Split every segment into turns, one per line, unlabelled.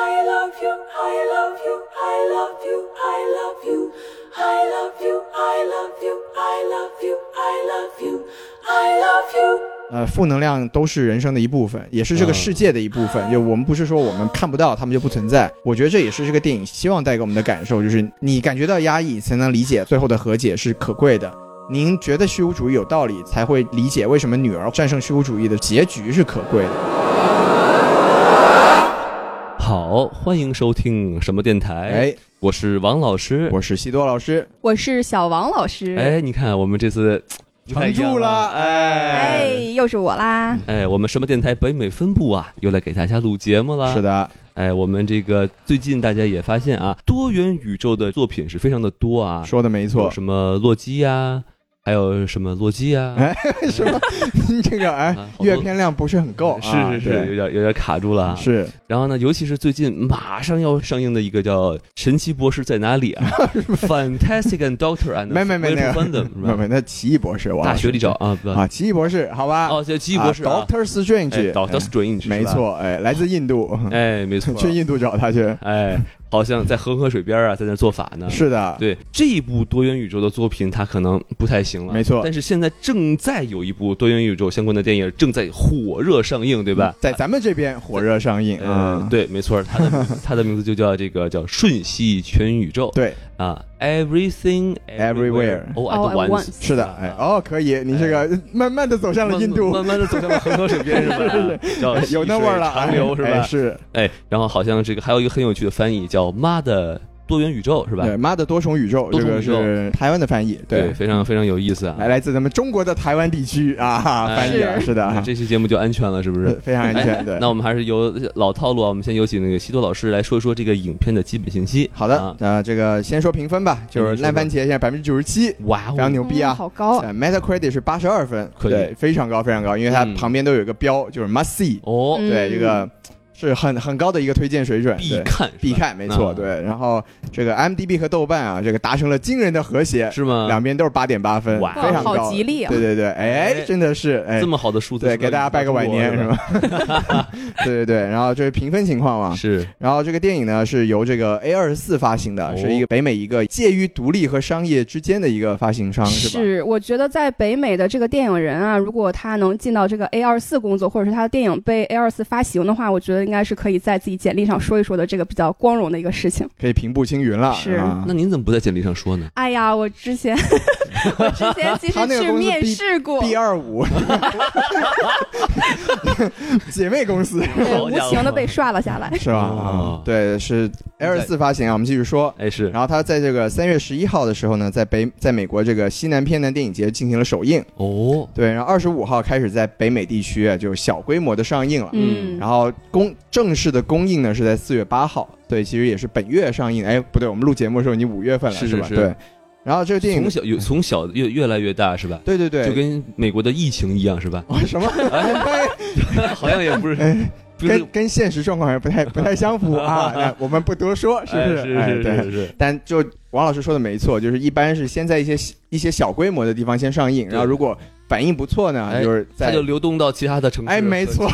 you, I love you, I love you, I love you, I love you, I love you, I love you, I love you, I love you.
呃，负能量都是人生的一部分，也是这
嗯
个世界的一部分。就我们不是说我们看不到，他们就不存在。我觉得这也是这个电影希望带给我们的感受，就是你感觉到压抑，才能理解最后的和解是可贵的。您觉得虚无主义有道理，才会理解为什么女儿战胜虚无主义的结局是可贵的。
好，欢迎收听什么电台？
哎，
我是王老师。
我是西多老师，
我是小王老师。
哎，你看我们 这次不太
撑
一样
住了，
哎，
哎，
又是我啦！
哎，我们什么电台北美分部啊，又来给大家录节目了。
是，的，
哎，我们这个最近大家也发现啊，多元宇宙的作品是非常的多啊，
说的没
有
错。
什么洛基呀、还有什么洛基啊呀、
哎 什么？您这个哎
啊，好多
阅片量不是很够啊，
是是是，有
对，
点有点卡住了啊。
是
然后呢，尤其是最近马上要上映的一个叫《神奇博士在哪里》啊， 《Fantastic and Doctor and
没没没那
Weird
个
Fandom》是
没
吧？
没，那奇异博士，王老
大
师
学里找啊，不
啊，奇异博士，好吧，
哦，叫奇异博士啊
啊，Doctor Strange，
哎，Doctor
哎
Strange，是吧
没，错，哎，来自印度，，
哎，没错
去印度找他去，
哎，好像在恒河水边啊，在那做法呢。
是啊的，
对这一部多元宇宙的作品，它可能不太行了，
没错
但是现在正在有一部多元宇宙相关的电影正在火热上映，对吧？
嗯在咱们这边火热上映，
呃
嗯，，
对，没错，它的它的名字就叫这个叫《瞬息全宇宙》
对，
啊，Everything
Everywhere
All at
All at
Once，
once
是的，哎，哦，可以，你这个慢慢的走向了印度，
哎慢慢的走向了恒河水边，是吧？叫
哎有那味儿了，
细水长流是
哎哎
吧？
是，
哎，然后好像这个还有一个很有趣的翻译叫“妈的多元宇宙”，是吧？
对，妈的多重宇宙，
多
这
重
个
宇宙
是台湾的翻译，对，哎
非常非常有意思啊。
来来自咱们中国的台湾地区啊，
哎
翻译的
是
是
那
的，
这期节目就安全了，是不 是？哎
非常安全，对
那。我们还是由老套路啊，我们先有请那个西多老师来说一说这个影片的基本信息。
好的
啊，嗯
那这个先说评分吧，就是烂番茄现在百分之九十七，
哇
非常
哦，
牛逼啊
嗯！好高啊！
在 Metacritic 是八十二分，
可以
对，非常高，非常高，因为它
嗯
旁边都有一个标，就是 must see，、
哦，
嗯
对，这个是很很高的一个推荐水准，
必
对，
看，
必，看，没错，
啊
对。然后这个 m d b 和豆瓣啊，这个达成了惊人的和谐，
是吗？
两边都是八点八分，
嗯哇
非常高，
好吉利啊
对对对，哎
哎，
真的是，哎
这，么好的数字，
对，给大家拜个晚年是
吧？
吧？ 对对对，然后这是评分情况嘛，
是
然后这个电影呢是由这个 A 二四发行的，
哦
是一个北美一个介于独立和商业之间的一个发行商，是吧？
是，我觉得在北美的这个电影人啊，如果他能进到这个 A 二四工作，或者是他的电影被 A 二四发行的话，我觉得应该是可以在自己简历上说一说的这个比较光荣的一个事情。
可以平步青云了，
是
啊
那您怎么不在简历上说呢？
哎呀，我之 前我之前其
他
实
那个
去
公司
面
B-
试过，
B 二 五，姐妹公司
对，
好
哎无
家伙
情的被刷了下来。
是吧？啊，
哦
对，是 L 四发行啊。我们继续说。
哎，是
然后它在这个三月十一号的时候呢，在北在美国这个西南偏南电影节进行了首映，
哦，
对，然后二十五号开始在北美地区啊就小规模的上映了，
嗯，
然后公正式的公映呢是在四月八号，对，其实也是本月上映，哎，不对，我们录节目的时候已经五月份了，
是
吧？
是是
对，然后这个电影
从，小有从小越越来越大是吧？
对对对，
就跟美国的疫情一样 是吧？
哦什 么？
哎，好像也不是，不是
哎跟跟现实状况还不太不太相符 啊。那我们不多说，是不
哎
哎，
是
对。
是是，
但就王老师说的没错，就是一般是先在一些一些小规模的地方先上映，
对
然后如果反应不错呢，
哎
就是
它
在
就流动到其他的城市。
哎没 错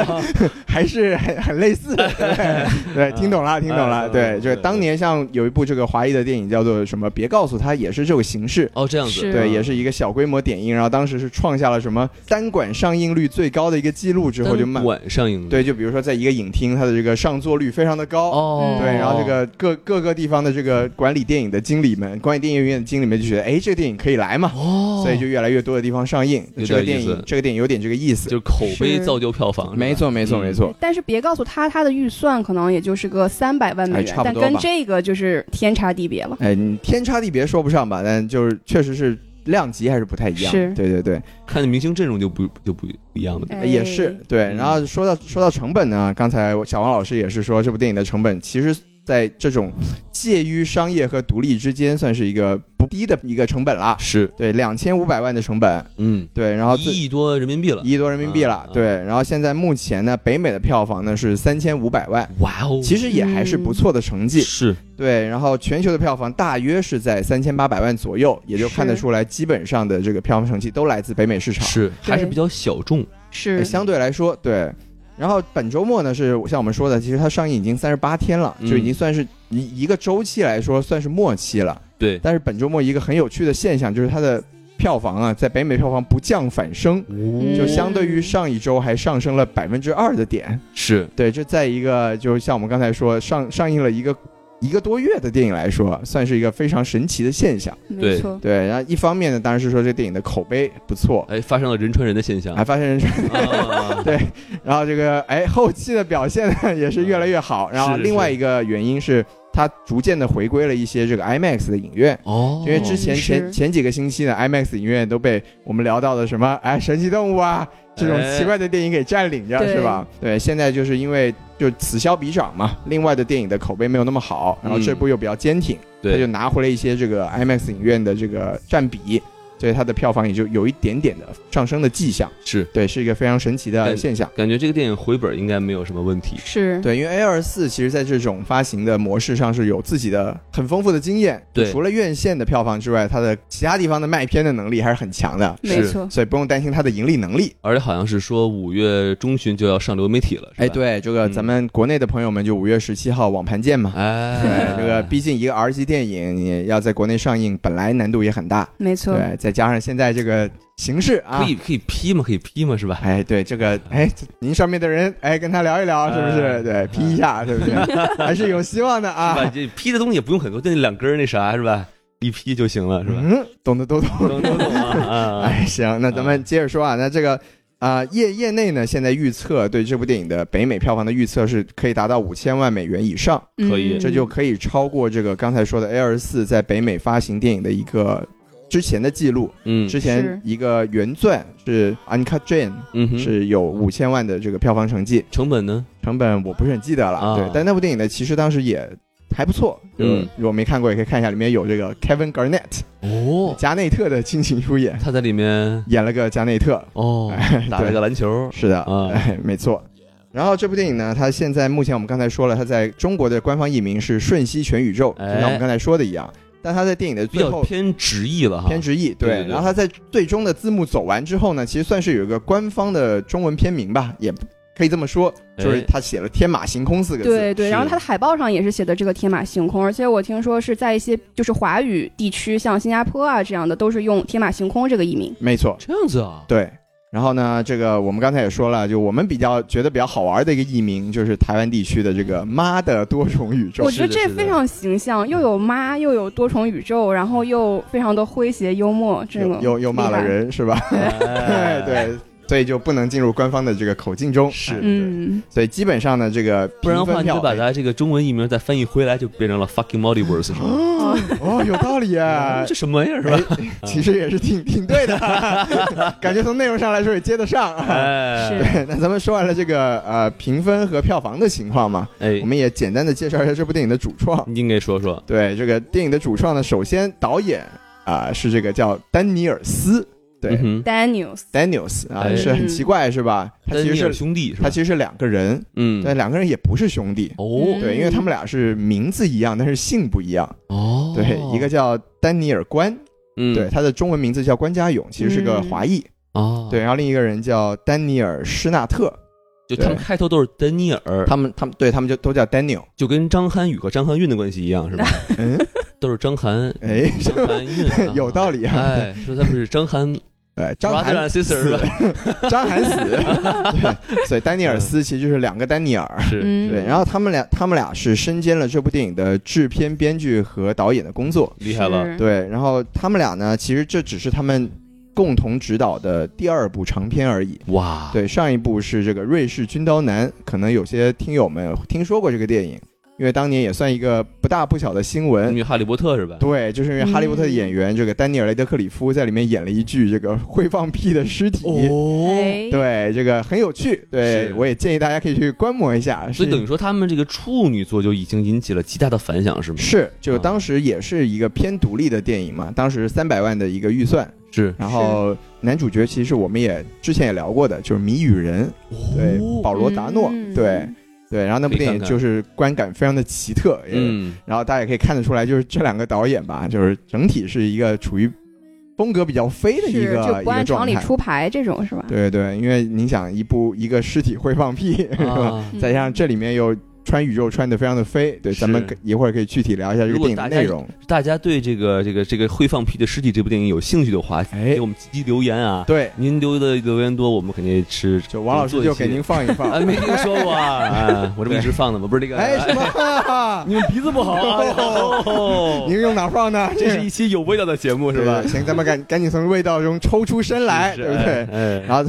还是很很类似。对，对听懂了，听懂了。
哎
对，
嗯
就是当年像有一部这个华裔的电影叫做什么？别告诉他，也是这个形式。
哦，这样子，
是
对，也是一个小规模点映，然后当时是创下了什么单馆上映率最高的一个记录，之后就慢。
晚上映的。
对，就比如说在一个影厅，它的这个上座率非常的高。
哦，
对，然后这个各各个地方的这个管理电影的经理们，管理电影院的经理们就觉得，哎，这个电影可以来嘛，
哦，
所以就越来越多的地方上映。
有点
这个电
意思
影，这个电影有点这个意思。
就口碑
是
造就票房。是吧
没，错，没错，
嗯
没错。
但是别告诉他，他的预算可能也就是个三百万美
哎
元
差，不
但
多
跟
吧
这个就是天差地别了。
哎，你天差地别说不上吧，但就是确实是量级还是不太一样。
是
对对对，
看明星阵容就不就不不一样了。
哎
也是对。
嗯
然后说到说到成本呢，刚才我小王老师也是说，这部电影的成本其实。在这种介于商业和独立之间，算是一个不低的一个成本啦。
是，
对，两千五百万的成本，
嗯，
对，然后最
一亿多人民币了。
一亿多人民币了
啊，
对。然后现在目前呢，北美的票房呢是三千五百万，
哇哦，
其实也还是不错的成绩，
是
对。然后全球的票房大约是在三千八百万左右，也就看得出来，基本上的这个票房成绩都来自北美市场，哎
是还是
对
比较小众。
是
相对来说，对。然后本周末呢是像我们说的，其实它上映已经三十八天了，就已经
嗯
算是一一个周期来说算是末期了。
对，
但是本周末一个很有趣的现象就是它的票房啊，在北美票房不降反升，
哦
就相对于上一周还上升了百分之二的点。
是
对，这在一个就像我们刚才说上上映了一个一个多月的电影来说，算是一个非常神奇的现象。
没
对
错，
对，然后一方面呢，当然是说这电影的口碑不错，
哎，发生了人传人的现象
还。发现
啊
对， 然后这个哎后期的表现呢 也是越来越好。然后
是
另外
是
一个原因是它逐渐的回归了一些这个 IMAX 的影院。
哦，
因为之前
嗯
前
是
前几个星期呢，IMAX 影院都被我们聊到的什么哎神奇动物啊这种
哎
奇怪的电影给占领着，
对
是吧？对，现在就是因为就此消彼长嘛，另外的电影的口碑没有那么好，然后这
嗯
部又比较坚挺，他就
对
拿回了一些这个 IMAX 影院的这个占比，所以它的票房也就有一点点的上升的迹象。
是
对，是一个非常神奇的
但
现象。
感觉这个电影回本应该没有什么问题。
是，
对，因为 A 二四其实在这种发行的模式上是有自己的很丰富的经验，
对
除了院线的票房之外，它的其他地方的卖片的能力还是很强的，
没
是
错，
所以不用担心它的盈利能力。
而且好像是说五月中旬就要上流媒体了，是吧
哎，，对，这个
嗯
咱们国内的朋友们就五月十七号网盘见嘛。
哎
对，，这个毕竟一个 R 级电影你要在国内上映，本来难度也很大，
没错，
对，再加上现在这个形势啊
可，以可以批吗？可以批吗？是吧？
哎，对这个，哎，这您上面的人，哎，跟他聊一聊，是不是？
哎
对，批一下，对不 对？还是有希望的
是吧？
啊。
这批的东西也不用很多，就那两根儿那啥是吧？一批就行了，是吧？
嗯，懂的都懂。
都都懂啊！啊
哎，行，那咱们接着说啊，那这个啊、呃业业内呢，现在预测对这部电影的北美票房的预测是可以达到五千万美元以上，
嗯
可以
这就可以超过这个刚才说的 A 二四在北美发行电影的一个之前的记录。
嗯
之前
是
一个原钻是 Uncut Jane
嗯哼，
是有五千万的这个票房成绩，
成本呢？
成本我不是很记得了，
啊
对，但那部电影呢，其实当时也。还不错，就
嗯
如果没看过也可以看一下，里面有这个 Kevin Garnett
哦，
加内特的亲情出演，
他在里面
演了个加内特，
哦
哎
打了
对
个篮球，
是的，
啊
哎， 没错。然后这部电影呢，它现在目前我们刚才说了，它在中国的官方译名是《瞬息全宇宙》，就
哎
像我们刚才说的一样。但它在电影的
比
最
较
后
偏直译了哈。
偏直译，
对对对
然后它在最终的字幕走完之后呢，其实算是有一个官方的中文片名吧，也可以这么说，就是
哎
它写了“天马行空”四个字。
对对，然后
是
它的海报上也是写的这个天马行空，而且我听说是在一些就是华语地区，像新加坡啊这样的，都是用天马行空这个译名。
没错，
这样子啊？
对。然后呢，这个我们刚才也说了，就我们比较觉得比较好玩的一个译名，就是台湾地区的这个“妈的多重宇宙
我”。觉
是
得
的
这
是的
非常形象，又有妈，又有多重宇宙，然后又非常的诙谐幽默，这个
又又又骂了
厉害。
人是 吧？
哎
对对，所以就不能进入官方的这个口径中。
是
嗯，
嗯，
所以基本上呢，这个
不然的话，
评分
你
票
就把它这个中文译名再翻译回来，就变成了 fucking multiverse，是吧？
哦，有道理啊
嗯这。什么玩意儿是吧？
哎，其实也是挺挺对的，感觉从内容上来说也接得上。
哎
是
对，那咱们说完了这个呃评分和票房的情况嘛，
哎
我，们也简单的介绍一下这部电影的主创。
你应该说说。
对，这个电影的主创呢，首先导演啊、是这个叫丹尼尔斯，对、
嗯哼，
Daniels，
Daniels 啊、
哎
是很奇怪是吧？他
丹
其
尼
实
尔
是
兄弟是吧
他？其实是两个人，
嗯，
但两个人也不是兄弟。
哦
嗯对，因为他们俩是名字一样，但是姓不一样。
哦，
对，一个叫丹尼尔关，
嗯
对，他的中文名字叫关家勇，其实是个
嗯
华裔。
哦，
对，，然后另一个人叫丹尼尔施纳特，
就他们
对
开头都是丹尼尔，
他们他们对他们就都叫 Daniel。
就跟张涵予和张含韵的关系一样 是吧？
嗯，
都是张涵，
哎，
张 含韵啊
有道理啊
哎，说他们是张涵
哎，张
brother and
涵
sister 是吧？
张涵死，对，所以丹尼尔斯其实就是两个丹尼尔。
是，
嗯
对，然后他们俩他们俩是身兼了这部电影的制片、编剧和导演的工作。
厉害了，
是，
对，然后他们俩呢，其实这只是他们共同执导的第二部长片而已。
哇，
对，上一部是这个《瑞士军刀男》，可能有些听友们听说过这个电影，因为当年也算一个不大不小的新闻。
女哈利波特是吧？
对，就是因为《哈利波特》的演员、这个丹尼尔·雷德克里夫在里面演了一具这个会放屁的尸体。
哦，
哎，
对，这个很有趣，对
是
我也建议大家可以去观摩一下。是
所以等于说他们这个处女座就已经引起了极大的反响是吗？
是，就
啊
当时也是一个偏独立的电影嘛，当时三百万的一个预算，
是，
然后男主角其实我们也之前也聊过的，就是《谜语人》，对，
哦
保罗·达诺，
哦嗯
对对。然后那部
可以
电影
看看
就是观感非常的奇特，也
嗯，
然后大家也可以看得出来，就是这两个导演吧，就是整体是一个处于风格比较飞的一
是
个
就
一
不
个
按常
状
理
态。
出牌这种是吧？
对对，因为你想一部一个尸体会放屁，是吧？
啊
嗯
再加上这里面又穿宇宙穿的非常的飞，对，
是
咱们可一会儿可以具体聊一下这个
如果
电影
大
的
家
内容。
大家对这个这个这个会放屁的尸体这部电影有兴趣的话，
哎
给我，们积极留言啊！
对，
您留的留言多，我们肯定吃。
就王老师就给您放一放
啊，。没听说过 啊！啊我这不一直放的吗？不是这个，
哎，什 么？
你们鼻子不好啊！ 哦
您用哪儿放呢？
这是一期有味道的节目，是吧
对？行，咱们赶赶紧从味道中抽出身来，
是
对不对？
哎，
然后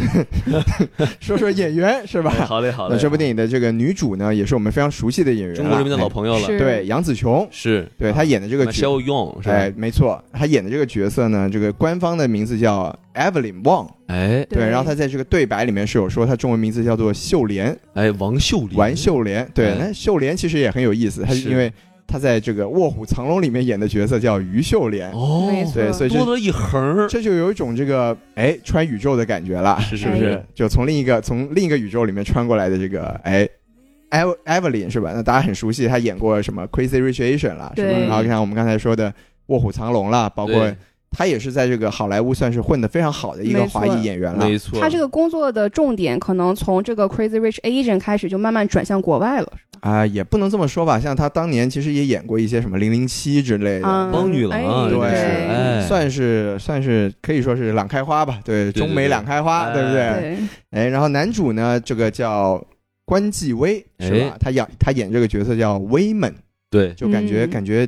说说演员是吧？
哎好嘞，好
那
嘞。
这部电影的这个女主呢，也是我们非常熟悉的演员了，啊哎
中国人民的老朋友了，
是
对杨紫琼，
是
对她演的这个角，
肖用是吧
哎？，没错，她演的这个角色呢，这个官方的名字叫 Evelyn Wang，
哎
对，然后她在这个对白里面是有说她中文名字叫做秀莲，
哎，王秀林，
王秀莲，对
哎，
那秀莲其实也很有意思，她
是
因为她在这个《卧虎藏龙》里面演的角色叫于秀莲，
哦，
没错
对，所以这
多了一横儿，
这就有一种这个哎穿宇宙的感觉了，
是是不是
哎？
就从另一个从另一个宇宙里面穿过来的这个哎。艾艾弗琳是吧？那大家很熟悉，她演过什么《Crazy Rich Asian》啦，是吧？
对
然后像我们刚才说的《卧虎藏龙》啦，包括啊
对
她也是在这个好莱坞算是混得非常好的一个
没错
华裔演员了。
没错，
他这个工作的重点可能从这个 Crazy Rich Asian 开始就慢慢转向国外了，
啊、也不能这么说吧，像她当年其实也演过一些什么《零零七》之类的，
嗯
帮女郎啊
哎
对
对
哎
算是算是可以说是两开花吧，对，
对
中美两开花，
哎
对不对？
对，
哎，然后男主呢，这个叫关继威，是吧？
哎
他演他演这个角色叫威猛，
对，
就感觉、
嗯
感觉，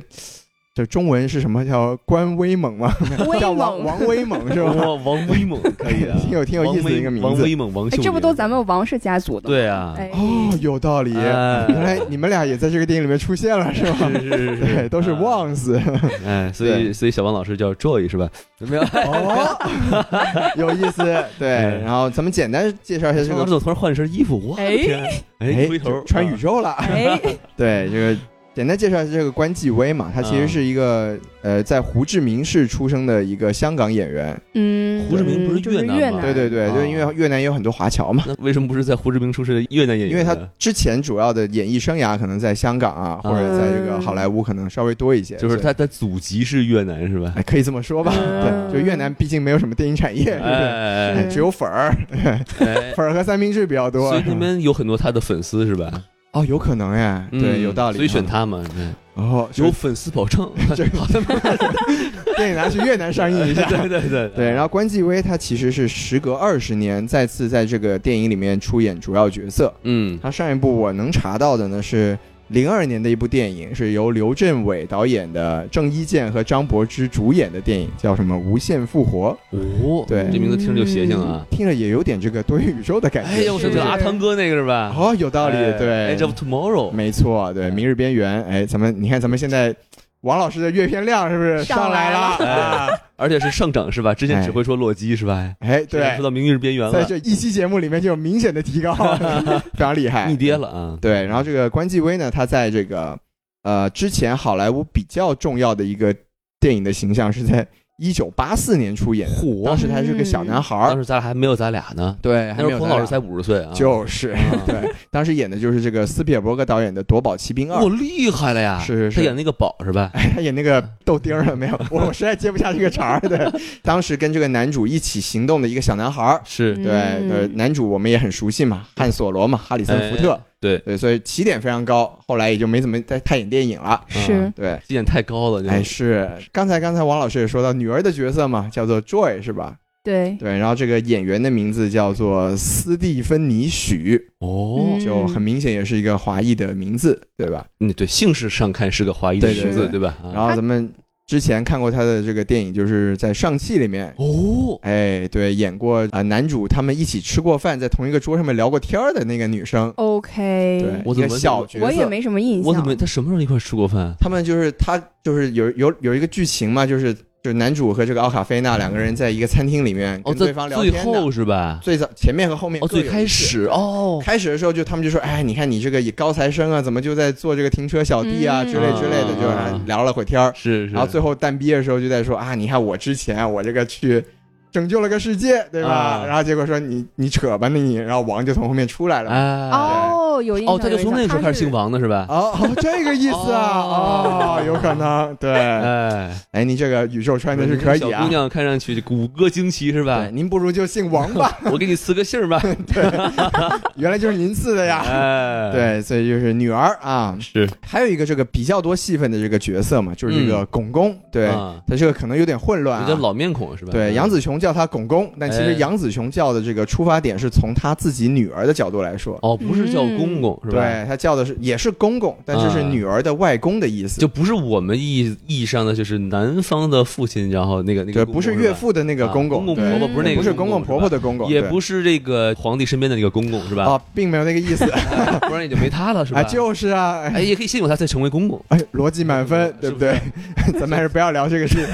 这中文是什么叫关威猛吗？
威
叫王
猛
王威猛是吧？
哇，王威猛可以啊，
挺有挺有意思的一个名字
王威王威猛，王秀
哎，
林，
这不都咱们王氏家族的吗？
对啊
哎
哦，有道理。
啊
哎
原来你们俩也在这个电影里面出现了，是吧？
是是是，
对，都是
啊，
Wans。
哎，所以
对
所以小王老师叫 Joy 是吧？哎没有，
哦， 有意思。对，
哎
然后咱们简单介绍一下这
小王老
个
师，怎么突然换了身衣服？我
哎
天，哎，
哎
龟，头
就穿宇，宙了。
哎，
对，这个简单介绍一下这个关继威嘛，他其实
嗯
是一个、呃，在胡志明市出生的一个香港演员。
嗯，
胡志明不是
就是
越南吗
越
啊
南，
对对对，
啊
就因为越南也有很多华侨嘛，
那为什么不是在胡志明出生的越南演员？
因为他之前主要的演艺生涯可能在香港啊，
嗯
或者在这个好莱坞可能稍微多一些，
就是
所以。
他的祖籍是越南是吧？
哎，可以这么说吧，
嗯
对，就越南毕竟没有什么电影产业，对不对
哎
哎
是
只有粉儿、
哎，
粉儿和三明治比较多
所以。你们有很多他的粉丝是吧？
哦，有可能哎， 对，
嗯
有道理。
所以选他嘛，嗯
哦，
有
就
粉丝保 证，
这
好的，
电影拿去越南上映一下。
对对对
对，然后关继威他其实是时隔二十年再次在这个电影里面出演主要角色。
嗯，
他上一部我能查到的呢是零二年的一部电影，是由刘镇伟导演的，郑伊健和张柏芝主演的电影，叫什么《无限复活
哦，
对
这名字听着就邪性啊》，。
听着也有点这个多元宇宙的感觉。
哎呀，我想起了
是
阿汤哥那个是吧？
嗯哦，有道理，对，
哎，Edge of Tomorrow，
没错，对，《明日边缘》。哎，咱们你看，咱们现在王老师的阅片量是不是
上
来
来了
了？啊
而且是上涨是吧？之前
哎
只会说洛基是吧？
哎，
现在
对
说，到明日边缘
在
了，
这一期节目里面就有明显的提 高，非常厉害
逆。跌了啊！
对，然后这个关继威呢，他在这个呃之前好莱坞比较重要的一个电影的形象是在一九八四年出演的，
嚯
当时他是个小男孩
当
儿，
时咱俩还没有咱俩呢，
对，还
那
没
时
有
候彭
咱
老师
俩
才五十岁啊，
就是
啊
对，当时演的就是这个斯皮尔伯格导演的《夺宝奇兵二
我》，厉害了呀！
是是是
他演那个宝是吧？
哎，他演那个豆丁儿了没有？我我实在接不下这个茬儿。 对，当时跟这个男主一起行动的一个小男孩儿，
是
嗯
对，呃，男主我们也很熟悉嘛，汉索罗嘛，哈里森福特，
哎对，
对，所以起点非常高，后来也就没怎么再太演电影了。
是
对，嗯
起点太高了，就
哎，是刚才刚才王老师也说到女儿的角色嘛，叫做 Joy 是吧？
对，
对，然后这个演员的名字叫做斯蒂芬妮许，
哦，
就很明显也是一个华裔的名字，对吧？
嗯，对，姓氏上看是个华裔的
对
对
名字，
对
对吧？啊
然后咱们之前看过她的这个电影，就是在《上汽》里面。
哦，
哎，对，演过啊、呃男主他们一起吃过饭，在同一个桌上面聊过天儿的那个女生，对
OK，，
我
一
怎
个
么
小角色，
我也没什么印
我怎么
象。
他什么时候一块吃过饭？啊
他们就是他就是有有有一个剧情嘛，就是就是男主和这个奥卡菲娜两个人在一个餐厅里面
哦，
跟
在
对方聊
最
天呢。
后是吧？
最早前面和后面
哦，
各有
最
一
开
次
始哦，
开始的时候就他们就说，哎，你看你这个高材生啊，怎么就在做这个停车小弟啊、
嗯
之类之类的，就是
啊
还聊了会天儿。
是是，
然后最后蛋逼的时候就在说啊，你看我之前我这个去。拯救了个世界，对吧？
啊
然后结果说你你扯吧你，然后王就从后面出来了。
哎
哦，有有印象。
哦，他就从那时候开始姓
王。
王的是吧？
哦，哦这个意思啊，
哦
哦，有可能，对，
哎，
哎，您这个宇宙穿的是可以
小
啊
姑，娘看上去骨骼惊奇是吧
对，？您不如就姓 王吧，
我给你赐个 姓儿吧。
原来就是您赐的呀，
哎，，
对，所以就是女儿啊，
是嗯
还有一个这个比较多戏份的这个角色嘛，就是这个巩公，对，
啊
他这个可能有点混乱、
有
啊，
点老面孔是吧？
对，杨紫琼叫他巩公，但其
哎
实杨紫琼叫的这个出发点是从她自己女儿的角度来说，
哦，不是叫
嗯
公公是吧？
对她叫的是也是公公，但这是
啊
女儿的外公的意思，
就不是我们意义意义上的，就是男方的父亲，然后那个那
对，
个公公
不是岳父的那个
啊
公
公公
对
婆婆，
嗯
不是那个
不是公
公
公婆婆
的，
的公公，
也
对
不是这个皇帝身边的那个公公是吧？
啊，并没有那个意思
不然也就没他了是吧？
啊，就是啊，哎
哎，也可以信用他才成为公公，
哎，逻辑满分，对不对？ 咱们还是不要聊 这个事情。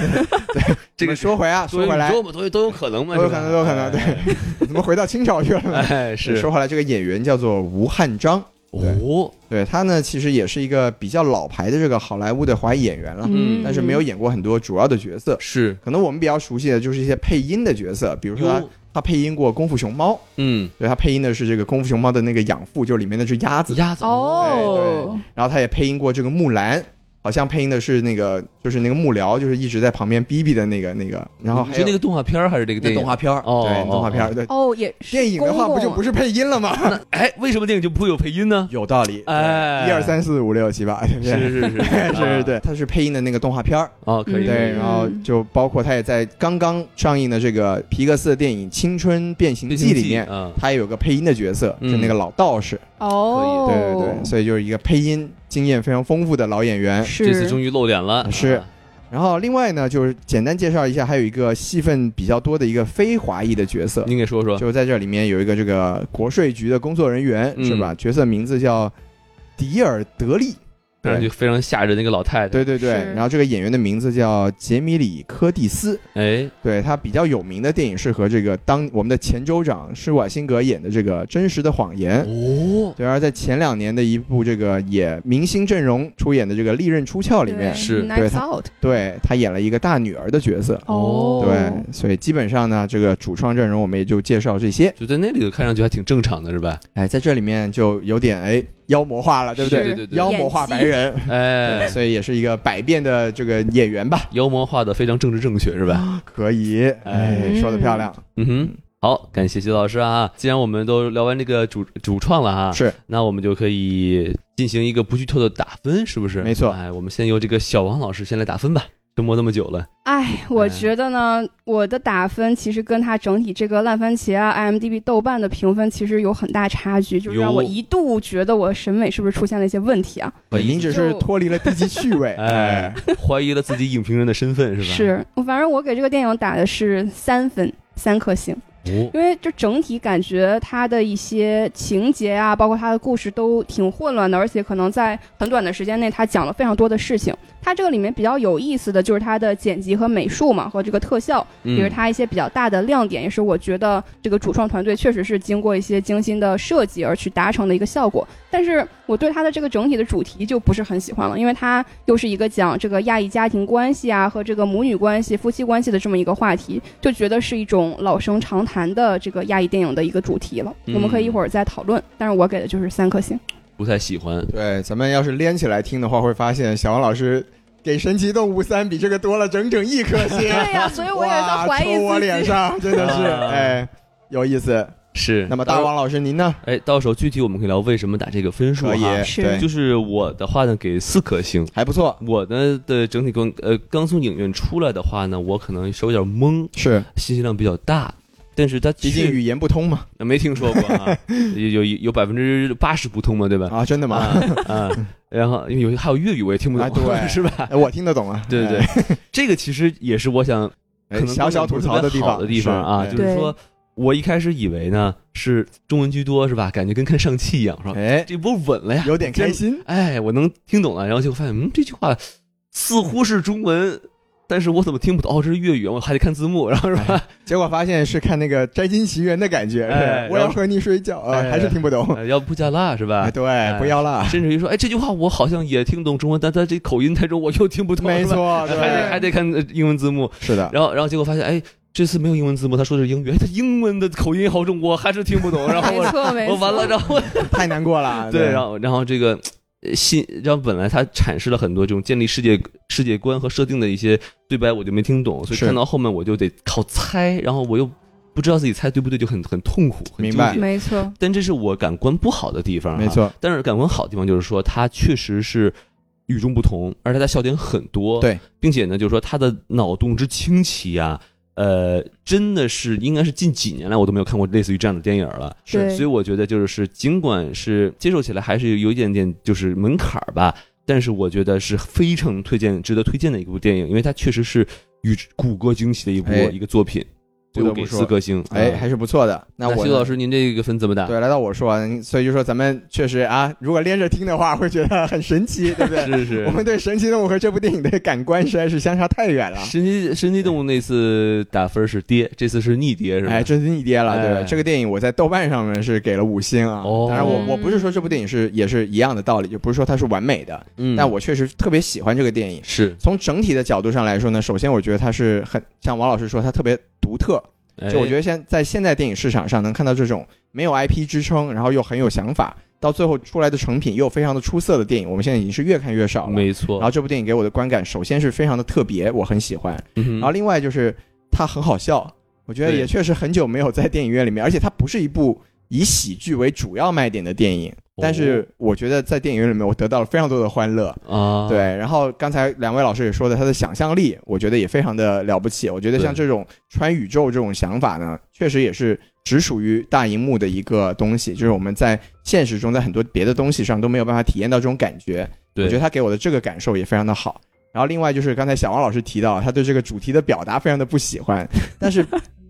对，
这
我
个
们说回啊，
所
说
以
回来
你，说我们都都有可能嘛，
都有
是吧
可能都有可能对。怎么回到清朝去了呢？
哎哎，是
说回来，这个演员叫做吴汉章。
哦，
对他呢，其实也是一个比较老牌的这个好莱坞的华裔演员了，
嗯
但是没有演过很多主要的角色。
是，
可能我们比较熟悉的就是一些配音的角色，比如说他
哟
他配音过《功夫熊猫》，
嗯，
对他配音的是这个《功夫熊猫》的那个养父，就是里面那只鸭子。
鸭子，
哎
哦，
然后他也配音过这个木兰，好像配音的是那个就是那个幕僚，就是一直在旁边逼逼的那个那个。然后
你
还
说
有
那个动画片儿还是这个电
那
影？
动画片儿，
哦
对
哦
动画片儿，对
哦，也是
电影的话不
公公
就不是配音了吗？
哎，为什么电影就不会有配音呢？
有道理。
哎，
一二，三四五六七八，对不对？
是是 是
是是，，对，他是配音的那个动画片儿，
啊哦，可以，
嗯
对，然后就包括他也在刚刚上映的这个皮克斯的电影《青春变形
变
记
形》
里面，
啊，
他也有个配音的角色，
嗯
是那个老道士，
哦，
对对对，所以就是一个配音经验非常丰富的老演员。
是
这次终于露脸了，
是
啊
然后另外呢，就是简单介绍一下，还有一个戏份比较多的一个非华裔的角色，
您给说说，
就在这里面有一个这个国税局的工作人员，
嗯
是吧？角色名字叫迪尔德利，
当然就非常吓人那个老太太，
对对对，
是
然后这个演员的名字叫杰米里科蒂斯，
哎，
对他比较有名的电影是和这个当我们的前州长施瓦辛格演的这个《真实的谎言》
哦，
对，而在前两年的一部这个也明星阵容出演的这个《利刃出鞘》里面，
是
对
Nights
他
Out，
对他演了一个大女儿的角色，
哦
对，所以基本上呢，这个主创阵容我们也就介绍这些，
就在那里头看上去还挺正常的是吧？
哎，在这里面就有点哎妖魔化了，对不对？
是对对对
妖魔化白 人，
哎，
所以也是一个百变的这个演员吧。
妖魔化的非常政治正确是吧？
可以，哎，
嗯
说的漂亮，
嗯哼。好，感谢徐老师啊！既然我们都聊完这个主主创了啊，
是
那我们就可以进行一个不剧透的打分，是不是？
没错
哎，我们先由这个小王老师先来打分吧。折磨那么久 了，
哎，
嗯
我觉得呢，我的打分其实跟它整体这个烂番茄啊、IMDB、豆瓣的评分其实有很大差距，就是让
有
我一度觉得我审美是不是出现了一些问题啊？
怀
您
疑
只是
就
脱离了低级趣 味，
哎，怀疑了自己影评人的身份是吧？
是，我反正我给这个电影打的是三分，三颗星。
哦，
因为就整体感觉它的一些情节啊，包括它的故事都挺混乱的，而且可能在很短的时间内，它讲了非常多的事情。它这个里面比较有意思的就是它的剪辑和美术嘛，和这个特效，比如
嗯，
它一些比较大的亮点，也是我觉得这个主创团队确实是经过一些精心的设计而去达成的一个效果。但是我对它的这个整体的主题就不是很喜欢了，因为它又是一个讲这个亚裔家庭关系啊和这个母女关系、夫妻关系的这么一个话题，就觉得是一种老生常谈的这个亚裔电影的一个主题了。
嗯
我们可以一会儿再讨论，但是我给的就是三颗星。
不太喜欢，
对，咱们要是连起来听的话，会发现小王老师给《神奇动物三》比这个多了整整一颗星。
对呀、所以我也在
哇
怀疑
抽我
自
脸
己。
上，真的是
啊
哎，有意思。
是。
那么大王老师您呢？
哎，到时候具体我们可以聊为什么打这个分数
可以，
哈。
呃是
对，
就是我的话呢，给四颗星。
还不错，
我呢的整体观，呃，刚从影院出来的话呢，我可能手有点懵，
是，
信息量比较大，但是它
毕竟语言不通嘛。
那没听说过 啊，有有有百分之八十不通嘛，对吧？
啊，真的吗？
啊， 然后因为有还有粤语我也听不懂，
啊对
是吧？
哎我听得懂啊。
对对对，这个其实也是我想
哎，
可能
小小吐槽
的
地方
的地方啊，
是哎
就是说我一开始以为呢是中文居多是吧？感觉跟看上汽一样是吧？
哎，
这波稳了呀，
有点开心。
哎，我能听懂了，然后就发现，嗯，这句话似乎是中文，但是我怎么听不懂？哦，这是粤语，我还得看字幕，然后是吧？
结果发现是看那个《摘金奇缘》的感觉，
哎
是 我要和你睡觉，啊
哎
还是听不 懂。
呃要不加辣是吧
哎，？对，不要了，
甚至于说，哎，这句话我好像也听懂中文，但它这口音太重，我又听不懂，
没
是吧，
错，啊
还得
对，
还得看呃英文字幕。
是的，
然后，然后结果发现，哎，这次没有英文字幕，他说的是英语，哎他英文的口音好重，我还是听不 懂。然后
没
我
错没错，
我完了，然后
太难过了。
对，然后然后这个呃新，然后本来他阐释了很多这种建立世界世界观和设定的一些对白，我就没听懂，所以
是
看到后面我就得靠猜，然后我又不知道自己猜对不对，就很很痛苦，很
明
纠
白
结。
没错，
但这是我感官不好的地方、啊
没。错，
但是感官好的地方就是说，它确实是与众不同，而且它的笑点很多。
对，
并且呢，就是说它的脑洞之清奇啊，呃，真的是应该是近几年来我都没有看过类似于这样的电影了。
是
对
所以我觉得就是，尽管是接受起来还是有一点点就是门槛儿吧，但是我觉得是非常推荐、值得推荐的一部电影，因为它确实是与骨骼惊奇的一部、
哎
一个作品，
不
所
得
以
不
我给
说
四颗星。
哎，
啊
还是不错的。那
那
我
徐
呢
老师，您这个分怎么打？
对，来到我说完，所以就说咱们确实啊，如果连着听的话，会觉得很神奇，对不对？
是是
我。们对《神奇动物》和这部电影的感官实在是相差太远了。
神奇神奇动物那次打分是跌，这次是逆跌是吧？
哎，真是逆跌了，对吧？
哎
这个电影我在豆瓣上面是给了五星啊。
哦
当然我
嗯
我不是说这部电影是也是一样的道理，就不是说它是完美的，
嗯，
但我确实特别喜欢这个电影。
是
从整体的角度上来说呢，首先我觉得它是很像王老师说，它特别独特。就我觉
得
得现在在现在电影市场上能看到这种没有 IP 支撑，然后又很有想法，到最后出来的成品又非常的出色的电影，我们现在已经是越看越少了。
没
然
错
后。这部电影给我的观感，首先是非常的特别，我很喜欢。
然
然后另外就是它很好笑，我觉得
嗯对
也确实很久没有在电影院里面，而且它不是一部以喜剧为主要卖点的电影，
哦
但是我觉得在电影院里面我得到了非常多的欢乐。
啊，
对，然后刚才两位老师也说的，他的想象力，我觉得也非常的了不起。我觉得像
对
这种穿宇宙这种想法呢，确实也是只属于大荧幕的一个东西，就是我们在现实中，在很多别的东西上都没有办法体验到这种感觉。
对，
我觉得他给我的这个感受也非常的好。然后另外就是刚才小王老师提到，他对这个主题的表达非常的不喜 欢，但是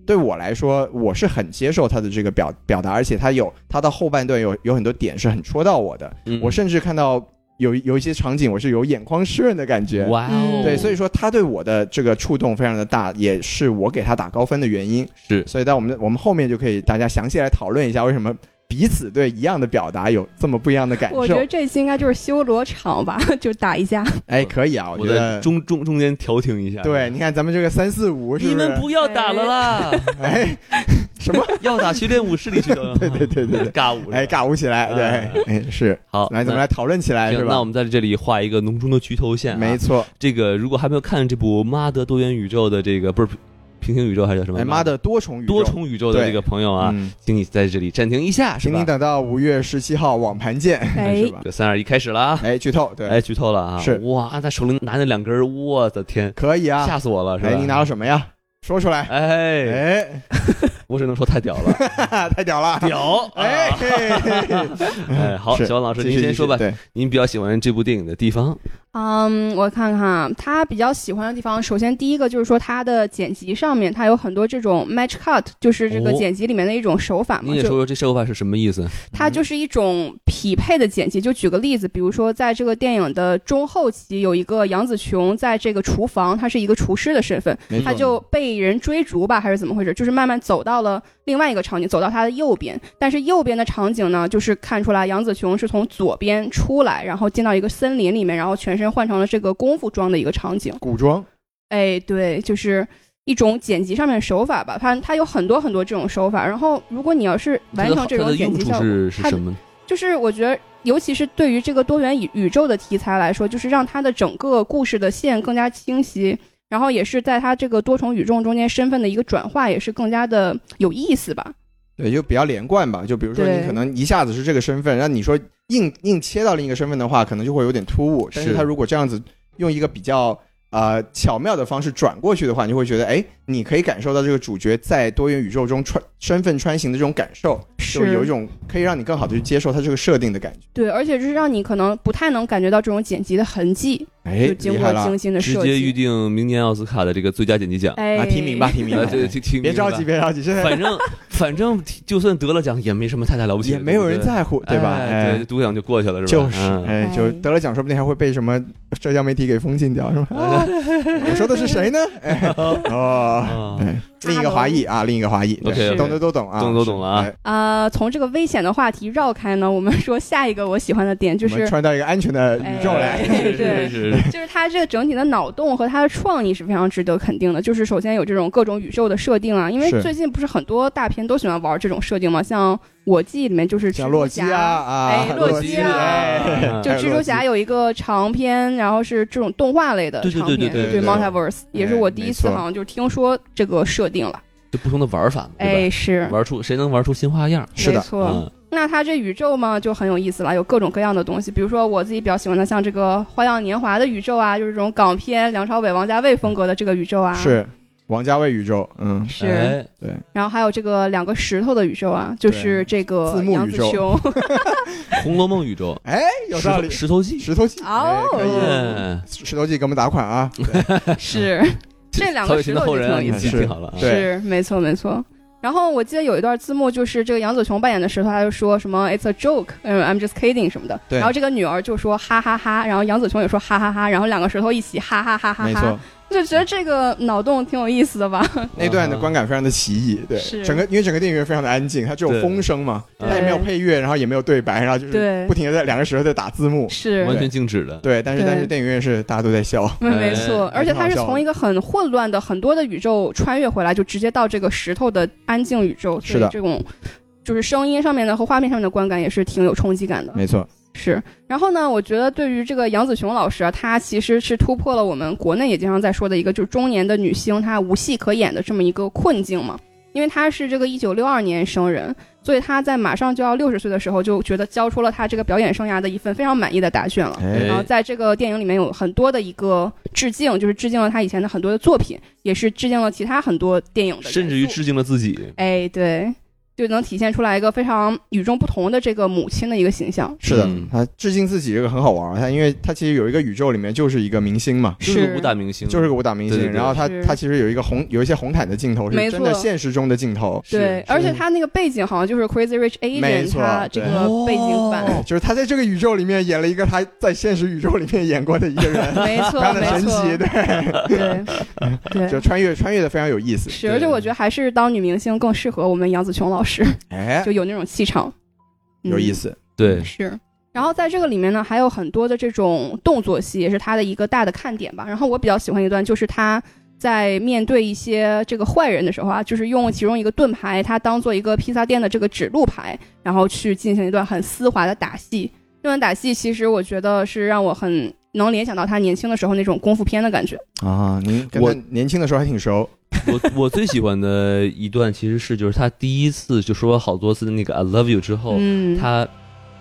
对我来说，我是很接受他的这个表表达，而且他有他的后半段有有很多点是很戳到我的，
嗯
我甚至看到有有一些场景我是有眼眶湿润的感觉。嗯
哇哦，
对，所以
以
说他对我的这个触动非常的大，也是我给他打高分的原因。
是
所以在我们我们后面就可以大家详细来讨论一下为什么彼此对一样的表达有这么不一样的感
我觉
受
得。这期应该就是修罗场吧， 就 打一架。
哎，可以啊，我
我
觉得
在中中中间调停一下。
对，，你看咱们这个三四五是
你
不是？
们不要打了啦，
哎，什么？
要打去练武室里去的。
对对对对对，
尬舞是吧啊
哎，尬舞起来，
哎
对，哎是，
好，
来咱们来讨论起
那
来
行
是
那
吧
我？们在这里画一个浓重的局头线啊。
没错，
这个如果还没有看这部《妈的多元宇宙》的这个不是平行宇宙还是叫什么？
哎妈的多重宇宙，
多重宇宙的
对
这个朋友啊，
嗯，
请你在这里暂停一下，是
请你
吧？
等到五月十七号网盘见，
哎
是吧？
三二一，开始了啊！
哎，剧透，对
哎，，剧透了啊！
是
哇，他手里拿那两根儿，我的天，
可以啊。
吓死我了！是吧？
哎，你拿了什么呀？说出来。
哎，
哎，
我只能说太屌 了，
哈哈哎太屌了！
屌！
哎，
啊
嘿嘿嘿
哎， 好，
是
小王老师，
继
您
续
先
继
说
续
吧，
对，啊
您比较喜欢这部电影的地方？
嗯，我看看啊，他比较喜欢的地方，首先第一个就是说他的剪辑上面，他有很多这种 match cut，就是这个
哦
剪辑里面的一种手法嘛，
您也说嗯
就
说这社会化是什么意思？
它就是一种匹配的剪辑。就举个例子，比如说在这个电影的中后期，有一个杨紫琼在这个厨房，她是一个厨师的身份，
没
他
错
就被人追逐吧，还是怎么回事？就是慢慢走到了另外一个场景，走到他的右边。但是右边的场景呢，就是看出来杨紫琼是从左边出来，然后进到一个森林里面，然后全身换成了这个功夫装的一个场景。
古装，
哎，对，就是一种剪辑上面的手法吧。它它有很多很多这种手法。然后如果你要是完成这
它
种
的
剪
用
辑
处
效果，
是是
它
什么？
就是我觉得，尤其是对于这个多元宇宇宙的题材来说，就是让它的整个故事的线更加清晰，然后也是在它这个多重宇宙中间身份的一个转化，也是更加的有意思吧。
对，就比较连贯吧。就比如说
对
你可能一下子是这个身份，那你说硬硬切到另一个身份的话，可能就会有点突兀。但是
是
他如果这样子用一个比较呃巧妙的方式转过去的话，你就会觉得，哎，你可以感受到这个主角在多元宇宙中穿身份穿行的这种感受，就是有一种可以让你更好的去接受他这个设定的感觉。
对，而且就是让你可能不太能感觉到这种剪辑的痕迹，
哎，
就
厉
经
害
过
了
精！心的
直
设
接预
计。
定明年奥斯卡的这个最佳剪辑奖。
哎，
啊，提名吧，提名吧
啊，这个，挺挺
别着急，
明白
别着急，现在
反正反正就算得了奖也没什么太大了不起的，
也没有人
对不对
在乎，对吧？
哎
哎
对，，独享就过去了，是吧？
就是，
嗯
哎，就得了奖，说不定还会被什么社 交媒体给封禁掉，是吧？啊我说的是谁呢？哎，哦，
啊
哎，另一个华裔
哦
啊，另一个华裔
OK，OK
懂的都懂啊，
懂都懂了啊
是哎
呃，从这个危险的话题绕开呢，我们说下一个我喜欢的点就
我们
是，
穿到一个安全的宇宙来，
哎
是
对
是是是，
就是它这个整体的脑洞和它的创意是非常值得肯定的。就是首先有这种各种宇宙的设定啊，因为
是
最近不是很多大片都喜欢玩这种设定嘛，像《我记》里面就是
像
蜘
洛
蛛
基
侠
啊啊
哎，
洛
洛基啊
哎
就
还有
蜘蛛
洛
侠
基
有一个长篇，然后是这种动画类的
对对
长
对
篇，
对
对对
Multiverse，也是我第
哎没
一次
错
好像就是听说这个设定了。
就不同的玩法嘛，对
哎，是
吧？，玩出谁能玩出新花样？
是
没
的
错。
嗯，
那它这宇宙嘛就很有意思了，有各种各样的东西，比如说我自己比较喜欢的，像这个《花样年华》的宇宙啊，就是这种港片梁朝伟、王家卫风格的这个宇宙啊，
是王家卫宇宙，嗯，
是。
哎
然后还有这个两个石头的宇宙啊，就是这
字
个
幕
杨
宇
紫
宙
琼，
《红楼梦》宇宙，
哎， 有
石
道
头
理，
石头记，
石头记
哦
哎可以
哎
石头记给我们打款 啊，
是这两
曹
个
雪芹
石
的
头
后
就挺
人啊，
有
你
意
记
思
是
记好了啊。
对
是没错没错。然后我记得有一段字幕，就是这个杨紫琼扮演的石头，他就说什么 "It's a joke"，嗯，I'm just kidding 什么的。
对
然后这个女儿就说哈哈哈然后杨紫琼也说哈哈哈，然后两个石头一起哈哈哈哈
没
哈
错，，
就觉得这个脑洞挺有意思的吧？
那段的观感非常的奇异，对，
是
整个因为整个电影院非常的安静，它只有
对
风声嘛，
对
它也没有配乐，然后也没有对白，然后就是
对
不，停的在两个石头在打字幕，
是
完全静止的。
对，但是
对
但是电影院是大家都在笑，
没没错，
哎
而且它是
挺好笑的
从一个很混乱的很多的宇宙穿越回来，就直接到这个石头的安静宇宙，
是
所
的
以这种就是声音上面的和画面上面的观感也是挺有冲击感的。
没错，
是，然后呢，我觉得对于这个杨紫琼老师啊，她其实是突破了我们国内也经常在说的一个，就是中年的女星她无戏可演的这么一个困境嘛。因为她是这个一九六二年生人，所以她在马上就要六十岁的时候，就觉得交出了她这个表演生涯的一份非常满意的答卷了。
哎
然后在这个电影里面有很多的一个致敬，就是致敬了她以前的很多的作品，也是致敬了其他很多电影的元素，
甚至于致敬了自己。
哎，对，就能体现出来一个非常与众不同的这个母亲的一个形象。
是的
嗯，
他致敬自己这个很好玩儿，他因为他其实有一个宇宙里面就是一个明星嘛。
就是个武打明星，
就是个武打明星，
嗯对对对
然后他
是
他其实有一个红有一些红毯的镜头是
没
真的
错哦
现实中的镜头，
对，
是
而且他那个背景好像就是 Crazy Rich
没
Asian，
错
他这个背景
对
版，
哎就是他在这个宇宙里面演了一个他在现实宇宙里面演过的一个人，
没
非
错
常的
没
神
错，
奇，对，
对
就
对。
穿越穿越的非常有意思，
是，而且我觉得还是当女明星更适合我们杨紫琼老师，
哎
就，有那种气场，嗯
有意思，
对，
是。然后在这个里面呢，还有很多的这种动作戏，也是他的一个大的看点吧。然后我比较喜欢一段，就是他在面对一些这个坏人的时候啊，就是用其中一个盾牌，他当做一个披萨店的这个指路牌，然后去进行一段很丝滑的打戏。这段打戏其实我觉得是让我很能联想到他年轻的时候那种功夫片的感觉。
啊，您跟
嗯我
他年轻的时候还挺熟，
我我最喜欢的一段其实是就是他第一次就说好多次的那个 I love you 之后，
嗯，
哦他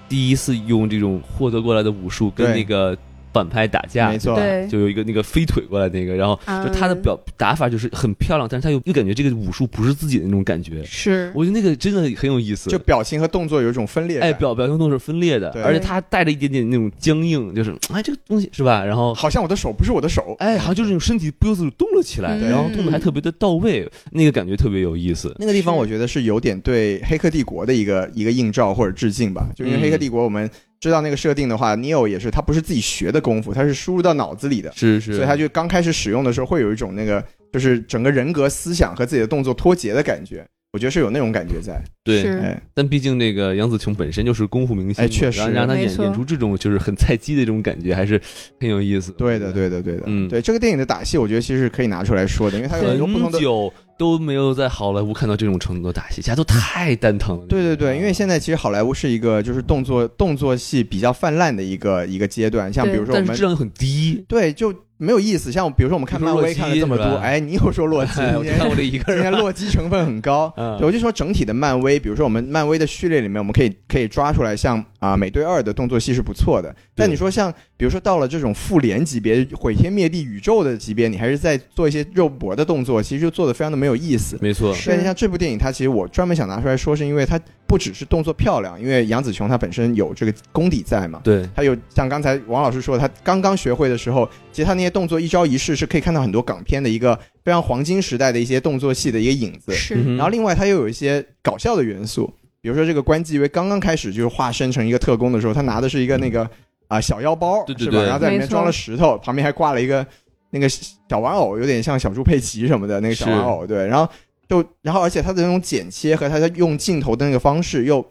第一次用这种获得过来的武术跟
对
那个反派打架
没，错，
对，嗯
就有一个那个飞腿过来那个，然后就他
嗯
的表打法就是很漂亮，但是他又又感觉这个武术不是自己的那种感觉
嗯，是
我觉得那个真的很有意思，
就表情和动作有一种分裂感，
哎，表表情动作是分裂的
对，
而且他带着一点点那种僵硬，就是哎这个东西是吧？然后
好像我的手不是我的手，
哎，好像就是那种身体不由自主动了起来，
嗯
然后动的还特别的到位，那个感觉特别有意思。
那个地方
是
我觉得是有点对《黑客帝国》的一个一个映照或者致敬吧，就因为《
嗯
黑客帝国》我们知道那个设定的话，Neo 也是他不是自己学的功夫，他是输入到脑子里的，
是是，
所以他就刚开始使用的时候会有一种那个就是整个人格思想和自己的动作脱节的感觉。我觉得是有那种感觉在，
对，
是
哎，
但毕竟那个杨紫琼本身就是功夫明星嘛，
哎确实
然后让她
没
演
错
演出这种就是很菜鸡的这种感觉，还是很有意思。
对的，，对的，对的，
嗯
对这个电影的打戏，我觉得其实是可以拿出来说的，因为它有很多不同
很
的，
久都没有在好莱坞看到这种程度的打戏，大家都太蛋疼了。
对对对，因为现
在
在其实好莱坞是一个就是动作动作戏比较泛滥的一个一个阶段，像比如说我
但是
们
质量又很低。
对，就没有意思。像比如说我们看
比如
漫
说
威
洛基
看了这么
是
多，
吧
哎，你又说洛基，
哎，我
今
就
天
看过这一个
今天
人。
洛基成分很高。
嗯
对我就说整体的漫威，比如说我们漫威的序列里面，我们可以可以抓出来像，啊美队二的动作戏是不错的。但你说像比如说到了这种复联级别、毁天灭地宇宙的级别，你还是在做一些肉搏的动作，其实就做的非常的没有意思。
没错，
是
但是像这部电影，它其实我专门想拿出来说，是因为它不只是动作漂亮，因为杨紫琼她本身有这个功底在嘛。
对，
还有像刚才王老师说，他刚刚学会的时候，其实他那些动作一招一式是可以看到很多港片的一个非常黄金时代的一些动作戏的一个影子。
是，
然
然后另外他又有一些搞笑的元素，比如说这个关继威刚刚开始就是化身成一个特工的时候，他拿的是一个那个啊、小腰包，
嗯对对
是吧？
对
然后在里面
没错
装了石头，旁边还挂了一个那个小玩偶，有点像小猪佩奇什么的那个小玩偶，对，然后。都，然后而且它的那种剪切和它的用镜头的那个方式，又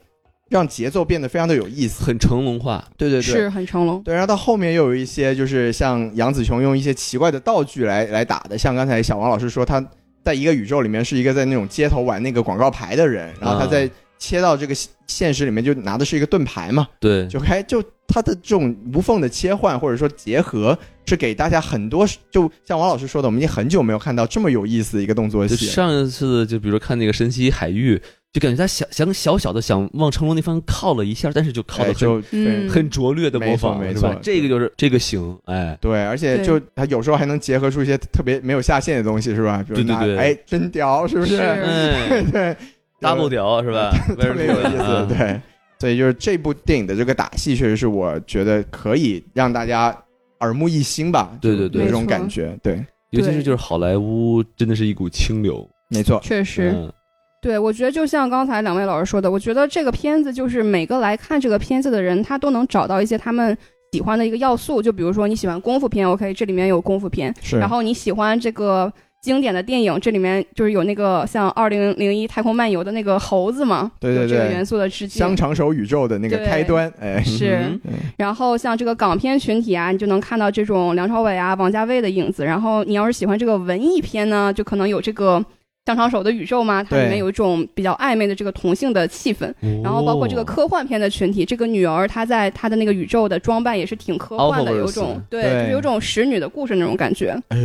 让节奏变得非常的有意思。
很成龙化，
对对对，
是很成龙。
对，然后到后面又有一些就是像杨紫琼用一些奇怪的道具来来打的，像刚才小王老师说，他在一个宇宙里面是一个在那种街头玩那个广告牌的人，然后他
啊
在切到这个现现实里面就拿的是一个盾牌嘛，
对，
就开就他的这种无缝的切换或者说结合，是给大家很多就像王老师说的，我们已经很久没有看到这么有意思的一个动作
就
戏了。
上一次就比如说看那个神奇海域，就感觉他想想小小的想往成龙那方靠了一下，但是就靠
哎
的很、
就
嗯
很拙劣的模仿，
没错没
是吧
错
这个就是这个行，哎，
对，而且就他有时候还能结合出一些特别没有下限的东西，是吧？比如
对对
拿
对
哎真屌，是不是？
是
哎
对
，double 屌是吧？
特别有意思，
啊
对。所以就是这部电影的这个打戏，确实是我觉得可以让大家耳目一新吧。
对对对
有这种
没错
感觉，对，
尤其是
对
就是好莱坞真的是一股清流，
没错，
确实。
嗯
对，我觉得就像刚才两位老师说的，我觉得这个片子就是每个来看这个片子的人，他都能找到一些他们喜欢的一个要素。就比如说你喜欢功夫片，OK，这里面有功夫片；
是。
然后你喜欢这个经典的电影，这里面就是有那个像二零零一《太空漫游》的那个猴子嘛，
对对
有这个
对
元素的致敬
香。肠手宇宙的那个
对
开端， 哎，
是
嗯哼
然后像这个港片群体啊，你就能看到这种梁朝伟啊、王家卫的影子。然后你要是喜欢这个文艺片呢，就可能有这个香肠手的宇宙嘛，它里
对
面有一种比较暧昧的这个同性的气氛。然后包括这个
哦
科幻片的群体，这个女儿她在她的那个宇宙的装扮也是挺科幻的，
Alphaverse
有
哦
种对，
对
就是有种使女的故事那种感觉。
哎，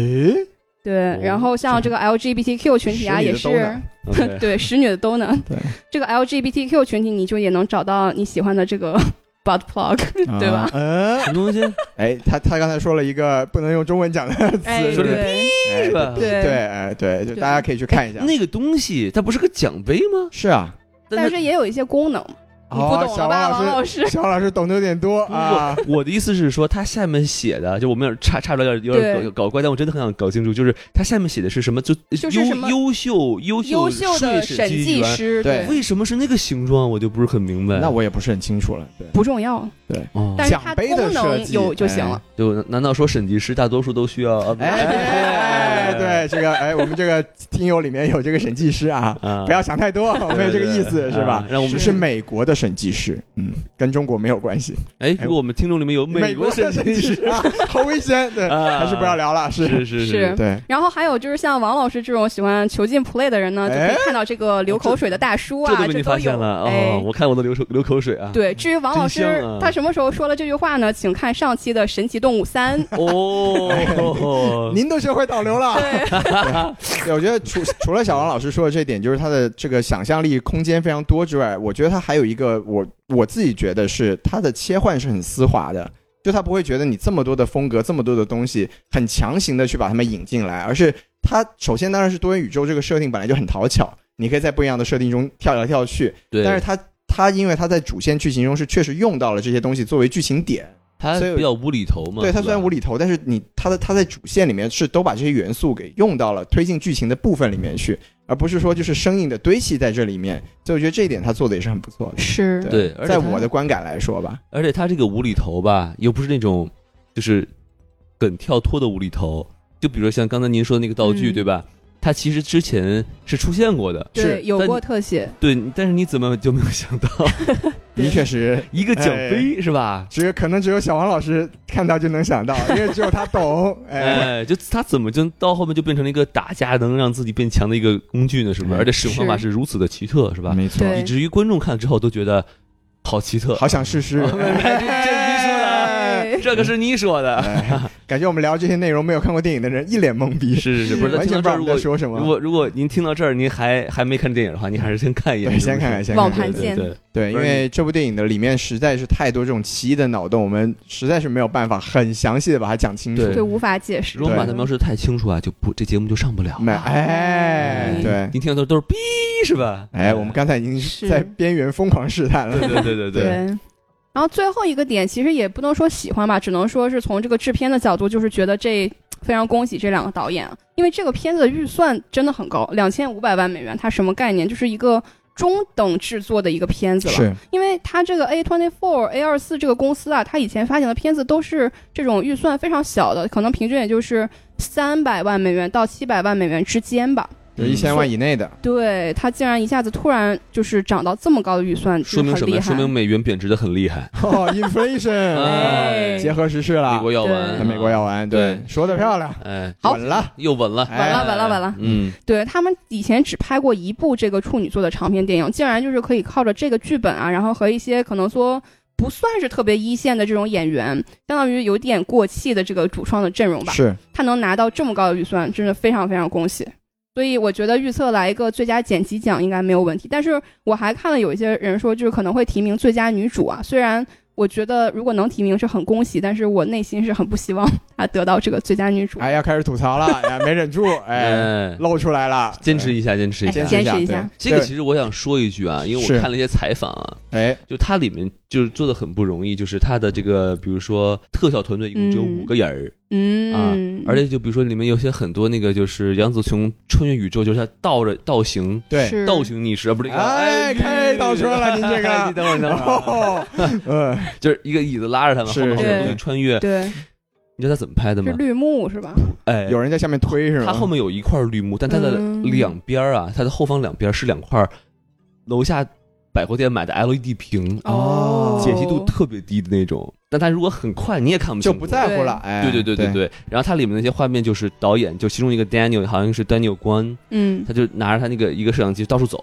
对，然后像这个 LGBTQ 群体啊，
使女
也
的都
是
能
OK
对使女的都能。
对，
这个 LGBTQ 群体，你就也能找到你喜欢的这个 butt plug，对吧？
嗯，
什么东西？
哎，他他刚才说了一个不能用中文讲的
哎，
词，是不是？
对，
哎
是吧哎
对
对，哎，对，就
对
大家可以去看一下。
那个东西它不是个奖杯吗？
是啊，
但是也有一些功能，你不
哦
懂
小
了吧，
王
王
老
老
师，
师？
小王老师懂得有点多啊。
我的意思是说，它下面写的，就我们有点差差出来，有点有点搞
对
搞怪，但我真的很想搞清楚，就是它下面写的是什么？就
就是什么
优优秀优
优秀的
税
审
计
计
员，
师，
对
为什么是那个形状？我就不是很明白。
那我也不是很清楚了，对，
不重要，
哦，
但是它
奖杯的
功
设
能
计
有就行
哎
了。
就难道说审计师大多数都需要？啊不
哎哎，对这个，哎，我们这个听友里面有这个审计师啊，
啊，
不要想太多，我没有这个意思，是吧
啊？让我们
是美国的审计师，嗯，跟中国没有关系。
哎，如果我们听众里面有
美
国
的
审
审
计
计
师，
师啊，好危险，对，
啊
还是不要聊了，
是
是，
是
是
对，
然后还有就是像王老师这种喜欢囚禁 play 的人呢，就可
哎，
以看到这个流口水的大叔啊，
这都
这
被你
都
发
有。
现了
哎
哦！我看我都流手流口水啊！
对，至于王老师、
真香啊。
他什么时候说了这句话呢？请看上期的《神奇动物三》
哦
您都学会导流了。
对，
对，我觉得除除了小王老师说的这一点，就是他的这个想象力空间非常多之外，我觉得他还有一个我我自己觉得是他的切换是很丝滑的，就他不会觉得你这么多的风格、这么多的东西很强行的去把他们引进来，而是他首先当然是多元宇宙这个设定本来就很讨巧，你可以在不一样的设定中跳来跳去，
对，
但是他他因为他在主线剧情中是确实用到了这些东西作为剧情点，
他
所以
比较无厘头嘛。
对，它
是
虽然
吧
无厘头，但是你它的它在主线里面是都把这些元素给用到了推进剧情的部分里面去，而不是说就是生硬的堆砌在这里面。所以我觉得这一点他做的也是很不错的。
是
对，而且
在
他
我的观感来说吧，
而且他这个无厘头吧，又不是那种就是很跳脱的无厘头，就比如像刚才您说的那个道具，
嗯
对吧？它其实之前是出现过的，
对，有
但
过特写，
对，但是你怎么就没有 想到
你确实
一个奖
哎
杯是吧？
只有可能只有小王老师看到就能想到，因为只有他 懂。哎，
哎，就他怎么就到后面就变成了一个打架能让自己变强的一个工具呢？是不是？
嗯
而且使用方法
是
是如此的奇特，是吧？
没错
对
以至于观众看了之后都觉得好奇特，
好想试试。
哎这这是你说的啊，
哎
哎
这个是你说
哎
的，
感觉我们聊这些内容，没有看过电影的人一脸懵逼，
是是是，不是？那
完
听
全
到
不知道
这儿如
我
果
们在说什
如
么。
果如果您听到这儿，您还还没看电影的话，您还是先看一眼，
对，
是不
先
是
看看，。先
网
看看。
对
盘见。
对，
对，因
不是
为这部电影的里面实在是太多这种奇异的脑洞，我们实在是没有办法很详细的把它讲清楚。
对
对，无法解释。
如果
对
把它描述的太清楚啊，就不这节目就上不了。
没，哎，
嗯
对，
您听到都都是逼是吧？
哎，我们刚才已经
是
在边缘疯狂试探
对
了。
对对对
对。
对，
然后最后一个点，其实也不能说喜欢吧，只能说是从这个制片的角度，就是觉得这非常恭喜这两个导演，啊，因为这个片子的预算真的很高，两千五百万美元，它什么概念？就是一个中等制作的一个片子了。
嗯
是，
因为它这个 A twenty four A 二四这个公司啊，它以前发行的片子都是这种预算非常小的，可能平均也就是三百万美元到七百万美元之间吧。
就一千万以 内的。
对它竟然一下子突然就是涨到这么高的预算，就是
说明
很
什
厉
么？
害。
说明美元贬值的很厉害。
哦，inflation，
哎
结合时事了
美，国要
对
完，
美国要完，对
对，
说的漂亮，
哎，
好
稳了。
又稳了，
稳了
哎
稳了稳了
嗯，
对他们以前只拍过一部这个处女座的长篇电影，竟然就是可以靠着这个剧本啊，然后和一些可能说不算是特别一线的这种演员，相当于有点过气的这个主创的阵容吧，
是，
他能拿到这么高的预算，真是非常非常恭喜。所以我觉得预测来一个最佳剪辑奖应该没有问题，但是我还看了有一些人说就是可能会提名最佳女主啊，虽然我觉得如果能提名是很恭喜，但是我内心是很不希望她得到这个最佳女主。
哎，要开始吐槽了，哎，没忍住，哎，
哎，
露出来了，
坚持一下，坚持一
哎
下。
坚持
对
一下
这个其实我想说一句啊，因为
是
我看了一些采访啊，
哎，
就它里面就是做的很不容易，就是它的这个，比如说特效团队一共只有
嗯
五个人儿，
嗯，
啊而且就比如说里面有些很多那个就是杨紫琼穿越宇宙，就是她倒着倒行
对，
是
倒行逆施，而不是那个
哎，开倒车了，您这 个，
你等会儿，你等会儿，
哦，嗯，就是
就是一个椅子拉着他们，
是
后面有
对
东西穿越，
对，
你知道他怎么拍的
是
吗？
绿幕是吧？
哎，
有人在下面推是吗？
它后面有一块绿幕，但它的
嗯
两边儿啊，它的后方两边儿是两块楼下百货店买的 LED 屏，
哦
解析度特别低的那种。但它如果很快，你也看不清
就
楚，
不在乎了，哎，
对对对对
对
对，然后它里面那些画面就是导演，就其中一个 Daniel 好像是 Daniel 关，
嗯
他就拿着他那个一个摄像机到处走，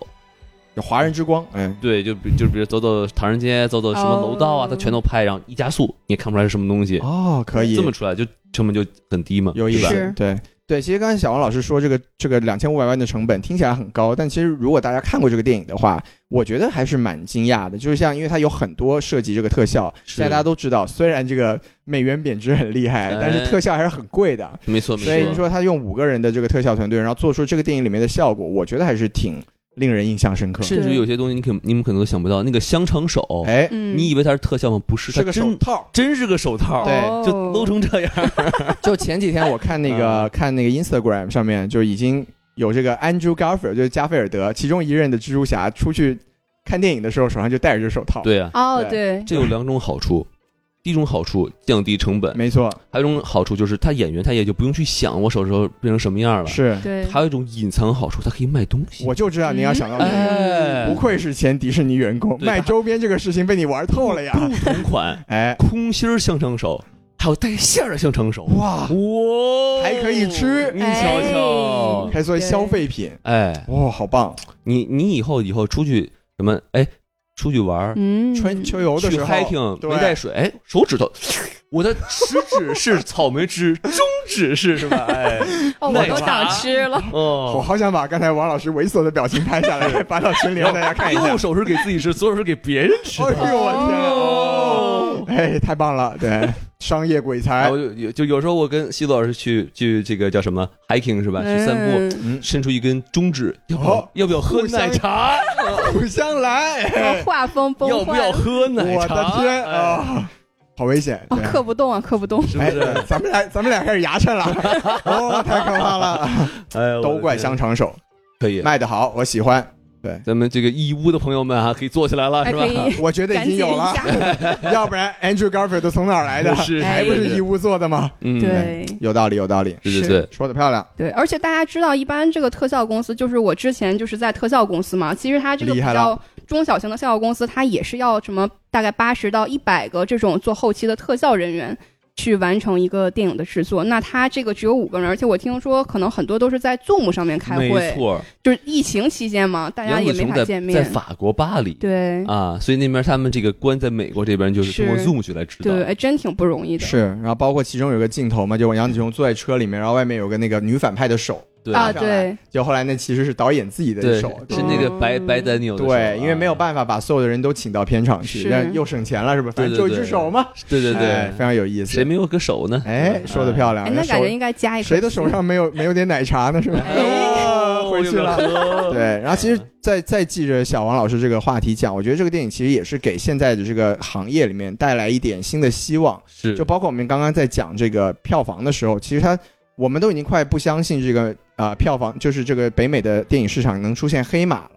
有华人之光，哎，
对，就比就比如走走唐人街，走走什么楼道啊，
哦
他全都拍，然后一加速你也看不出来是什么东西，
哦，可以
这么出来就成本就很低嘛，
有意
对吧
是
思，对。对，其实刚才小王老师说这个这个两千五百万的成本听起来很高，但其实如果大家看过这个电影的话，我觉得还是蛮惊讶的。就是像因为它有很多涉及这个特效，
是
现在大家都知道，虽然这个美元贬值很厉害，
哎
但是特效还是很贵的。
没错
所以
没
你
错，
说他用五个人的这个特效团队，然后做出这个电影里面的效果，我觉得还是挺令人印象深刻。
甚至
对
有些东西你可你们可能都想不到，那个香肠手，
哎，
嗯，
你以为它是特效吗？不是，它
是个手
真
套。
真是个手套，
对
哦
就搂成这样。
就前几天我看那个看那个 Instagram 上面，就已经有这个 Andrew Garfield，就是加菲尔德其中一任的蜘蛛侠出去看电影的时候，手上就戴着这手套。，
对啊，
哦，
对
对，
这有两种好处，第一种好处降低成本，
没错，
还有一种好处就是他演员他也就不用去想我手时候变成什么样了。，
是，
对，
还有一种隐藏好处，它可以卖东西。
我就知道您要想到这个。
嗯
哎，
不愧是前迪士尼员工，
对
卖周边这个事情被你玩透了呀！
不同款
哎，
空心儿香肠手，还有带馅儿的香肠手，
哇，
哇
还可以吃
你瞧瞧，
还作为消费品，
哎，
哇、好棒！
你你以后以后出去什么哎，出去玩儿。
嗯，
春秋游的
去
时候
hiking
对
没带水，哎，手指头，我的食指是草莓汁，中指是什么？哎，
哦，我
奶
都
茶
想吃了，
我
哦，
好想把刚才王老师猥琐的表情拍下来， 发到群里让大家看一下
右。手是给自己吃，左手是给别人吃的。
啊哎呦我天啊！哦哎，太棒了，对，商业鬼
哎，
才
我，就 有就有时候我跟西子老师去去这个叫什么 hiking 是吧？去散步，
步，
嗯，
伸出一根中指，要不
哦
要要不要喝奶茶？
互相来，
然后哦画风崩
要不
坏
要
了，
喝奶
我
茶？
的天
哎！
啊，好危险！
哦
对，
刻不动啊，刻不动，
是不
哎
是？，
咱们俩咱们俩开始牙碜 了，哦，太可怕了！
哎呦，
都怪
香
香肠手，
可以。
卖的好，我喜欢，
咱们这个义乌的朋友们啊，可以坐起来了，
还
是吧？
可 以
我觉得已
赶紧
经
一
有了，
下，
要不然 Andrew Garfield 都从哪儿来的？
是，
哎
还不是义
乌？
乌做的吗？
嗯，
对。
有道理，有道理，
对
是
对对，
说的漂亮，
对，而且大家知道，一般这个特效公司，就是我之前就是在特效公司嘛，其实它这个
厉
比
害
较中小型的特效公司，它也是要什么大概八十到一百个这种做后期的特效人员去完成一个电影的制作。那它这个只有五个人，而且我听说可能很多都是在 Zoom 上面开
没
会，
错。
就是疫情期间嘛，大家
杨
也
紫
没
琼
法
在在
见面。
法国巴黎
对、
啊，所以那边他们这个官在美国这边就是通过
是
Zoom 去来指导。
对，哎，真挺不容易的。
是，然后包括其中有个镜头嘛，就杨紫琼坐在车里面，然后外面有个那个女反派的手，
对
啊，
上来
对，
就后来那其实是导演自己的
对，
手，
是那个
嗯
白白 Daniel 的手啊
对，因为没有办法把所有的人都请到片场去，
是
那又省钱了，是吧？反正就
对对
一只手嘛，
对对
哎非
对，
常有意思。
谁没有个手呢？
哎，说的漂亮，
哎，那
手
感觉应该加一个
谁的手上没有没有点奶茶呢？是吧？
哎
啊回去了。
了
对，然后其实再再记着小王老师这个话题讲，我觉得这个电影其实也是给现在的这个行业里面带来一点新的希望。
是
就包括我们刚刚在讲这个票房的时候，其实它我们都已经快不相信这个啊、呃票房，就是这个北美的电影市场能出现黑马了。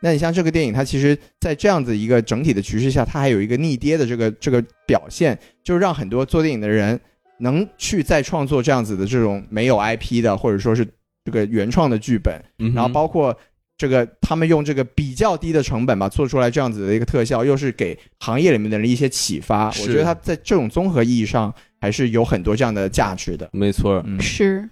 那你像这个电影，它其实，在这样子一个整体的局势下，它还有一个逆跌的这个这个表现，就是让很多做电影的人能去再创作这样子的这种没有 IP 的，或者说是这个原创的剧本，
嗯哼
然后包括这个他们用这个比较低的成本吧做出来这样子的一个特效，又是给行业里面的人一些启发。
是
我觉得它在这种综合意义上还是有很多这样的价值的。
没错儿，
嗯，
是。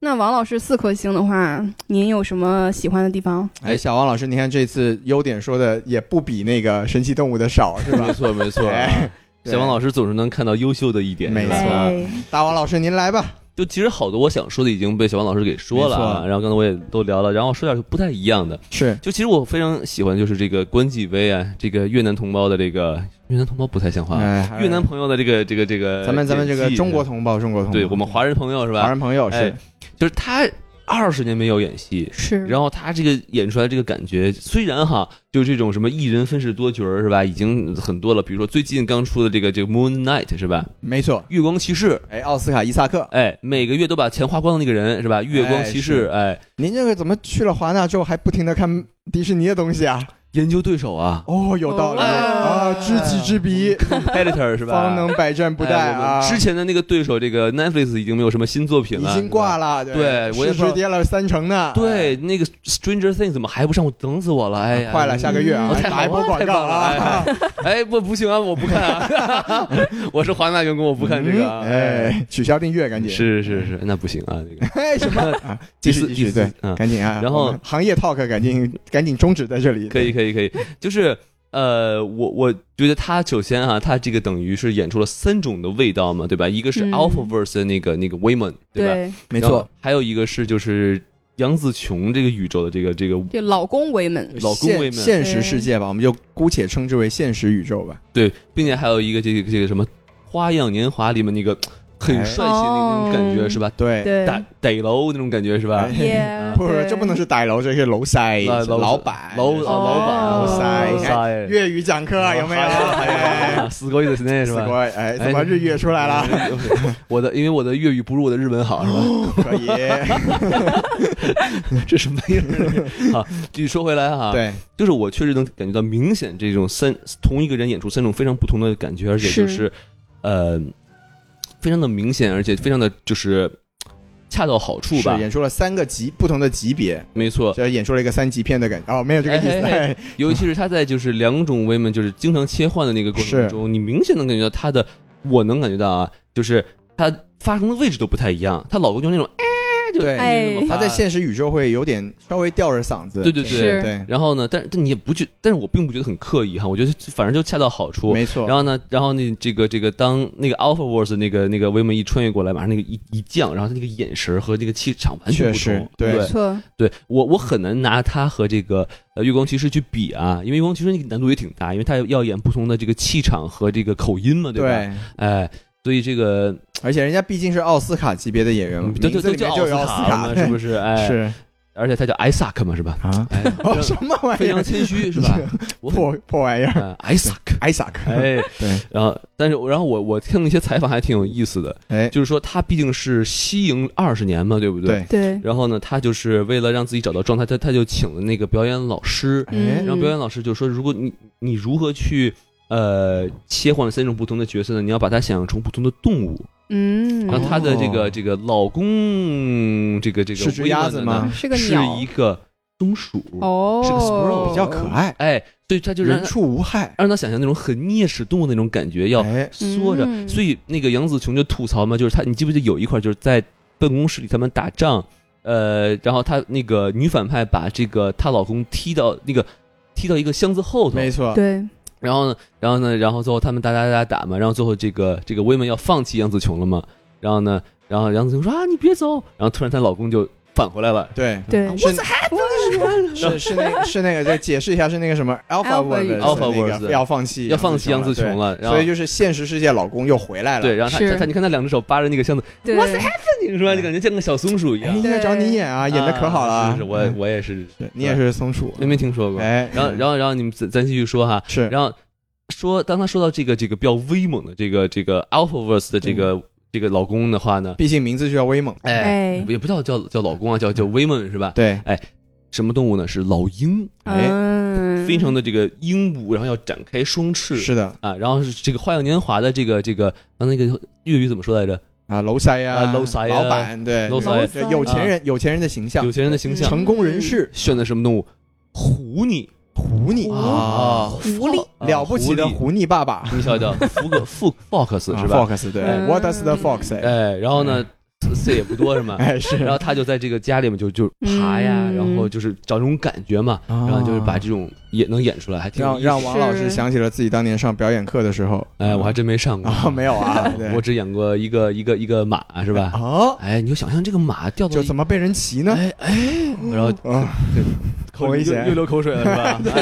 那王老师四颗星的话，您有什么喜欢的地方？
哎，小王老师，你看这次优点说的也不比那个神奇动物的少，是 吧
没？错没错儿。
哎对
小王老师总是能看到优秀的一点，
没
是
错
吧？
哎，
大王老师，您来吧。
就其实好多我想说的已经被小王老师给说了
没
啊，
错
然后刚才我也都聊了，然后说点不太一样的。
是
就其实我非常喜欢就是这个关继威啊，这个越南同胞的这个越南同胞不太像话啊，
哎，还是
越南朋友的这个这个这个，
咱们咱们这个中国同胞，中国同胞，
对我们华人朋友是
华
吧？
人朋友
哎
是，
就是他二十年没有演戏。
是。
然后他这个演出来这个感觉，虽然哈，就这种什么一人分饰多角儿是吧，已经很多了。比如说最近刚出的这个这个 Moon Knight 是吧，
没错。
月光骑士，
哎，奥斯卡伊萨克，
哎，每个月都把钱花光的那个人是吧？月光骑士，哎，
您这个怎么去了华纳之后还不停的看迪士尼的东西啊？
研究对手啊
哦，有道理
哦
啊，知己知彼，
，editor 是吧？
哦方能百战不
嗯哎
殆啊。
我们之前的那个对手，这个 Netflix 已经没有什么新作品了，
已经挂
了。
了，
对我
市
也不知道
值跌了三成呢。
对，那个 Stranger Things 怎么还不上？我等死我了！哎呀，
坏了，下个月啊
我，太好
打一波
了
广告
太棒
啊！
哎，不不行啊，我不看 啊！我是华纳员工，我不看这个啊。
哎，取消订阅，赶紧。
是是是，那不行啊，这个。
哎， 什么？啊继续
第
继
四第
续，
四
对，
嗯，
赶紧啊！
然后
我们行业 talk，赶紧赶紧终止在这里。
可以可以可以，就是呃，我我觉得他首先啊，他这个等于是演出了三种的味道嘛，对吧？一个是
嗯
Alpha Verse 的那个、那个 Women，对吧？
对，
没
然后，还有一个是就是杨紫琼这个宇宙的这个这个
对，老公为门，
老公
现
为们
现实世界吧，我们就姑且称之为现实宇宙吧。
对，并且还有一个这个这个什么《花样年华》里面那个很
哎
帅气的那种感觉、
哦
是吧？
对，
对，
逮逮楼那种感觉是吧？
哎
嗯
耶，
不是
对
这不能是大楼，这是楼塞
啊楼
老板哎
楼
就是
啊老板
哦
哎楼塞
老
你看
塞
粤语讲
哦
课啊有没有？哎，
啊，死狗的是那是
死
吧？哎
鬼，哎，怎么日语也出来了？
了，我的因为我的粤语不如我的日文好是吧？
可以，
啊这什么意思？好，继续说回来哈，，
对，
就是我确实能感觉到明显这种三同一个人演出三种非常不同的感觉，而且就是呃，非常的明显，而且非常的就是恰到好处吧
是，演出了三个级不同的级别，
没错。
这演出了一个三级片的感觉。哦，没有这个意思，
哎
哎
尤其是他在就是两种 women 就是经常切换的那个过程
是
中，你明显能感觉到他的，我能感觉到啊，就是他发声的位置都不太一样。她老公就是那种哎，就
对
哎
哎
他在，现实宇宙会有点稍微吊着嗓子，
对对对。
是
对，
然后呢，但但你也不觉，但是我并不觉得很刻意哈，我觉得反正就恰到好处。
没错。
然后呢，然后那这个这个当那个 Alpha Wars 那个那个威猛一穿越过来，马上那个一一降，然后他那个眼神和那个气场完全不
确
同
实。对
没
对
错，
对我
嗯
我很难拿他和这个呃月光骑士去比啊，因为月光骑士那个难度也挺大，因为他要演不同的这个气场和这个口音嘛，吧？
对，
哎，所以这个
而且人家毕竟是奥斯卡级别的演员嘛，
都
名字
都嗯都
嗯里面
叫
就有
奥
奥
斯卡了嘛，是不
是？
是？哎，
是
而且他叫艾萨克嘛，是吧？
啊，
哎，
哦，什么玩
非
意
常
儿？
谦 虚是吧？我很
破破玩意儿，
呃艾萨 克，
艾萨克，
哎，
对，
然后，但是，然后我我听了一些采访，还挺有意思的。
哎，
就是说他毕竟是息影二十年嘛，对不对？
对，哎
对，
然后呢，他就是为了让自己找到状态，他他就请了那个表演老师，
哎
嗯
然后表演老师就说，如果你你如何去呃切换三种不同的角色呢？你要把它想象成不同的动物。
嗯，
然后他的这个
哦
这个老公，这个这个
是只鸭子吗
威猛的呢
是个
是
鸟
一个松鼠，
哦，
是个 squirrel，
比较可，爱，
哎，所以他就让
人
他
畜无害。
让他想象那种很啮齿动物的那种感觉，要
哎，
缩着。
嗯
所以那个杨紫琼就吐槽嘛，就是他，你记不记得有一块就是在办公室里他们打仗，呃，然后她那个女反派把这个她老公踢到那个踢到一个箱子后头，
没错，
对，
然后呢，然后呢，然后最后他们打打打打嘛，然后最后这个这个威猛要放弃杨紫琼了嘛，然后呢，然后杨紫琼说啊你别走，然后突然她老公就返回来了。
对
对
啊是是是那是那个，再解释一下，是那个什 么 Alpha
Alpha
Word
Alpha Wars
要放弃
要放弃杨紫
了
琼了，
对
然后
所以就是现实世界老公又回来了。
对，，然后他
是
他他你看他两只手扒着那个箱子，
对，
你说就感觉像个小松鼠一
哎，
样，
应该找你演啊，演的可好
啊
了。
是是，我我也是，
对你也是松鼠。
没没听说过。
哎，
然后，然后，然后你们咱咱继续说哈。
是
然后说，当他说到这个这个比较威猛的这个这个 Alphaverse 的这个、这个老公的话呢，
毕竟名字就叫威猛。
哎
也不叫叫叫老公啊，叫叫威猛是吧？
对，
什么动物呢？是老鹰，哎，
嗯，
非常的这个鹦鹉，然后要展开双翅
是的，
啊啊，然后是这个《花样年华》的这个这个，刚才那个粤语怎么说来着？
啊，楼塞呀、
啊楼塞呀
老板对，
楼塞
这有钱人、有钱人的形象
有，钱人的形象，
成功人
嗯
士，
选的什么动物？狐狸
狐狸
狐
啊，
狐狸
啊
了不起的
狐
狐狸爸爸
狸，你 晓得福克福 fox
啊
是吧？
？Fox 对
嗯
，What does the fox say？
哎，然后呢，字也不多是吗？
哎 是，
然后他就在这个家里面就就爬呀，
嗯
然后就是找这种感觉嘛，然后就是把这种也能演出来，还挺有
让
意
让
思。
王老师
哦是
想起了自己当年上表演课的时候，
哎，我还真没上 过
啊没有 啊，对
我只演过一个一个一个马是吧？
哦
啊，
哎，你就想象这个马掉到
就
一
怎么被人骑呢？
哎哎，然后
啊，
口
危险
又又流口水了是吧？ 对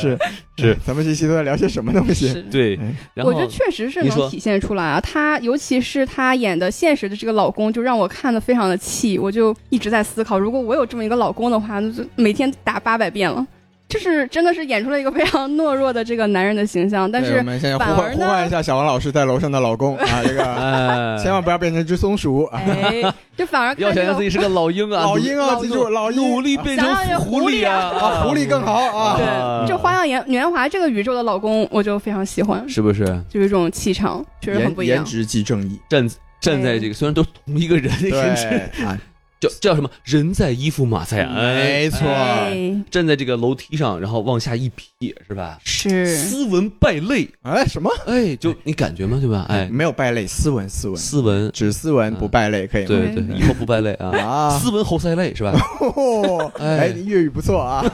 是
哎是，
咱们这期都在聊些什么东西？
对
哎，
然
我觉
后
得确实是
你说
能体现出来啊，他尤其是他演的现实的这个老公，就让我看的非常的气，我就一直在思考，如果我有这么一个老公的话，那就每天打八百遍了。就是真的是演出了一个非常懦弱的这个男人的形象，但
对我
是
们现在呼
反
唤
而
呼
呢
唤一下小王老师在楼上的老公啊，这 个
哎，
千万不要变成只松鼠啊，
哎，就反而
要想
看这
象
个
自己是个老鹰啊，
老鹰啊，记住老
努努
鹰
力变成
想让
狐
狐
狸
狸
啊，
啊
啊，狐狸更好啊。
啊
对，这花样年年华这个宇宙的老公，我就非常喜欢，
是不是
就有一种气场，确实很不
颜
一样
颜。值即正义，
站站在这个虽然都同一个人，
对
甚至
啊，
叫叫什么人在衣服马在鞍，
没错
嗯
啊
哎
哎，
站在这个楼梯上，然后往下一瞥，是吧？
是
斯文败类，
哎，什么？
哎，就你感觉吗？对吧？哎，
没有败类，斯文斯文，
斯文，
只斯文不败类，可以吗？
对对，
嗯
以后不败类啊，
啊，
斯文猴赛类是 吧？
哦哎，你粤语不错 啊，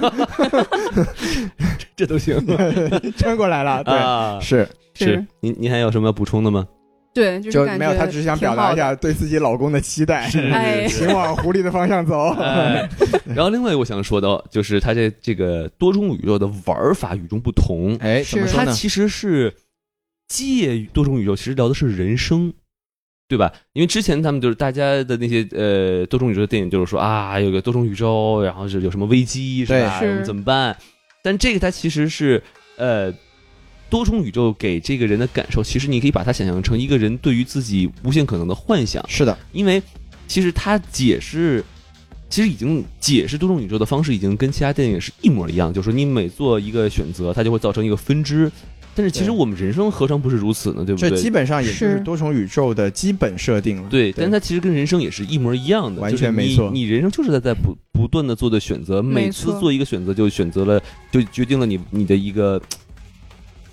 这都行
穿过来了，对，
啊。
是
是，您您还有什么要补充的吗？
对，就是
就
感
没有，
觉
他只是想
挺
表达
好
一下对自己老公的期待，
的，哎，
请往狐狸的方向走。
哎， 然后另外我想说的，就是它这这个多重宇宙的玩法与众不同，
哎，
怎么说
它其实是借于多重宇宙，其实聊的是人生，对吧？因为之前他们就是大家的那些呃多重宇宙的电影，就是说啊有个多重宇宙，然后是有什么危机是吧？
对是
我们怎么办？但这个它其实是呃。多重宇宙给这个人的感受，其实你可以把它想象成一个人对于自己无限可能的幻想。
是的，
因为其实他解释，其实已经解释多重宇宙的方式已经跟其他电影是一模一样，就是说你每做一个选择，它就会造成一个分支。但是其实
对
我们人生何尝不是如此呢？对不
这基
对？
本上也就是
是
多重宇宙的基本设定了。
对，但它其实跟人生也是一模一样的，
完全
就是你
没错
你人生就是在在不不断的做的选择，每次
错
做一个选择就选择了，就决定了你你的一个嘖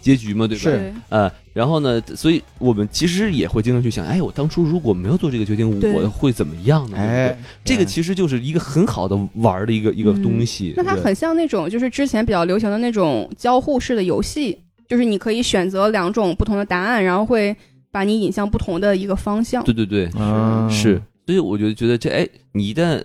结局嘛，对吧？
是
对
呃，然后呢，所以我们其实也会经常去想，哎，我当初如果没有做这个决定，
对
我会怎么样呢？对不对
哎，
这个其实就是一个很好的玩儿的一个一个
嗯
东西。
那它
对
很像那种就是之前比较流行的那种交互式的游戏，就是你可以选择两种不同的答案，然后会把你引向不同的一个方向。
对对对，
啊
是。所以我就觉得这哎，你一旦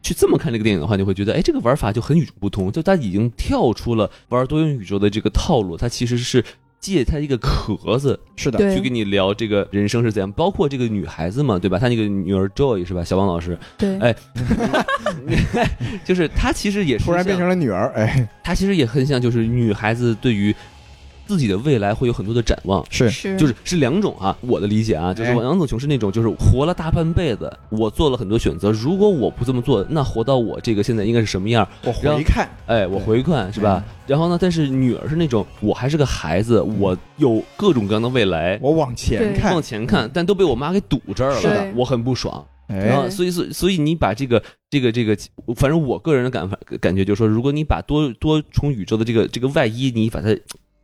去这么看这个电影的话，你会觉得哎，这个玩法就很与众不同，就它已经跳出了玩多元宇宙的这个套路，它其实是。借它一个壳子
是的，
对
去跟你聊这个人生是怎样，包括这个女孩子嘛，对吧？她那个女儿 Joy 是吧？小王老师，
对
哎
嗯
就是她其实也是
突然变
像
成了女儿，哎，
她其实也很像，就是女孩子对于自己的未来会有很多的展望，
是
是
就是是两种啊，我的理解啊，就是
嗯哎
杨总琼是那种，就是活了大半辈子，我做了很多选择，如果我不这么做，那活到我这个现在应该是什么样？
我回看，
哎，我回看是
哎
吧？然后呢，但是女儿是那种，我还是个孩子，我有各种各样的未来，
嗯我往前
对
看嗯
往，前看，但都被我妈给堵这儿
是
了
的，
我很不爽。然
哎，
后，啊所以，所以，所以你把这个、这个、这个，反正我个人的感法感觉就是说，如果你把多多重宇宙的这个这个外衣，你把它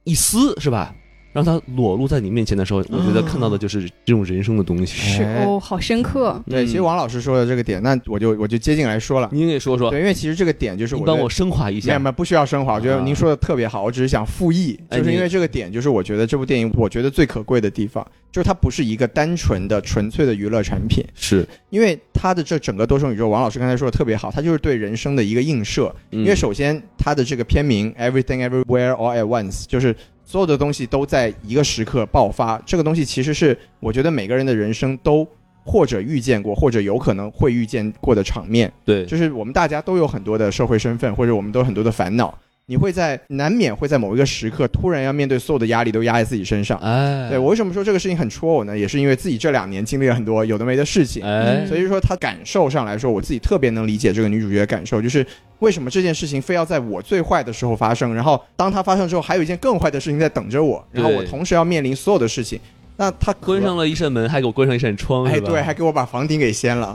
一撕，是吧？让它裸露在你面前的时候，我觉得看到的就是这种人生的东西。
是
啊哎
哦，好深刻。
对，
嗯
其实王老师说的这个点，那我就我就接进来说了，
您给说说，
对，因为其实这个点就是
你
我
帮
对
我升华一
没有
下
没。有，不需要升华，我觉得
啊
您说的特别好，我只是想复议，
哎
就是因为
你
这个点，就是我觉得这部电影我觉得最可贵的地方，就是它不是一个单纯的纯粹的娱乐产品，
是，
因为它的这整个多重宇宙，王老师刚才说的特别好，它就是对人生的一个映射，
因
因为首先它的这个片名 Everything Everywhere All at Once 就是。所有的东西都在一个时刻爆发，这个东西其实是我觉得每个人的人生都或者遇见过，或者有可能会遇见过的场面。
对，
就是我们大家都有很多的社会身份，或者我们都有很多的烦恼，你会在难免会在某一个时刻突然要面对所有的压力都压在自己身上。
哎，
对我，为什么说这个事情很戳我呢？也是因为自己这两年经历了很多有的没的事情，
哎，
所以说他感受上来说，我自己特别能理解这个女主角的感受，就是为什么这件事情非要在我最坏的时候发生，然后当它发生之后，还有一件更坏的事情在等着我，然后我
对
同时要面临所有的事情。那他
关上了一扇门，还给我关上一扇窗，
哎，
是吧
对，还给我把房顶给掀了，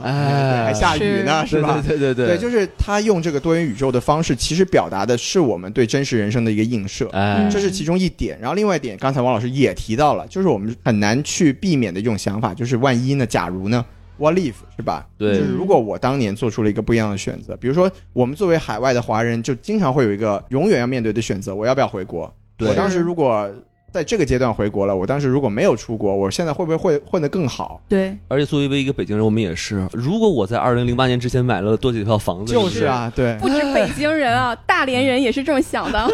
对
哎
还下雨呢，是吧？
对对对
对，就是他用这个多元宇宙的方式，其实表达的是我们对真实人生的一个映射，
哎
嗯
这是其中一点。然后另外一点，刚才王老师也提到了，就是我们很难去避免的一种想法，就是万一呢？假如呢？What if 是吧？
对
就是如果我当年做出了一个不一样的选择，比如说我们作为海外的华人，就经常会有一个永远要面对的选择：我要不要回国？
对
我当时如果在这个阶段回国了，我当时如果没有出国，我现在会不会混混得更好？
对，
而且作为一个北京人，我们也是，如果我在二零零八年之前买了多几套房子，
就是啊，对，
不止北京人啊，大连人也是这么 想的。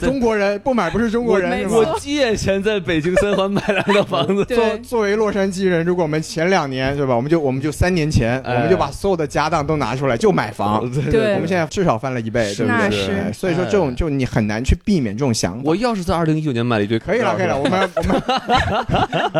中国人不买不是中国人是
没
吗？
错，
我借钱在北京三环买了套房子
对
作作为洛杉矶人，如果我们前两年对吧，我们就我们就三年前，
哎呃
我们就把所有的家当都拿出来就买房，
对
我们现在至少翻了一倍，对不
那
对？
是
哎所以说这种就你很难去避免这种想法。
我要是在二零一九年买了一堆，
可以了，可以了， 我们我们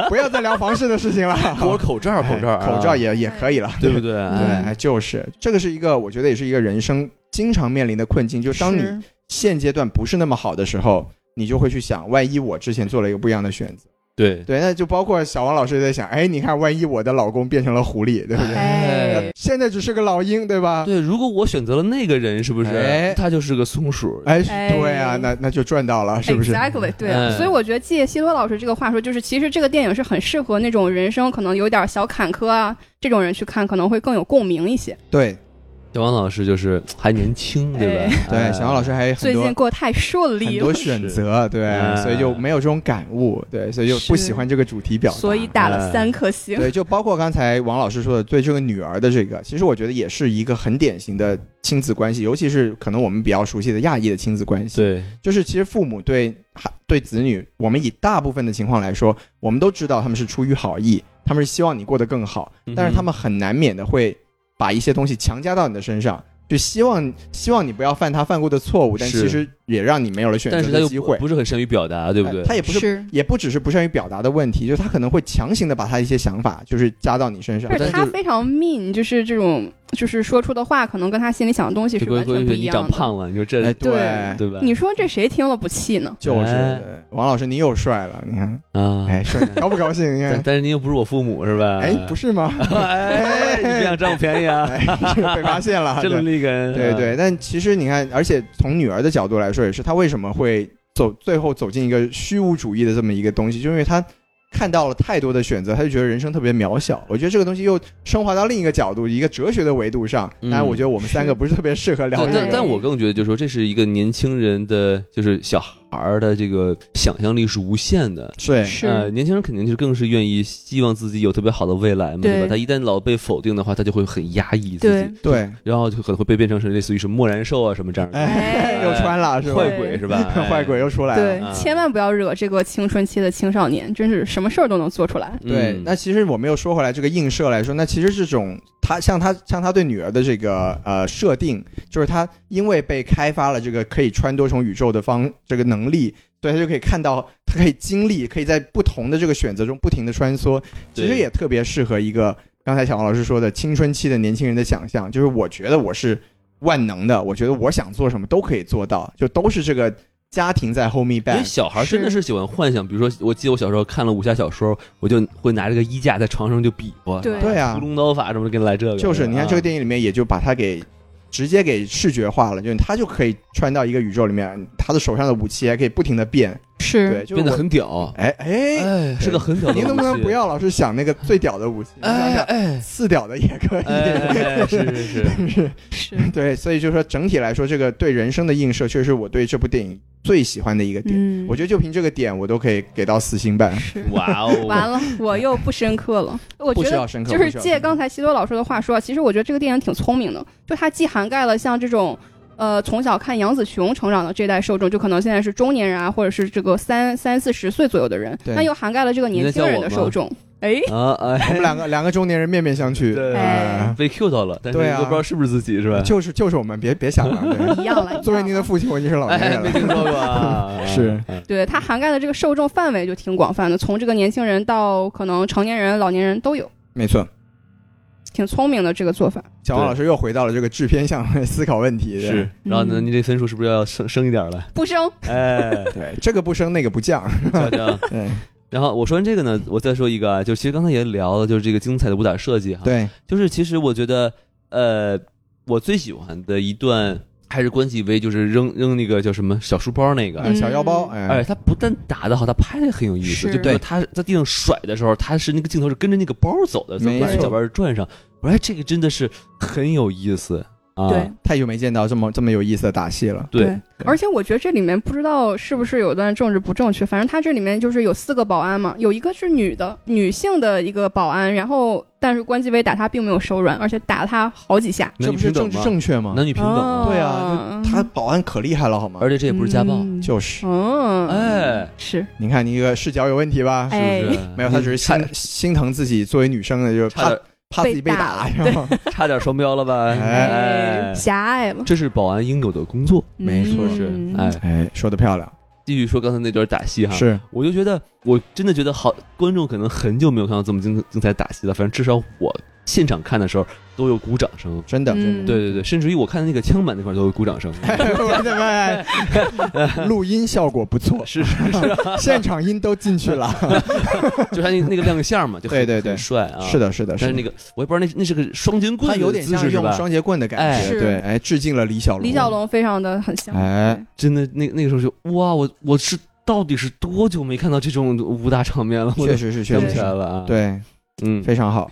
不要再聊房市的事情了。
我口罩，口罩，
哎
啊哎
口罩，也也可以了，
对不对？
对，
嗯
哎就是这个是一个，我觉得也是一个人生经常面临的困境，就当你
是
现阶段不是那么好的时候，你就会去想，万一我之前做了一个不一样的选择。
对，
对，那就包括小王老师也在想，哎，你看，万一我的老公变成了狐狸，对不对？
哎，
现在只是个老鹰，对吧？
对，如果我选择了那个人，是不
哎
是他就是个松鼠？
哎，
哎
对啊，那那就赚到了，是不是？
Exactly，对、
哎
所以我觉得借希多老师这个话说，就是其实这个电影是很适合那种人生可能有点小坎坷啊这种人去看，可能会更有共鸣一些。
对
小王老师就是还年轻，对吧？哎
对，小王老师还有很
最
多
近过得太顺
很
利
多
了，
选择，对，
嗯
所以就没有这种感悟，对，所以就是不喜欢这个主题表达。
所以打了
哎
三颗星。
对，就包括刚才王老师说的对这个女儿的这个，其实我觉得也是一个很典型的亲子关系，尤其是可能我们比较熟悉的亚裔的亲子关系。
对，
就是其实父母对孩对子女，我们以大部分的情况来说，我们都知道他们是出于好意，他们是希望你过得更好
嗯哼，
但是他们很难免的会把一些东西强加到你的身上，就希望希望你不要犯他犯过的错误，但
是
其实也让你没有了选
但
择
是他
的
又
机会
不。不是很善于表达，对不对
哎？他也不是。
是，
也不只是不善于表达的问题，就是他可能会强行的把他一些想法，就是加到你身上
但。
但
是他
是
非常 mean，就是这种，就是说出的话可能跟他心里想的东西
就是跟
完
跟
全不一
你长
样的。
胖了，你说这
哎，
对
对吧？
你说这谁听了不气呢？
就是
哎
对王老师，你又帅了，你看，
啊，
哎，帅，高不高兴？ 你
但
看，
但是你又不是我父母，是吧？
哎，不是吗？
哎，你别想占我便宜啊！
哎，这个被发现了，
这
对
伦理根，
对对，但其实你看，而且从女儿的角度来说，也是她为什么会走最后走进一个虚无主义的这么一个东西，就因为她看到了太多的选择，她就觉得人生特别渺小。我觉得这个东西又升华到另一个角度，一个哲学的维度上。
嗯
当然，我觉得我们三个不是特别适合聊
对，
这
但
个。
但我更觉得，就是说，这是一个年轻人的，就是小孩儿的这个想象力是无限的。
对
是
呃，年轻人肯定就是更是愿意希望自己有特别好的未来嘛，
对
对吧？他一旦老被否定的话，他就会很压抑自
对
己，
对，
然后就可能会被变成是类似于什么莫然兽啊什么这样的
哎，
哎
又穿了是吧？？
坏鬼是吧
坏鬼又出来了。
对
啊，
千万不要惹这个青春期的青少年，真是什么事儿都能做出来。
嗯
对，那其实我们又说回来，这个映射来说，那其实这种他像他像他对女儿的这个呃设定，就是他因为被开发了这个可以穿多重宇宙的方这个能力，所以他就可以看到，他可以经历，可以在不同的这个选择中不停的穿梭，其实
对
也特别适合一个刚才小王老师说的青春期的年轻人的想象，就是我觉得我是万能的，我觉得我想做什么都可以做到，就都是这个家庭在 hold me
因为
back。
小孩真的是喜欢幻想，比如说，我记得我小时候看了武侠小说，我就会拿这个衣架在床上就比划，
对
对啊
屠龙刀法什么的，给你来这个，啊
就是你看这个电影里面，也就把他给直接给视觉化了，就是他就可以穿到一个宇宙里面，他的手上的武器还可以不停的变，
是
对，就是
变得
我
很屌，
哎哎，
哎，是个很屌的
您能不能
武器
不？要老是想那个最屌的武器，你想
哎
想
哎
次屌的也可
哎哎，
以。
哎是是是，
是，
对，所以就说整体来说，这个对人生的映射，确实是我对这部电影最喜欢的一个点。
嗯，
我觉得就凭这个点，我都可以给到四星半，
是。
哇哦，
完了，我又不深刻了。我
不
觉
需
得
要深刻。
就
不
是
需要
借
深刻
刚才西多老师的话说，其实我觉得这个电影挺聪明的，就它既涵盖了像这种。呃，从小看杨紫琼成长的这一代受众，就可能现在是中年人啊，或者是这个三三四十岁左右的人，
对
那又涵盖了这个年轻人的受众。哎，
啊
我们
哎，
两个两个中年人面面相觑，
对
哎
被 Q 到了，但是
对啊
又不知道是不是自己是吧？
就是就是我们别别想了。对
一样了。
作为
一
您
样
的
了
父亲，我已经是老年
哎，
人
没
了。
听说过啊，
是
哎
对它涵盖的这个受众范围就挺广泛的，从这个年轻人到可能成年人、老年人都有，
没错，
挺聪明的这个做法。
小王老师又回到了这个制片项思考问题。对
是，然后呢，你这分数是不是要升升一点了？
不生，
嗯
哎，
对，这个不升那个不降。
瞧瞧。
对，
然后我说完这个呢，我再说一个啊，就其实刚才也聊了，就是这个精彩的武打设计哈。，
对，
就是其实我觉得，呃，我最喜欢的一段还是关继威，就是扔扔那个叫什么小书包那个。
哎小腰包，
哎，
哎，
他不但打得好，他拍的很有意思。
是
就比如说他在地上甩的时候，他是那个镜头是跟着那个包走的，
没
在把
错
脚腕转上。我说哎，这个真的是很有意思啊！
对
太久没见到这么这么有意思的打戏了。
对，
而且我觉得这里面不知道是不是有段政治不正确，反正他这里面就是有四个保安嘛，有一个是女的，女性的一个保安，然后但是关继威打她并没有手软，而且打了她好几下。
这
男
不
女
是
平
政
等
治
吗？
正确吗？
男女平等吗？
对啊，就他保安可厉害了，好吗？
而且这也不是家暴，
嗯
就是，
嗯，
哎，
是，
你看你这个视角有问题吧？
哎
是不是？
没有，他只是
差
心心疼自己作为女生的，就是
差
怕
点
怕自己被
被
打，
打
是吗？
差点双标了吧？
哎
哎，
狭隘了，
这是保安应有的工作，
没错
是
嗯
哎，
哎，说的漂亮，
继续说刚才那段打戏哈，
是
我就觉得我真的觉得好，观众可能很久没有看到这么精精彩打戏了，反正至少我现场看的时候都有鼓掌声。
真的，真
嗯
对对对，甚至于我看那个枪版那块都有鼓掌声，
的。哎 录音效果不错，
是是是，
现场音都进去了。
就他那那个亮相嘛，就很
对对对
很帅啊。
是，的，是的，
但是那
个
个我也不知道那那是个双截棍
他
的
有点
姿
像
势是
用
吧？
双截棍的感
哎
觉，
是
对，哎，致敬了李小龙。
李小，龙非常的很像，
哎，
真的那那个时候就哇，我我是到底是多久没看到这种武打场面了？我都
确实是，确
想不
实
起来
是，
了啊。，
对，
嗯，
非常好。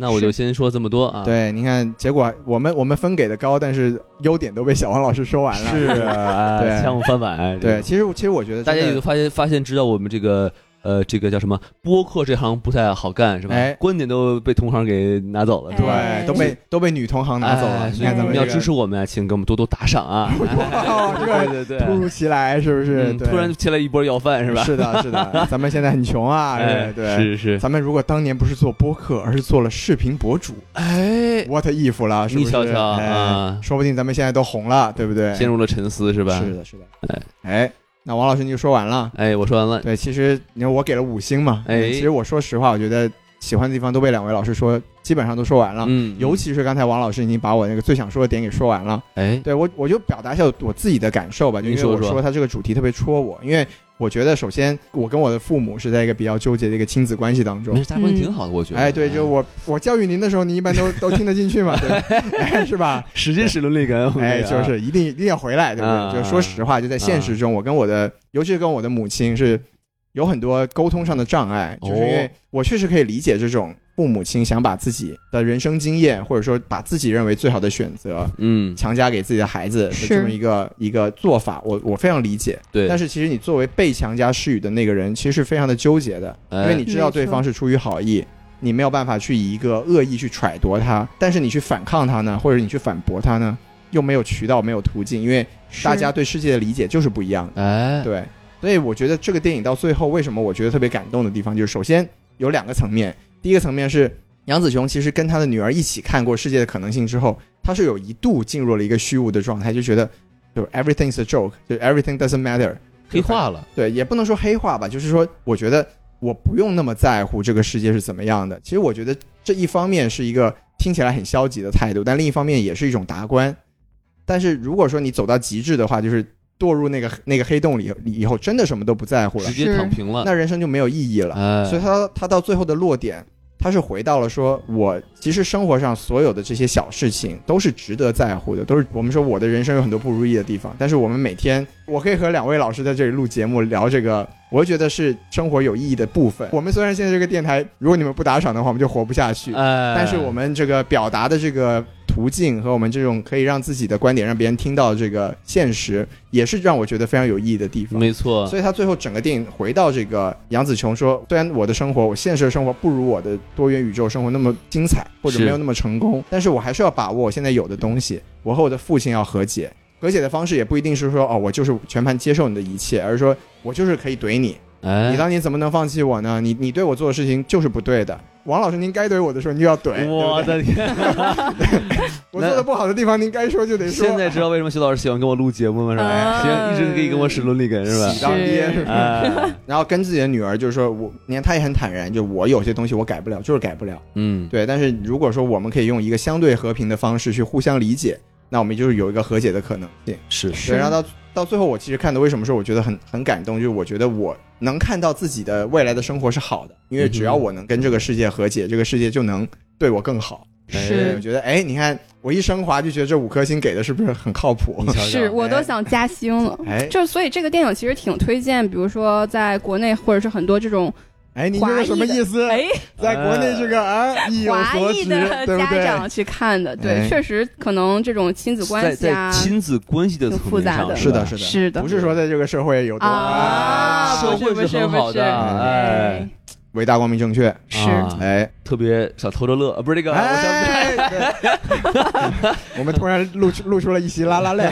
那我就先说这么多啊。
对，你看，结果我们我们分给的高，但是优点都被小王老师说完了。
是，啊，
对
枪翻 碗。
对，，其实其实我觉得
大家也
真的
就发现发现，知道我们这个呃，这个叫什么播客这行不太好干，是吧？
哎
观点都被同行给拿走了，是吧？
哎
对都被都被女同行拿走了。
哎
你
所以
看
你
咱
们
们
要
这个
支持我们啊，请给我们多多打 赏啊！
哇这个
对对对，
突如其来，是不是？
嗯
对
突然起来一波要饭是吧？
是的，是 的，咱们现在很穷啊，
哎
对对。
是是，
咱们如果当年不是做播客，而是做了视频博主
哎，
，what if 了，是不是？
你瞧瞧
哎
啊
说不定咱们现在都红了，对不对？
陷入了沉思是吧？
是的，是的
哎。
哎，那王老师你就说完了。
哎，我说完了，
对，其实你看我给了五星嘛，嗯
哎
其实我说实话，我觉得喜欢的地方都被两位老师说，基本上都说完了。
嗯，
啊尤其是刚才王老师已经把我那个最想说的点给说完了。
哎，
对我，我就表达一下我自己的感受吧，就因
您
为我
说说
说他这个主题特别戳我，因为我觉得首先我跟我的父母是在一个比较纠结的一个亲子关系当
没
中。
事，大家关系挺好的，我觉得。
哎，对，就我我教育您的时候，您一般都都听得进去嘛， 对吧，哎，是吧？
使劲使伦理感，我啊跟你
哎，
讲
就。是一定一定要回来，对不
啊
对？就说实话，就在现
嗯
实中，我跟我的，尤其是跟我的母亲是有很多沟通上的障碍，
哦
就是因为我确实可以理解这种父母亲想把自己的人生经验，或者说把自己认为最好的选择
嗯，
强加给自己的孩子的
是
这么一个一个做法，我我非常理解。
对，
但
是
是其实你作为被强加施予的那个人，其实是非常的纠结的，因
哎
为你知道
没错
对方是出于好意，你没有办法去以一个恶意去揣度他，但是你去反抗他呢，或者你去反驳他呢，又没有渠道，没有途径，因为大家对世界的理解就是不一样的。
哎，
对，所以我觉得这个电影到最后，为什么我觉得特别感动的地方，就是首先有两个层面，第一个层面是杨紫琼其实跟她的女儿一起看过《世界的可能性》之后，她是有一度进入了一个虚无的状态，就觉得就是 everything's a joke，就是 everything doesn't matter，
黑化了，
对，也不能说黑化吧，就是说，我觉得我不用那么在乎这个世界是怎么样的。其实我觉得这一方面是一个听起来很消极的态度，但另一方面也是一种达观。但是如果说你走到极致的话，就是堕入那个那个黑洞里以后，真的什么都不在乎了
直，接躺平了。
那人生就没有意义了。
哎，
所以他他到最后的落点，他是回到了说，我其实生活上所有的这些小事情都是值得在乎的，都是我们说我的人生有很多不如意的地方，但是我们每天，我可以和两位老师在这里录节目聊这个，我觉得是生活有意义的部分。我们虽然现在这个电台，如果你们不打赏的话，我们就活不下去，
哎，
但是我们这个表达的这个途径和我们这种可以让自己的观点让别人听到的这个现实，也是让我觉得非常有意义的地方。
没错，
所以他最后整个电影回到这个杨紫琼说，虽然我的生活，我现实的生活不如我的多元宇宙生活那么精彩，或者
是
没有那么成功，但是我还是要把握我现在有的东西，我和我的父亲要和解。和解的方式也不一定是说哦，我就是全盘接受你的一切，而是说我就是可以怼你，
哎，
你当年怎么能放弃我呢？你你对我做的事情就是不对的。王老师，您该怼我的时候，您就要怼。
我
对不哎对
的 天！
我做的不好的地方，您该说就得说。
现在知道为什么徐老师喜欢跟我录节目吗？是吧？
哎
行，一直可以跟我使伦理梗是
喜当爹是
吧？
吧？
哎，
然后跟自己的女儿就是说，我你看她也很坦然，就我有些东西我改不了，就是改不了。
嗯，
对，但是如果说我们可以用一个相对和平的方式去互相理解，那我们就是有一个和解的可能性。
是
是
对，然后到到最后，我其实看的为什么说我觉得很很感动，就是我觉得我能看到自己的未来的生活是好的，因为只要
嗯哼
我能跟这个世界和解，这个世界就能对我更好。对，我
是
觉得哎，你看我一升华就觉得这五颗星给的是不是很靠谱
你？瞧瞧
是，我都想加薪了。
哎
就是所以嗯这个电影其实挺推荐，比如说在国内或者是很多这种
哎，你这个什么意思？
哎
在国内这个啊意有
华
所
裔
指，
的
对不
家
对？
长去看的，对，
哎
确实可能这种亲子
在
关系
在
啊，
亲子关系的层
挺复
面
杂
上，
的
是的，
吧
是的，
是的
不是说在这个社会有多
啊
啊
社
不是
会
不是
很好
不
的，
是
哎，
伟大光明正确？
是
啊
哎
特别想偷着乐，啊不是那个，我想
哎，对 我们突然录出录出了一席拉拉 泪，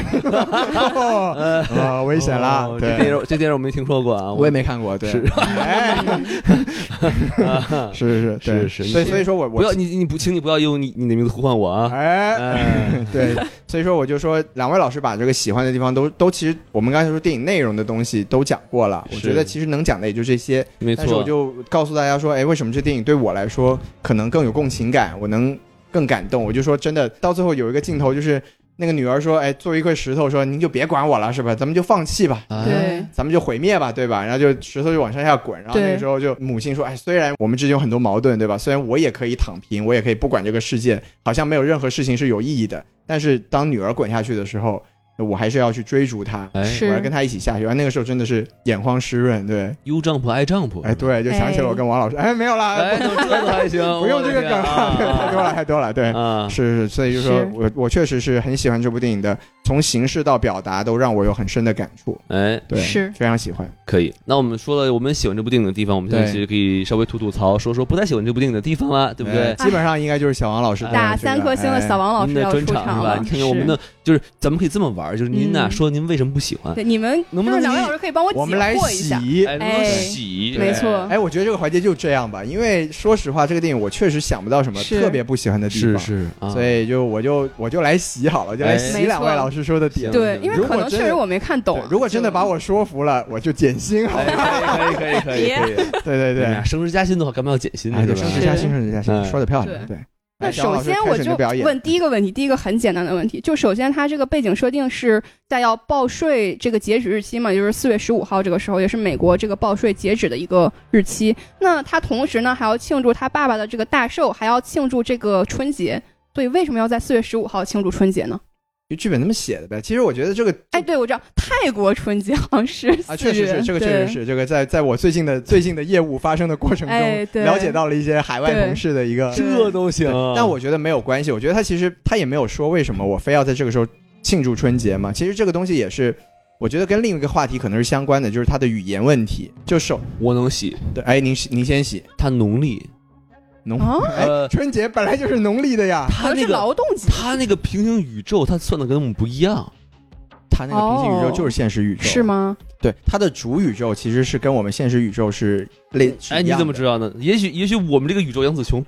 啊，危险啦
哦！这电
对，
影这电影我没听说过啊，
我也没看过，对，
是
哎，
啊
是是对
是是
所以所以说我
不要
我
你你不，请你不要用你你的名字呼唤我啊，
哎。
哎，
对，所以说我就说，两位老师把这个喜欢的地方都都，其实我们刚才说电影内容的东西都讲过了，我
是
觉得其实能讲的也就这些。
没
但是我
错，
就告诉大家说，哎，为什么这电影对我来说可能更有共情感，我能更感动。我就说真的，到最后有一个镜头就是那个女儿说，哎，作为一块石头说，您就别管我了，是吧？咱们就放弃吧。
啊
对，
咱们就毁灭吧，对吧？然后就石头就往上下滚，然后那个
对
时候就母亲说：“哎，虽然我们之间有很多矛盾，对吧？虽然我也可以躺平，我也可以不管这个世界，好像没有任何事情是有意义的，但是当女儿滚下去的时候，我还是要去追逐她，
哎，
我
是
要跟她一起下去。”然后啊那个时候真的是眼眶湿润，对，
优丈夫爱丈夫，
哎，，对，就想起了我跟王老师，哎，没有啦，
哎，能这个还行，
不不用这个梗啊了，对，太多了，太多了，对。
啊，
是是，所以就说
是
我我确实是很喜欢这部电影的，从形式到表达都让我有很深的感触，
哎，
对，
是
非常喜欢。
可以。那我们说了我们喜欢这部电影的地方，我们现在
对
其实可以稍微吐吐槽，说说不太喜欢这部电影的地方啦，对不
哎
对？哎
基本上应该就是小王老师带上
打
去
三
的哎
颗星的小。王老
您
师
的
要
专
出
场
场
是
了
吧？，你看看我们的，就是咱们可以这么玩儿，就是您呐
嗯
说您为什么不喜欢
是，对你们
能不
就
能
是两位
一
老师可以帮我
哎我们来
解惑一下？
洗。
哎，
哎
洗，
没错
哎
哎，我觉得这个环节就这样吧，因为说实话，这个电影我确实想不到什么
是
特别不喜欢的地
是
方，
是啊，
所以就我就我就来洗好了，就来
哎
洗两位老师说的点。
没错
对，因为
如果
可能
真
确
的
实我没看懂啊
对，如果真的把我说服了，我就减薪好
哎
了。
可以可以可以可以可以，
对对
对
对
哎呀，，升职加薪的话，干嘛要减薪呢？
哎，
对
就
吧
升职加薪，
是
升职加薪，
嗯
说的漂亮。
对
对，
那
哎小王
首
老师
先
开
我
始你的
就
表演
问第一个问题，第一个很简单的问题，就首先它这个背景设定是在要报税这个截止日期嘛，也就是四月十五号这个时候，也是美国这个报税截止的一个日期。那他同时呢还要庆祝他爸爸的这个大寿，还要庆祝这个春节。所以为什么要在四月十五号庆祝春节呢？
就剧本那么写的呗。其实我觉得这个
哎，对，我知道泰国春节好像是
啊，
4
确实
月
是这个，确实
对。
是这个在，在我最近的最近的业务发生的过程
哎
中，
对
了解到了一些海外
对
同事的一个，
这都行
对，但我觉得没有关系。我觉得他其实他也没有说为什么我非要在这个时候庆祝春节嘛。其实这个东西也是，我觉得跟另一个话题可能是相关的，就是他的语言问题。就首
我能洗，
对，哎，您您先洗
他农历，
农，
啊
哎，
呃
春节本来就是农历的呀。
可
他
能
那
是
个
劳动节，
他那个平行宇宙，他算的跟我们不一样，
他那个平行宇宙
哦
就是现实宇宙，啊
是？吗？
对，他的主宇宙其实是跟我们现实宇宙是类。是
哎，
一
你
样
怎么
的
知道呢？也许也许我们这个宇宙杨子琼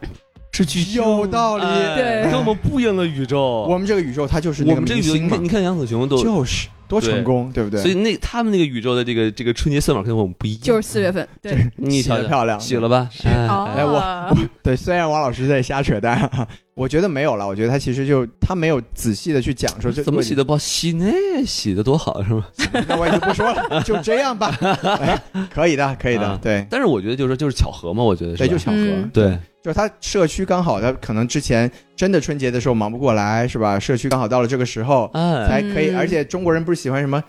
是巨星
有道理
哎
对
跟我们不一样的宇宙，
我们这个宇宙它就是那
我
个
们这个
明
宇宙，
星
你
嘛
看，你看杨子琼都，
就是多成功，对不对？
所以那他们那个宇宙的这个这个春节算法跟我们不一样，
就是四月份， 对，
你
洗
瞧
得
瞧，
漂亮，
洗了吧？哎
哎我
哦
对，虽然王老师在瞎扯淡， 我觉得没有了。我觉得他其实就他没有仔细的去讲说这
怎么洗的不好？洗那洗的多好是吗？
那我也就不说了， 就这样吧。哎，可以的，可以的
啊，
对
但是我觉得就是说就是巧合嘛，我觉得是
对，
吧
就巧合。
嗯
对，
就是他社区刚好，他可能之前真的春节的时候忙不过来，是吧？社区刚好到了这个时候
哎，
才可以，
嗯
而且中国人不是喜欢什么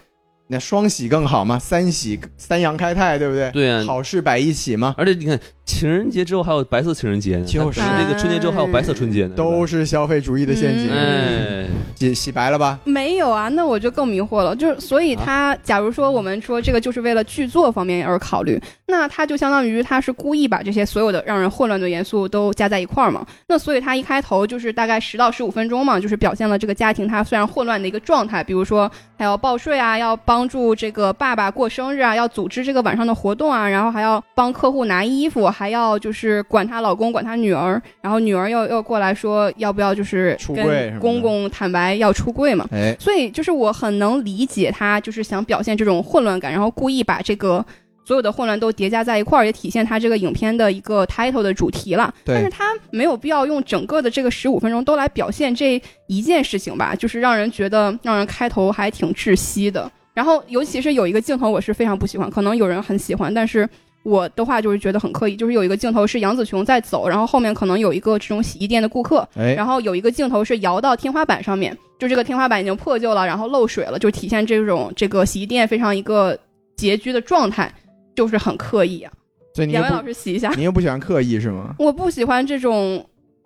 那双喜更好吗？三喜三阳开泰，对不对？
对啊，
好事摆一起嘛，
而且你看，情人节之后还有白色情人节呢，
就是
那个春节之后还有白色春节呢，
都
是
是消费主义的陷
吧
阱。
嗯
哎，
洗洗白了吧？
没有啊，那我就更迷惑了。就是，所以
啊
他，假如说我们说这个就是为了剧作方面而考虑，那他就相当于他是故意把这些所有的让人混乱的元素都加在一块儿嘛。那所以他一开头就是大概十到十五分钟嘛，就是表现了这个家庭他虽然混乱的一个状态，比如说还要报税啊，要帮助这个爸爸过生日啊，要组织这个晚上的活动啊，然后还要帮客户拿衣服，还要就是管她老公管她女儿，然后女儿又又过来说要不要就是
出柜什么的
跟公公坦白要出柜嘛。
哎，
所以就是我很能理解他就是想表现这种混乱感，然后故意把这个所有的混乱都叠加在一块儿，也体现它这个影片的一个 title 的主题了。
对
但是它没有必要用整个的这个十五分钟都来表现这一件事情吧，就是让人觉得让人开头还挺窒息的。然后尤其是有一个镜头我是非常不喜欢，可能有人很喜欢，但是我的话就是觉得很刻意，就是有一个镜头是杨紫琼在走，然后后面可能有一个这种洗衣店的顾客，
哎，
然后有一个镜头是摇到天花板上面，就这个天花板已经破旧了，然后漏水了，就体现这种这个洗衣店非常一个拮据的状态，就是很刻意啊。
所以你又
两位
不
老师洗一下，
你又不喜欢刻意是吗？
我不喜欢这种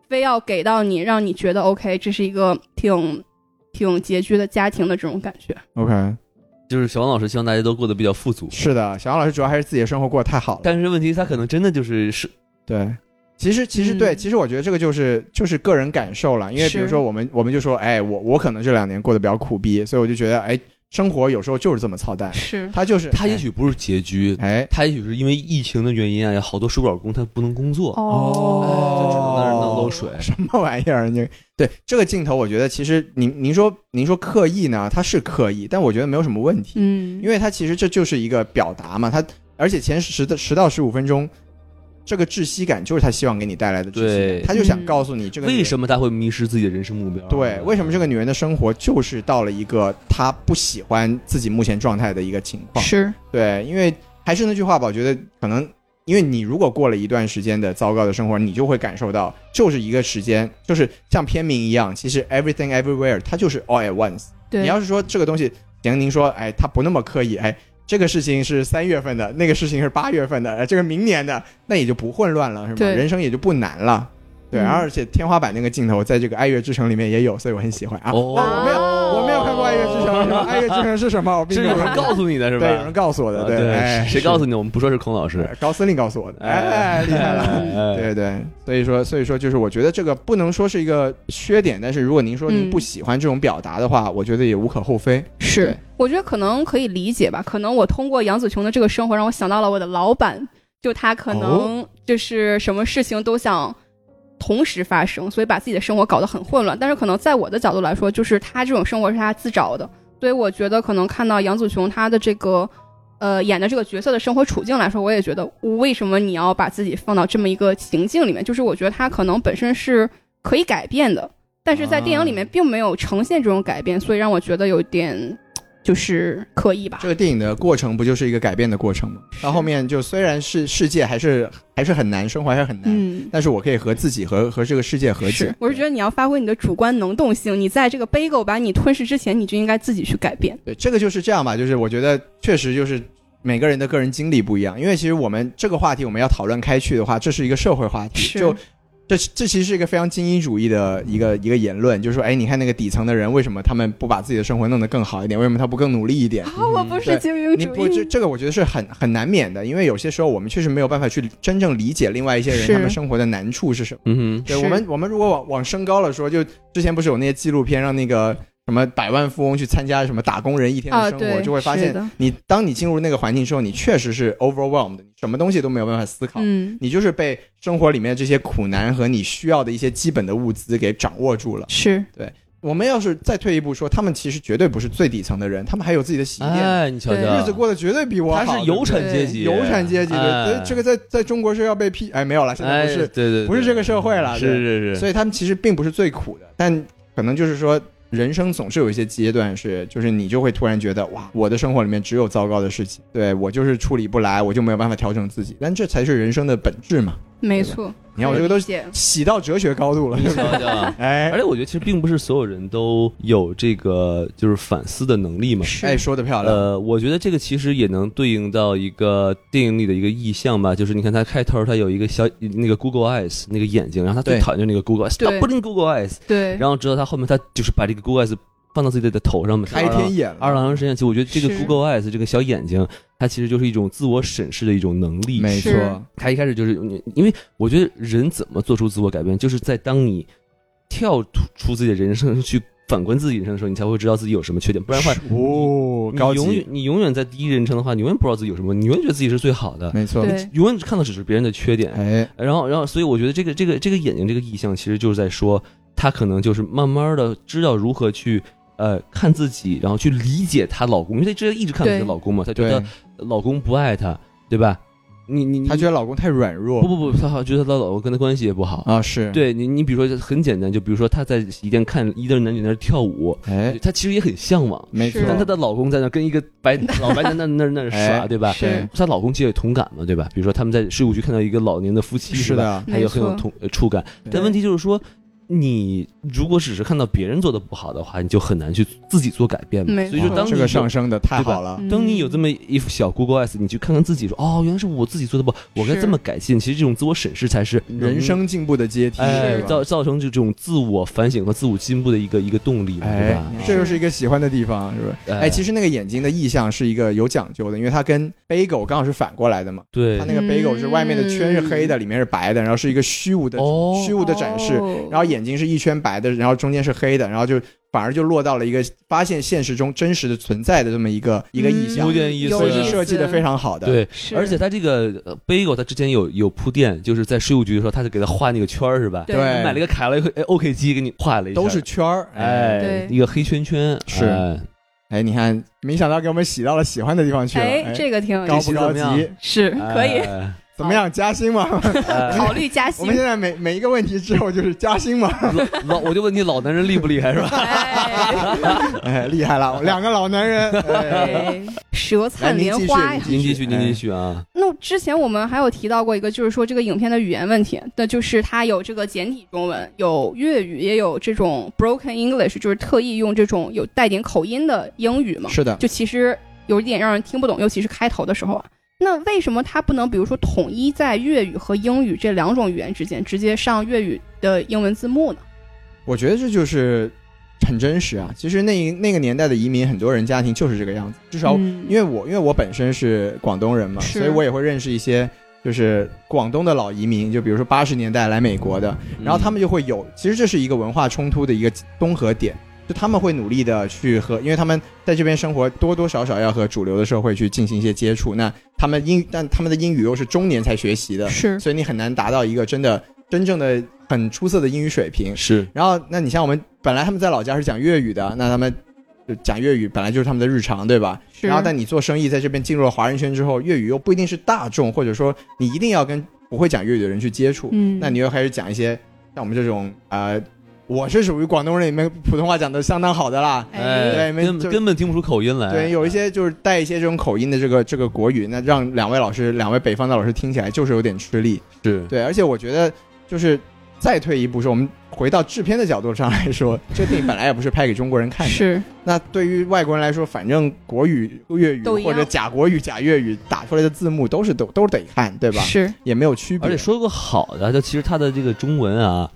非要给到你，让你觉得 OK，这是一个挺挺拮据的家庭的这种感觉。
OK，
就是小王老师希望大家都过得比较富足，
是的，小杨老师主要还是自己的生活过得太好了。
但是问题他可能真的就是是
对，其实其实对，
嗯
其实我觉得这个就是就是个人感受了，因为比如
是
说我们我们就说，哎，我我可能这两年过得比较苦逼，所以我就觉得，哎，生活有时候就是这么操蛋，
是，
他就是
他也许不是拮据，
哎，
他也许是因为疫情的原因啊，有好多水管工他不能工作，
哦
就只能在那儿弄漏水。
什么玩意儿？你对这个镜头，我觉得其实您您说您说刻意呢，他是刻意，但我觉得没有什么问题，
嗯，
因为他其实这就是一个表达嘛，他而且前十的十到十五分钟。这个窒息感就是他希望给你带来的窒息
对
感，他就想
嗯
告诉你这个女
为
人
什么他会迷失自己的人生目标？
对，为什么这个女人的生活就是到了一个她不喜欢自己目前状态的一个情况？
是
对，因为还是那句话吧，我觉得可能因为你如果过了一段时间的糟糕的生活，你就会感受到，就是一个时间，就是像片名一样，其实 everything everywhere 它就是 all at once。
对，
你要是说这个东西，行，您说，哎，它不那么刻意，哎。这个事情是三月份的，那个事情是八月份的，呃这个明年的，那也就不混乱了，是吗？
对
人生也就不难了，对。
嗯
而且天花板那个镜头在这个《爱乐之城》里面也有，所以我很喜欢啊。
哦
啊我没有，我没有看过《爱乐之 城》，《爱乐之城》是什么？我并
是
没
有
有
人
看过。
告诉你的是吧？
对，有人告诉我的，
啊
对，哎，
谁告诉你的？我们不说是孔老师，
是高司令告诉我的，哎，厉害了。
了
对对，所以说所以说就是我觉得这个不能说是一个缺点，但是如果您说您
嗯
不喜欢这种表达的话，我觉得也无可厚非。
是
对，
我觉得可能可以理解吧。可能我通过杨紫琼的这个生活，让我想到了我的老板，就他可能就是什么事情都想同时发生，所以把自己的生活搞得很混乱。但是可能在我的角度来说，就是他这种生活是他自找的，所以我觉得可能看到杨紫琼她的这个。呃，演的这个角色的生活处境来说，我也觉得，为什么你要把自己放到这么一个情境里面？就是我觉得他可能本身是可以改变的，但是在电影里
啊
面并没有呈现这种改变，所以让我觉得有点就是刻意吧
这。个电影的过程不就是一个改变的过程吗？到后面就虽然是世界还是还是很难，生活还是很难，
嗯，
但是我可以和自己和和这个世界和解
是。，我是觉得你要发挥你的主观能动性，你在这个 bagel 把你吞噬之前，你就应该自己去改变。
对，这个就是这样吧，就是我觉得确实就是每个人的个人经历不一样，因为其实我们这个话题我们要讨论开去的话，这是一个社会话题，
是
就。这这其实是一个非常精英主义的一个一个言论，就是说，哎，你看那个底层的人，为什么他们不把自己的生活弄得更好一点？为什么他不更努力一点？
啊，我不
对
是精英
你不
主
这
义，
这个我觉得是很很难免的，因为有些时候我们确实没有办法去真正理解另外一些人
是
他们生活的难处是什么。
嗯
对
是
我们，我们如果往往升高了说，就之前不是有那些纪录片让那个什么百万富翁去参加什么打工人一天的
啊
生活，
对
就会发
是
现
的
你当你进入那个环境之后，你确实是 overwhelmed，你什么东西都没有办法思考，
嗯，
你就是被生活里面这些苦难和你需要的一些基本的物资给掌握住了。
是
我们要是再退一步说，他们其实绝对不是最底层的人，他们还有自己的洗
哼，
衣店，
哎，你瞧瞧，
对
日子过得绝对比我好。
他是有产阶级，
对不对有产阶级的，
哎
所以这个在在中国是要被批，哎，没有了，现在
哎
不是
对对对，
不是这个社会了
是
对
是是，
所以他们其实并不是最苦的，但可能就是说，人生总是有一些阶段是，就是你就会突然觉得，哇，我的生活里面只有糟糕的事情，对我就是处理不来，我就没有办法调整自己，但这才是人生的本质嘛。
没错。
你看我这个都
理解
洗到哲学高度了，
你
是
瞧啊
吧？
瞧。嗯
哎
而且我觉得其实并不是所有人都有这个就是反思的能力嘛。
哎，说的漂亮，
呃，我觉得这个其实也能对应到一个电影里的一个意象吧，就是你看它开头它有一个小那个 Google Eyes 那个眼睛，然后他最
对
讨厌就是那个 Google Eyes，
对
stop putting Google Eyes，
对，
然后直到他后面他就是把这个 Google Eyes 放到自己的头上面，啊
开天眼啊
二
了，
郎神实验器，我觉得这个
是
Google Eyes 这个小眼睛，它其实就是一种自我审视的一种能力。
没
是
错，
它一开始就是你，因为我觉得人怎么做出自我改变，就是在当你跳出出自己的人生去反观自己人生的时候，你才会知道自己有什么缺点，不然的话，
哦，高
你永远
级，
你永远在第一人称的话，你永远不知道自己有什么，你永远觉得自己是最好的，
没错，
对，
永远看到只是别人的缺点。
嗯哎，
然后，然后，所以我觉得这个这个这个眼睛这个意象，其实就是在说，她可能就是慢慢的知道如何去呃看自己，然后去理解她老公，因为她之前一直看不起
对
老公嘛，她觉
对
得，老公不爱她。对吧？你你你
她觉得老公太软
不
弱
不不，她好像觉得她的老公跟她关系也不好。
啊，是，，
对你，你比如说很简单，就比如说她在洗衣店看一对男女在那儿跳舞，
哎，
她其实也很向往，
没错
是，
但她的老公在那儿跟一个白 老白男在那儿那儿那儿耍，
哎
对吧？
是
她老公其实也同感嘛，对吧？比如说他们在税务局看到一个老年的夫妻，
是
是吧？
的，哎
他也很有
没错
同呃触感。但问题就是说，你如果只是看到别人做的不好的话，你就很难去自己做改变嘛。
没
所以就
哇
当
哦
你
这个
有
上升的太
对吧
好
嗯
了，
当你有这么一副小 Google S，你去看看自己说，哦，原来是我自己做的不好，我该
是
这么改进。其实这种自我审视才是
人。生进步的阶梯，
嗯哎，
是吧
造造成这种自我反省和自我进步的一个一个动力嘛，对
哎
吧？，
这就是一个喜欢的地方，是不是？
哎
哎，其实那个眼睛的意象是一个有讲究的，因为它跟 bagel 刚好是反过来的嘛。
对
它，那个 bagel 是外面的圈是
嗯
黑的，里面是白的，然后是一个虚无的
哦
虚无的展示，
哦
然后眼睛是一圈白的，然后中间是黑的，然后就反而就落到了一个发现现实中真实的存在的这么一个一个意
嗯
象
有，点意思
所以
有
是
意思
设计的非常好的。
对，
是
而且他这个呃 bagel 他之前有有铺垫，就是在税务局的时候，他就给他画那个圈儿是吧？
对
对
买了一个卡拉 OK 机给你画了一下，
都是圈儿，哎
哎
对，
一个黑圈圈
是
哎
哎，你看，没想到给我们洗到了喜欢的地方去了，
哎
哎，，
这个挺有意
高
思，
不高
这期怎么
级
样？
是可以
哎
怎么样，加薪吗？
哎
考虑加
我
薪
们。现在每每一个问题之后就是加薪吗？
老 我就问你，老男人厉不厉害是吧？
哎，
哎，厉害了，两个老男 人。哎
哎舌
来
灿
您
莲
继续哎
花呀！
您继续，您继续啊！
那之前我们还有提到过一个，就是说这个影片的语言问题，那就是它有这个简体中文，有粤语，也有这种 broken English，就是特意用这种有带点口音的英语嘛，
是的，
就其实有一点让人听不懂，尤其是开头的时候啊。那为什么它不能，比如说统一在粤语和英语这两种语言之间，直接上粤语的英文字幕呢？
我觉得这就是很真实啊。其实那一那个年代的移民，很多人家庭就是这个样子。至少
嗯
因为我因为我本身是广东人嘛，
是
所以我也会认识一些就是广东的老移民，就比如说八十年代来美国
嗯
的，然后他们就会有，其实这是一个文化冲突的一个综合点。就他们会努力的去和，因为他们在这边生活，多多少少要和主流的社会去进行一些接触。那他们英，但他们的英语又是中年才学习的，
是
所以你很难达到一个真的真正的很出色的英语水平。
是
然后，那你像我们本来他们在老家是讲粤语的，那他们就讲粤语本来就是他们的日常，对吧？
是，
然后，但你做生意在这边进入了华人圈之后，粤语又不一定是大众，或者说你一定要跟不会讲粤语的人去接触，
嗯，
那你又开始讲一些像我们这种呃，我是属于广东人里面普通话讲的相当好的啦。
哎，
对没
根
就
根本听不出口音来。
对，有一些就是带一些这种口音的这个这个国语，那让两位老师、两位北方的老师听起来就是有点吃力。
是
对，而且我觉得就是再退一步说，我们回到制片的角度上来说，这个电影本来也不是拍给中国人看的。
是
那对于外国人来说，反正国语、粤语
都一
或
样
者假国语、假粤语打出来的字幕都是都都得看，对吧？
是，
也没有区别。
而且说个好的，就其实他的这个中文啊，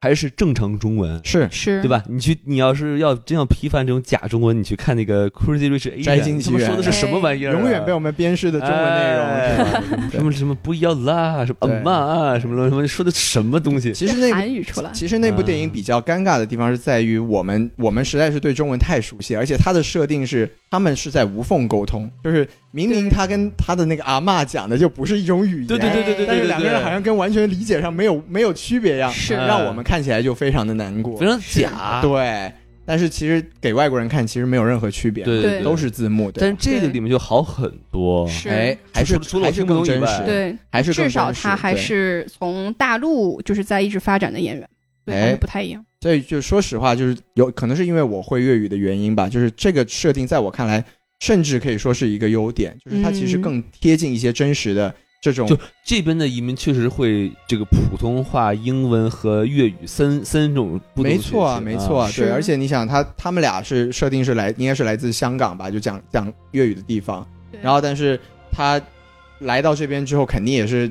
还是正常中文。
是
是，
对？吧？你去，你要是要真要批判这种假中文，你去看那个 Crazy Rich Asian，
摘金奇
他们
缘
说的是什么玩意儿啊？
永远被我们鞭尸的中文内容。是吧
哎什么什么不要啦，什么
对
啊妈啊，什么什么什么说的什么东西？
其实那部
韩语出来，
其实那部
嗯
电影比较尴尬的地方是在于，我们我们实在是对中文太熟悉，而且它的设定是他们是在无缝沟通，就是明明他跟他的那个阿嬷讲的就不是一种语言，
对对对对对对对，嗯
但是两个人好像跟完全理解上没有没有区别一样，
是
让我们看起来就非常的难过
非，常假，
对。但是其实给外国人看其实没有任何区别，
对
对
对，
都是字幕
但
的
是。这个里面就好很多，
是
哎，还是
除了除了我
还是
听不
更
懂以
真
外
实，
对，
还是更
至少
真实
他还
对
是从大陆就是在一直发展的演员，对，还
哎
是不太一样。
所以就说实话，就是有可能是因为我会粤语的原因吧，就是这个设定在我看来，甚至可以说是一个优点，就是它其实更贴近一些真实的这种
就这边的移民确实会这个普通话、英文和粤语三三种不同
没
的
错啊，
学习
没错啊，
是
对，而且你想他，他们俩是设定是来，应该是来自香港吧，就讲讲粤语的地方
对。
然后，但是他来到这边之后，肯定也是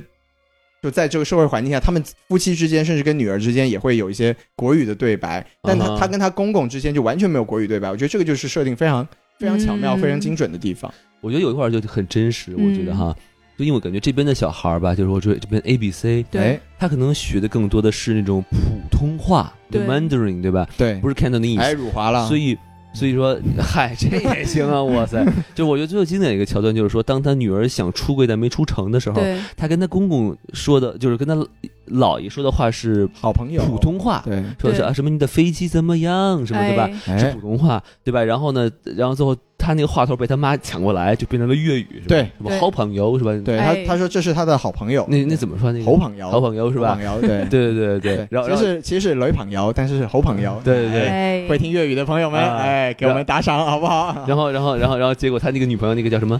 就在这个社会环境下，他们夫妻之间，甚至跟女儿之间也会有一些国语的对白。但他、
啊哈
他跟他公公之间就完全没有国语对白，我觉得这个就是设定非常非常巧妙、
嗯
非常精准的地方。
我觉得有一块儿就很真实，我觉得哈，
嗯
就因为我感觉这边的小孩儿吧，就是我说这边 A B C，
对
哎
他可能学的更多的是那种普通话，
对
Mandarin 对吧？
对，
不是 Cantonese，
哎辱华了，
所以。所以说，嗨，这 也行啊！哇塞，就我觉得最有经典的一个桥段就是说，当他女儿想出柜但没出成的时候，
对，
他跟他公公说的，就是跟他姥爷说的话是
好朋友
普通话，
对，
说是
对
啊什么你的飞机怎么样什么对吧？
哎？
是
哎
普通话对吧？然后呢，然后最后他那个话头被他妈抢过来，就变成了粤语，是吧
对
什么
对
好朋友是吧？
对
哎
他，他说这是他的好朋友，
那那怎么说那个
侯朋友，
好朋友是吧
侯？朋友，对
对对对
对
对，然后
其
然后
实其实是雷朋友，但是是侯朋友，
对对对
哎，
会听粤语的朋友们，
啊
哎，给我们打赏好不好
然后然后然后然后结果他那个女朋友那个叫什么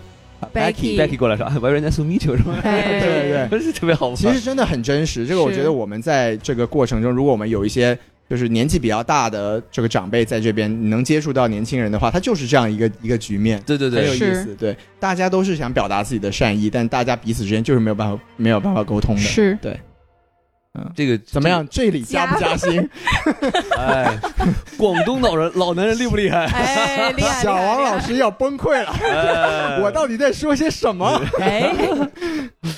Becky
Becky 过来说啊，Very nice to meet you 是吧？
哎
对对
不 是特别好玩。
其实真的很真实，这个我
是
觉得我们在这个过程中，如果我们有一些就是年纪比较大的这个长辈在这边，你能接触到年轻人的话，他就是这样一个一个局面。
对对
很有
对
意
是
思，对，大家都是想表达自己的善意，但大家彼此之间就是没有办法没有办法沟通的。
是
这个
怎么？样？这里加不加薪？
哎，广东老人老男人厉不厉害？
哎，厉害，
小王
厉害
老，师要崩溃 了，
哎
呃
我到底在说些什么？
哎，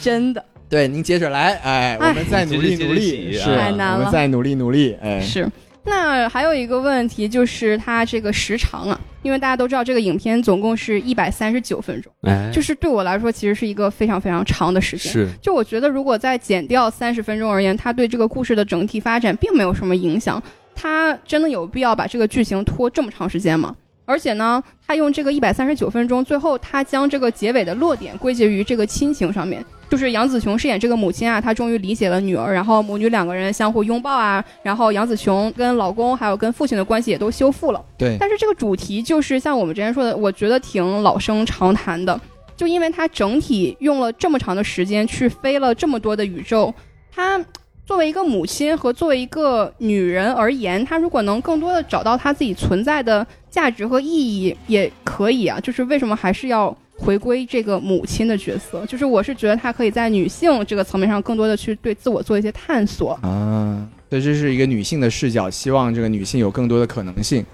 真的
对，您接着来，哎，
哎
我们再努力
接着
努力，
接着洗
是，
太
难了
我们再努力努力，哎，
是。那还有一个问题就是它这个时长啊，因为大家都知道这个影片总共是一百三十九分钟，
哎
就是对我来说其实是一个非常非常长的时间。
是
就我觉得，如果再减掉三十分钟而言，它对这个故事的整体发展并没有什么影响。它真的有必要把这个剧情拖这么长时间吗？而且呢，他用这个一百三十九分钟，最后他将这个结尾的落点归结于这个亲情上面。就是杨紫琼饰演这个母亲啊，她终于理解了女儿，然后母女两个人相互拥抱啊，然后杨紫琼跟老公还有跟父亲的关系也都修复了。
对，
但是这个主题就是像我们之前说的，我觉得挺老生常谈的，就因为它整体用了这么长的时间去飞了这么多的宇宙，它。作为一个母亲和作为一个女人而言，她如果能更多的找到她自己存在的价值和意义，也可以啊。就是为什么还是要回归这个母亲的角色？就是我是觉得她可以在女性这个层面上更多的去对自我做一些探索。
啊，对，这是一个女性的视角，希望这个女性有更多的可能性。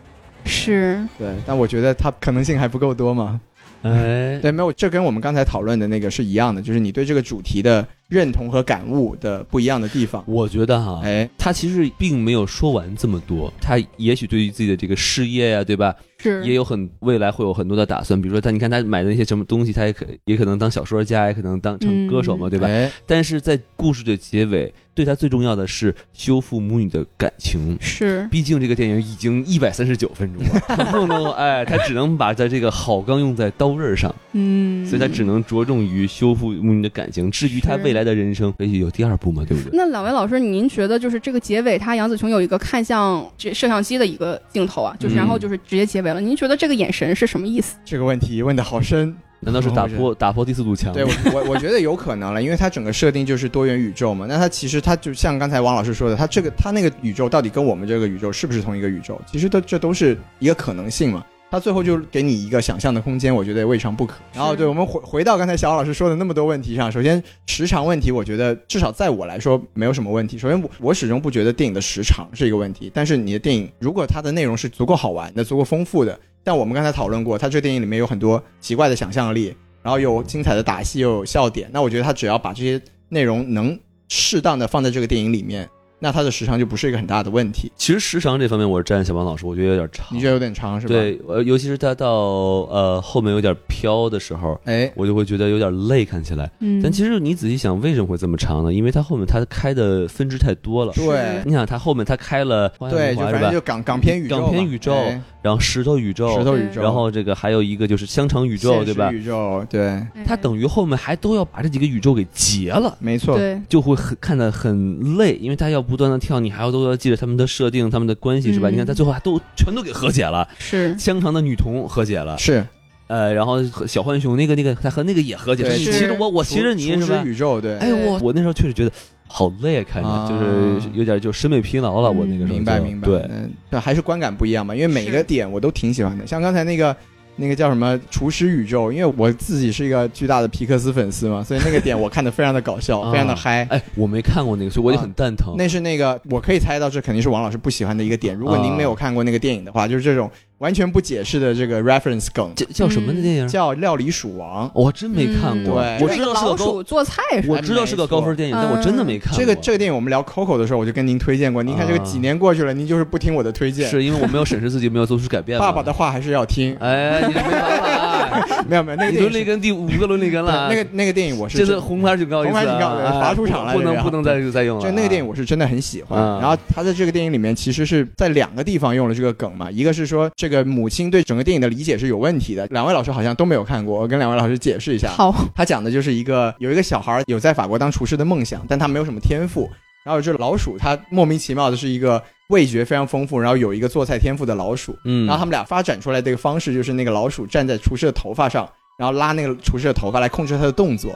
是，
对，但我觉得她可能性还不够多嘛。
哎，
对，没有，这跟我们刚才讨论的那个是一样的，就是你对这个主题的认同和感悟的不一样的地方。
我觉得哈，
哎，
他其实并没有说完这么多，他也许对于自己的这个事业呀、对吧，
是
也有很未来会有很多的打算，比如说他，你看他买的那些什么东西，他也可也可能当小说家，也可能当成歌手嘛，
嗯
对吧？
哎
但是在故事的结尾，对他最重要的是修复母女的感情。
是，
毕竟这个电影已经一百三十九分钟 了，不能哎，他只能把在这个好钢用在刀刃上，
嗯，
所以他只能着重于修复母女的感情。至于他
是
未来的人生，也许有第二部嘛，对不对？
那两位老师，您觉得就是这个结尾，他杨紫琼有一个看向这摄像机的一个镜头啊，就是
嗯
然后就是直接结尾了。您觉得这个眼神是什么意思？
这个问题问的好深。
难道是打
我觉
破打破第四堵墙？
对我我我觉得有可能了，因为它整个设定就是多元宇宙嘛。那它其实它就像刚才王老师说的，它这个它那个宇宙到底跟我们这个宇宙是不是同一个宇宙？其实都这都是一个可能性嘛。它最后就给你一个想象的空间，我觉得也未尝不可。然后对我们回回到刚才小王老师说的那么多问题上，首先时长问题，我觉得至少在我来说没有什么问题。首先我我始终不觉得电影的时长是一个问题，但是你的电影如果它的内容是足够好玩的、足够丰富的，像我们刚才讨论过，它这个电影里面有很多奇怪的想象力，然后有精彩的打戏，又有笑点。那我觉得他只要把这些内容能适当的放在这个电影里面，那它的时长就不是一个很大的问题。
其实时长这方面，我是站小王老师，我觉得有点长。
你觉得有点长是吧？，
对，呃，尤其是他到呃后面有点飘的时候，
哎，
我就会觉得有点累，看起来。
嗯
但其实你仔细想，为什么会这么长呢？因为他后面他开的分支太多了。
对
你想，他后面他开了花样
对，
年
就
华
反
是
正
吧
就？港港片宇宙嘛，
港片宇宙
哎
然后石头宇宙，
石头宇宙，
然后这个还有一个就是香肠宇宙，
现
对
实
吧？
宇宙，对，
他等于后面还都要把这几个宇宙给结了。
没错，
对
就会很看得很累，因为他要不断的跳，你还要都要记得他们的设定、他们的关系，是吧？
嗯
你看他最后还都全都给和解了，
是
香肠的女童和解了，
是
呃，然后和小浣熊那个那个他和那个也和解了，
对
你
是
骑着我，我
厨
骑着哦你
厨
是吧
师？宇宙，对，
哎，我我那时候确实觉得好累，看着、
啊
就是有点就审美疲劳了。
嗯
我那个时候就
明白明白，
对，
嗯，对，还是观感不一样嘛，因为每一个
是
点我都挺喜欢的，像刚才那个。那个叫什么厨师宇宙？因为我自己是一个巨大的皮克斯粉丝嘛，所以那个点我看的非常的搞笑，
啊
非常的嗨。
哎，我没看过那个，所以我就很蛋疼。
那是那个我可以猜到，这肯定是王老师不喜欢的一个点。如果您没
哦
有看过那个电影的话，就是这种完全不解释的这个 reference 梗，
叫叫什么的电
嗯
影？哦
叫《料理鼠王》。
我真没看过，
嗯对
我
就是
知道是
老
个高
鼠，做菜是吧
我知道是个高分电影，
没错
但我真的没看过。
嗯这个这个电影我们聊 Coco 的时候，我就跟您推荐过。您看这个
啊
几年过去了，您就是不听我的推荐。
是因为我没有审视自己，没有做出改变嘛。
爸爸的话还是要听。
哎，你这没办法，
没有没有，那个
哎
电
你
影
伦
是
理根第五个伦理根
对
了啊，
那个那个电影我是
这
真
次红牌警告一次啊，
红牌警告对
哎
罚出场了
不
这
能
个
不能再再用了啊。
就那个电影我是真的很喜欢，
嗯
然后他在这个电影里面其实是在两个地方用了这个梗嘛，一个是说这个母亲对整个电影的理解是有问题的，两位老师好像都没有看过，我跟两位老师解释一下，
好，
他讲的就是一个有一个小孩儿有在法国当厨师的梦想，但他没有什么天赋。然后这老鼠，它莫名其妙的是一个味觉非常丰富，然后有一个做菜天赋的老鼠。
嗯，
然后他们俩发展出来的一个方式就是那个老鼠站在厨师的头发上，然后拉那个厨师的头发来控制他的动作。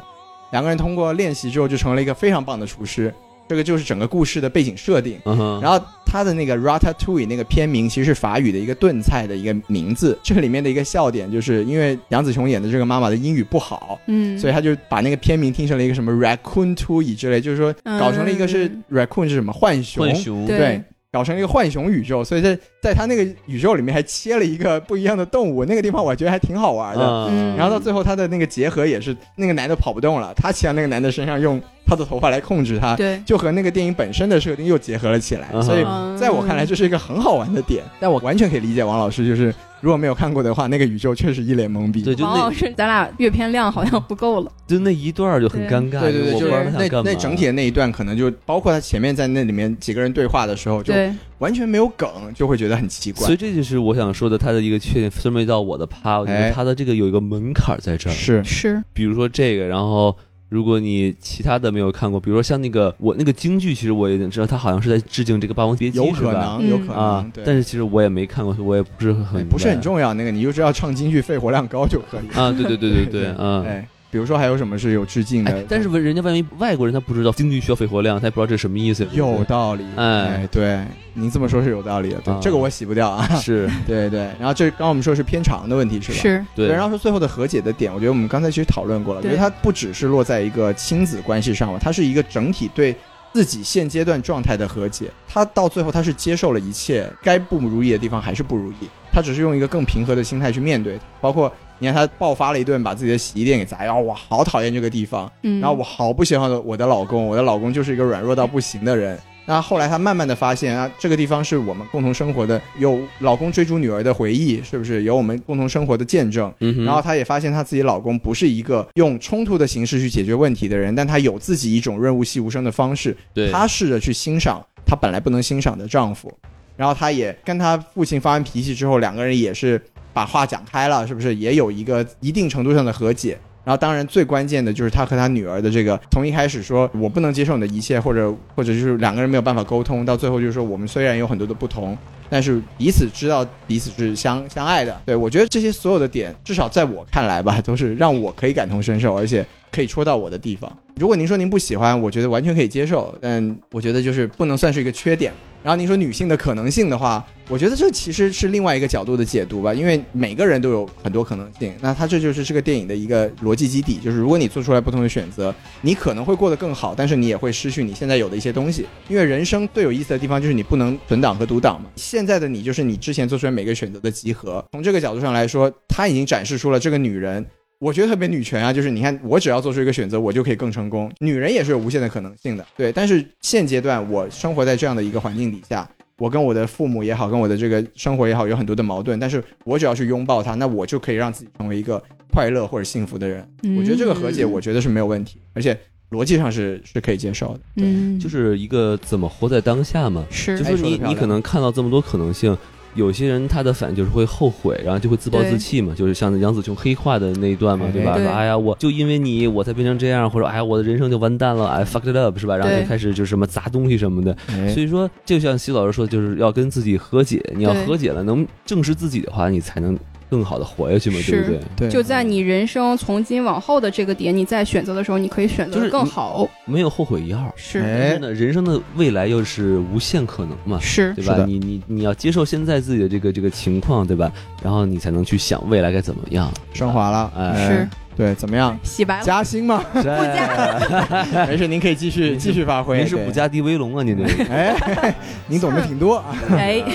两个人通过练习之后，就成了一个非常棒的厨师。这个就是整个故事的背景设定。
嗯哼，
然后他的那个 ratatouille 那个片名其实是法语的一个炖菜的一个名字。这里面的一个笑点就是因为杨紫琼演的这个妈妈的英语不好，
嗯，
所以他就把那个片名听成了一个什么 raccoon t o i 之类，就是说搞成了一个是
嗯
raccoon 是什么浣熊，
浣熊，
对
对搞成了一个浣熊宇宙，所以在在他那个宇宙里面还切了一个不一样的动物，那个地方我觉得还挺好玩的。
嗯
然后到最后他的那个结合也是那个男的跑不动了，他骑到那个男的身上用他的头发来控制他，
对，
就和那个电影本身的设定又结合了起来，
嗯哼嗯
所以。
嗯
在我看来，这是一个很好玩的点，但我完全可以理解王老师，就是如果没有看过的话，那个宇宙确实一脸懵逼。
对，就
王老
那
师，咱俩阅片量好像不够了。
就那一段就很尴尬，
对对对，
我
就
不知道
是
他想
那
干嘛
那整体的那一段，可能就包括他前面在那里面几个人对话的时候， 就
对，
完全没有梗，就会觉得很奇怪
所。以这就是我想说的，他的一个缺点，分配到我的趴，我觉
哎
得他的这个有一个门槛在这儿。
是，
是，
比如说这个，然后如果你其他的没有看过，比如说像那个我那个京剧，其实我有点知道，他好像是在致敬这个《霸王别姬》，
有
是吧
可能，
嗯
有可能
啊，，
对，
但是其实我也没看过，所以我也不是很
哎
明白
不是很重要。那个你就知道唱京剧肺活量高就可以。
啊。对对对对 对，嗯。
哎，比如说还有什么是有致敬的
哎，？但是人家外面外国人他不知道京剧需要肺活量，他也不知道这是什么意思。
有道理，
哎
哎，对，您这么说是有道理的，对
啊
这个我洗不掉啊。
是，
对对，然后这刚刚我们说是偏长的问题是吧？
是，
对，
然后说最后的和解的点，我觉得我们刚才其实讨论过了，我
对
觉得它不只是落在一个亲子关系上嘛，它是一个整体对自己现阶段状态的和解。他到最后他是接受了一切，该不如意的地方还是不如意，他只是用一个更平和的心态去面对。包括你看他爆发了一顿，把自己的洗衣店给砸掉，我好讨厌这个地方，
嗯，
然后我好不喜欢我的我的老公，我的老公就是一个软弱到不行的人。那后来她慢慢的发现啊，这个地方是我们共同生活的，有老公追逐女儿的回忆，是不是有我们共同生活的见证？
嗯哼
然后她也发现她自己老公不是一个用冲突的形式去解决问题的人，但她有自己一种润物细无声的方式，
对
她试着去欣赏她本来不能欣赏的丈夫。然后她也跟她父亲发完脾气之后，两个人也是把话讲开了，是不是也有一个一定程度上的和解？然后，当然最关键的就是她和她女儿的这个，从一开始说我不能接受你的一切，或者或者就是两个人没有办法沟通，到最后就是说我们虽然有很多的不同，但是彼此知道彼此是相相爱的。对我觉得这些所有的点，至少在我看来吧，都是让我可以感同身受，而且可以戳到我的地方。如果您说您不喜欢，我觉得完全可以接受，但我觉得就是不能算是一个缺点。然后您说女性的可能性的话，我觉得这其实是另外一个角度的解读吧，因为每个人都有很多可能性。那它这就是这个电影的一个逻辑基底，就是如果你做出来不同的选择，你可能会过得更好，但是你也会失去你现在有的一些东西。因为人生最有意思的地方就是你不能存档和读档嘛。现在的你就是你之前做出来每个选择的集合。从这个角度上来说，她已经展示出了这个女人。我觉得特别女权啊，就是你看，我只要做出一个选择，我就可以更成功。女人也是有无限的可能性的，对。但是现阶段我生活在这样的一个环境底下，我跟我的父母也好，跟我的这个生活也好，有很多的矛盾。但是我只要去拥抱它，那我就可以让自己成为一个快乐或者幸福的人。
嗯
我觉得这个和解，我觉得是没有问题，而且逻辑上是是可以接受的。对，
嗯，
就是一个怎么活在当下嘛。
是
就
哎
是
说得
你
漂
你
亮
可能看到这么多可能性，有些人他的反应就是会后悔，然后就会自暴自弃嘛，就是像杨紫琼黑化的那一段嘛
哎，
对吧？
对
说哎呀，我就因为你我才变成这样，或者哎呀我的人生就完蛋了，哎 fucked it up 是吧？然后
对
就开始就是什么砸东西什么的。
哎
所以说，就像西老师说，就是要跟自己和解，你要
对
和解了，能正视自己的话，你才能更好的活下去嘛，对不
是
对？
对，
就在你人生从今往后的这个点，你在选择的时候，你可以选
就
择
是
更
你
好。
没有后悔药。
是
哎
真的，人生的未来又是无限可能嘛，
是，
对
是
吧？
的
你你你要接受现在自己的这个这个情况，对吧？然后你才能去想未来该怎么样。
升华了，
哎
是
对，怎么样？
洗白了。
加薪吗？
不加，
没事，您可以继续
您是
继续发挥。
您是
对
不？加地威龙啊？您这个
哎，您懂得挺多啊。
哎，
啊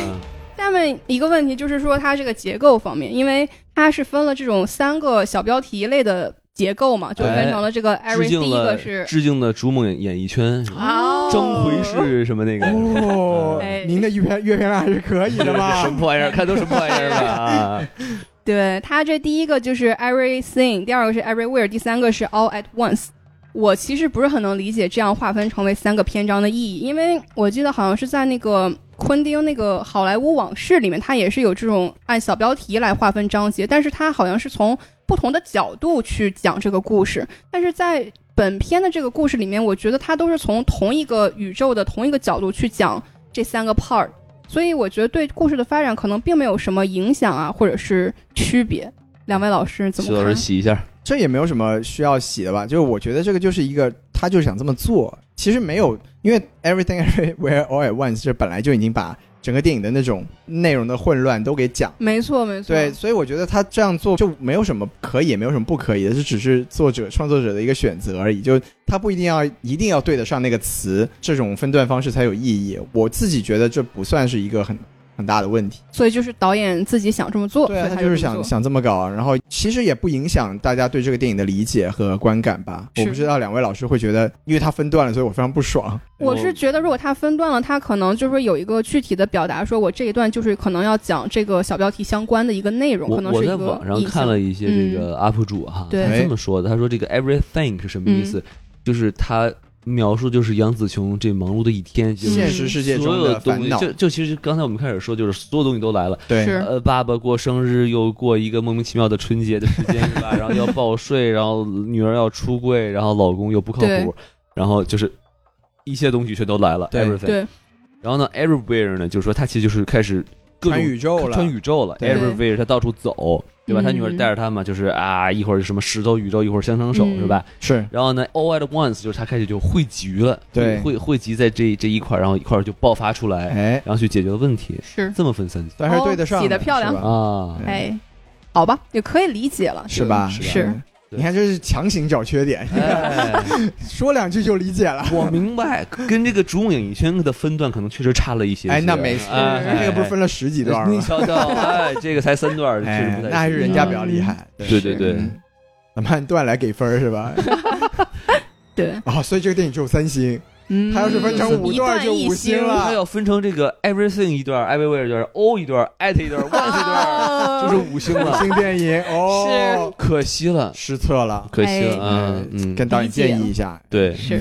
下面一个问题就是说它这个结构方面，因为它是分了这种三个小标题类的结构嘛，就分成了这个
哎致
Iris
敬
哎第一
了
个是
致敬了逐梦演艺圈，是吧
哦
张奎是什么那个？
哦
哎，
您的阅片阅片量还是可以的
这
嘛
什。么玩意儿？看都什么玩意儿了啊！
对他这第一个就是 everything，第二个是 everywhere，第三个是 all at once。我其实不是很能理解这样划分成为三个篇章的意义，因为我记得好像是在那个昆汀那个《好莱坞往事》里面，他也是有这种按小标题来划分章节，但是他好像是从不同的角度去讲这个呃故事，但是在本片的这个故事里面，我觉得它都是从同一个宇宙的同一个角度去讲这三个 part，所以我觉得对故事的发展可能并没有什么影响啊，或者是区别。两位老师怎
徐
么
老
看
师？洗一下，
这也没有什么需要洗的吧？就是我觉得这个就是一个，他就是想这么做，其实没有，因为 everything everywhere all at once 这本来就已经把整个电影的那种内容的混乱都给讲。
没错，没错，
对，所以我觉得他这样做就没有什么可以，也没有什么不可以的，这只是作者创作者的一个选择而已。就他不一定要一定要对得上那个词，这种分段方式才有意义。我自己觉得这不算是一个很很大的问题。
所以就是导演自己想这么做，
对
所
啊，
以
他
他
就是
这么
想
做
想这么搞，啊然后其实也不影响大家对这个电影的理解和观感吧。我
是
不知道两位老师会觉得，因为他分段了，所以我非常不爽。
我是觉得，如果他分段了，他可能就是说有一个具体的表达，说我这一段就是可能要讲这个小标题相关的一个内容，
我
可能
我
是一
在
个
网上
意向
看了一些这个 UP 主哈、
对
他这么说的，他说这个 everything 是什么意思？就是他描述就是杨紫琼这忙碌的一天，就是
现实世界
所
中
有
的
东
烦
西，
恼，
就就其实刚才我们开始说，就是所有东西都来了。
对
是
呃，爸爸过生日又过一个莫名其妙的春节的时间，是吧？然后要报税，然后女儿要出柜，然后老公又不靠
对
谱，然后就是一切东西全都来了
对
，everything。
对，
然后呢，everywhere 呢，就是说他其实就是开始各
穿
种
宇宙了，
穿宇宙了
对
，everywhere 他到处走，对吧？
嗯
他女儿带着他嘛，就是啊，一会儿什么石头宇宙，一会儿香肠手，
嗯
是吧？
是
然后呢，all at once 就是他开始就汇集了，
对
汇汇集在这这一块儿，然后一块儿就爆发出来，
哎，
然后去解决了问题，
是，
这么分三级
但是对得上
哦
的，
洗得漂亮
是吧
啊。
哎，好吧，也可以理解了，
是吧？
是
是
嗯你看这是强行找缺点，
哎，
说两句就理解了。
我明白，跟这个逐梦演艺圈的分段可能确实差了一些些。
哎，那没事，
哎
那个不是分了十几段
你
吗？
瞧瞧，哎，这个才三段儿，确实
哎
不太，行啊
那还是人家比较厉害。
对对对
嗯咱们按段来给分儿是 吧？
对，
哦，所以这个电影只有三星，
嗯，
他要是分成五
一
段就
一
五星了
它要分成这个 everything 一段，everywhere 一段，all 一段，at 一段，once 一
啊
段，
哦
就是五星
五
了，
星电影 哦，
可惜了，
失策了。
可惜
哎
了，啊嗯，
跟导演
理解
建议一下，
对，
是。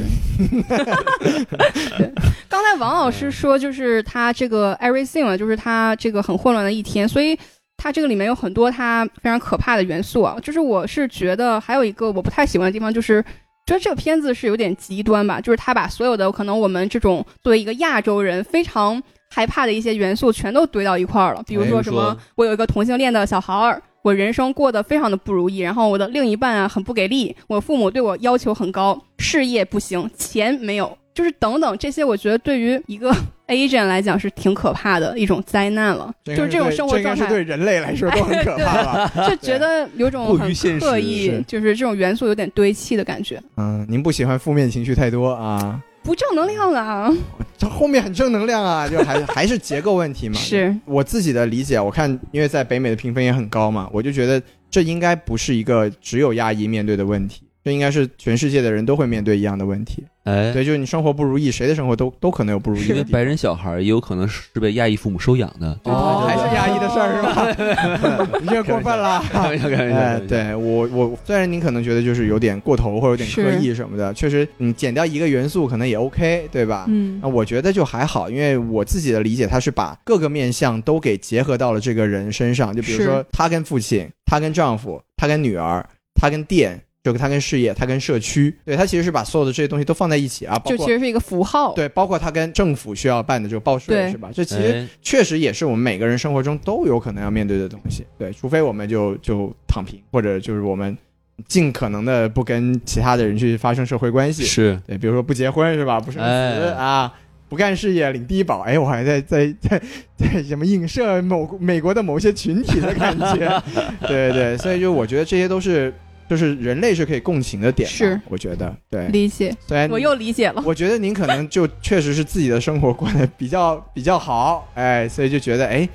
对，刚才王老师说，就是他这个 everything 嘛，就是他这个很混乱的一天，所以他这个里面有很多他非常可怕的元素啊。就是我是觉得还有一个我不太喜欢的地方，就是觉得这个片子是有点极端吧，就是他把所有的可能我们这种作为一个亚洲人非常害怕的一些元素全都堆到一块儿了，比如
哎
说
你
什
说
么我有一个同性恋的小孩儿。我人生过得非常的不如意，然后我的另一半啊很不给力，我父母对我要求很高，事业不行，钱没有，就是等等这些，我觉得对于一个 agent 来讲是挺可怕的一种灾难 了，
这
就
应该
是这
对
种生活
应该
状
是对
态，哎
人类来说都很可怕吧？
就觉得有种
过于
很
现实
刻意
是，
就是这种元素有点堆砌的感觉，
嗯，您不喜欢负面情绪太多啊？
不正能量啊，
这后面很正能量啊，就还还是结构问
嗯
题嘛。
是
我自己的理解，我看因为在北美的评分也很高嘛，我就觉得这应该不是一个只有亚裔面对的问题，这应该是全世界的人都会面对一样的问题。
哎，
对，就是你生活不如意，谁的生活都都可能有不如意
因为
的地方。
白人小孩也有可能是被亚裔父母收养的，啊
哦，还
对对对
是亚裔的事儿是吧？你这过分了。
开玩笑，开玩笑，
哎，
开玩笑，
对我我虽然您可能觉得就是有点过头或者有点刻意什么的，确实你减掉一个元素可能也 OK，对吧？
嗯
那我觉得就还好，因为我自己的理解，他是把各个面相都给结合到了这个人身上。就比如说，他跟父亲，他跟丈夫，他跟女儿，他跟店，就他跟事业，他跟社区，对他其实是把所有的这些东西都放在一起啊，包
就
括
其实是一个符号，
对，包括他跟政府需要办的这个报税
对
是吧？这其实
哎，
确实也是我们每个人生活中都有可能要面对的东西。对，除非我们就就躺平，或者就是我们尽可能的不跟其他的人去发生社会关系。
是
对，比如说不结婚是吧？不生子
哎
啊，不干事业领低保。哎，我还在在在在什么映射某美国的某些群体的感觉。对对，所以就我觉得这些都是就是人类是可以共情的点吧。
是
我觉得对。
理解，
虽然
我又理解了，
我觉得您可能就确实是自己的生活过得比较比较好，哎，所以就觉得哎，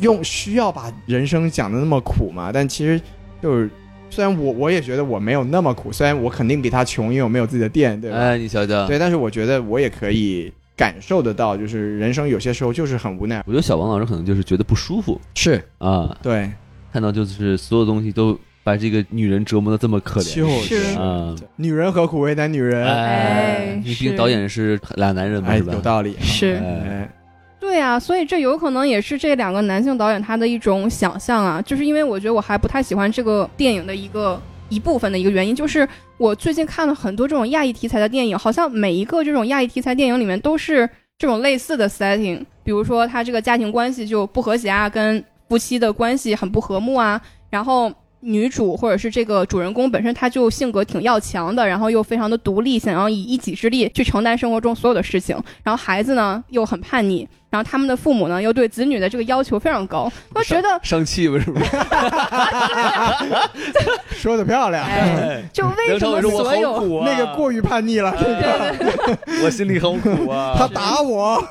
用需要把人生讲的那么苦嘛？但其实就是，虽然我我也觉得我没有那么苦，虽然我肯定比他穷，因为我没有自己的店，对吧？
哎，你瞧瞧，
对，但是我觉得我也可以感受得到，就是人生有些时候就是很无奈，
我觉得小王老师可能就是觉得不舒服
是
啊，
对，
看到就是所有东西都把这个女人折磨的这么可怜
就是
是
啊。
女人何苦为难女人？
哎，
哎
毕竟
是
导演是俩男人嘛，
哎，
是吧？
有道理。
是
哎
哎，
对啊，所以这有可能也是这两个男性导演他的一种想象啊，就是因为我觉得我还不太喜欢这个电影的一个一部分的一个原因，就是我最近看了很多这种亚裔题材的电影，好像每一个这种亚裔题材电影里面都是这种类似的 setting，比如说他这个家庭关系就不和谐啊，跟夫妻的关系很不和睦啊，然后。女主或者是这个主人公本身，他就性格挺要强的，然后又非常的独立，想要以一己之力去承担生活中所有的事情。然后孩子呢又很叛逆，然后他们的父母呢又对子女的这个要求非常高，我觉得
上气不 是不是？
说的漂亮，
哎，就为
梁
什
朝
么
伟说：“我
所
好
有
苦啊，
那个过于叛逆了，这
对
个
对 对
我心里好苦啊。”
他打我，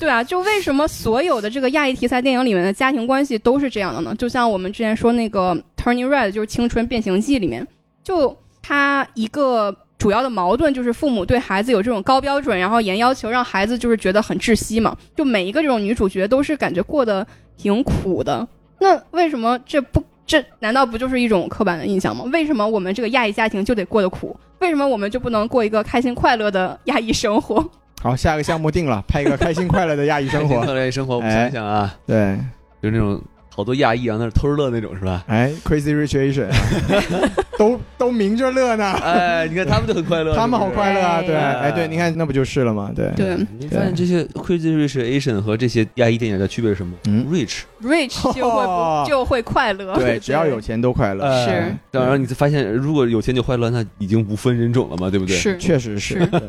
对啊，就为什么所有的这个亚裔题材电影里面的家庭关系都是这样的呢？就像我们之前说那个《Turning Red》就是《青春变形记》里面，就他一个主要的矛盾就是父母对孩子有这种高标准，然后严要求，让孩子就是觉得很窒息嘛。就每一个这种女主角都是感觉过得挺苦的。那为什么这不这难道不就是一种刻板的印象吗？为什么我们这个亚裔家庭就得过得苦？为什么我们就不能过一个开心快乐的亚裔生活？
好，下个项目定了，拍一个开心快乐的亚裔生活。
快乐生活，我们
哎
想想啊，
对，
就那种好多亚裔啊，那是偷着乐那种是吧？
哎，Crazy Rich Asian，都 都明着乐呢，
哎，你看他们就很快乐，
他们好
是不是
快乐啊，
哎
对，哎，对，你看那不就是了吗？对，
对
你发现这些 Crazy Rich Asian 和这些亚裔电影的区别是什么
嗯
？Rich，
rich 就会
哦
不就会快乐。
对，只要有钱都快乐，
呃
是
当然你才发现，如果有钱就快乐，那已经无分人种了嘛，对不对？
是
确实是
是，
对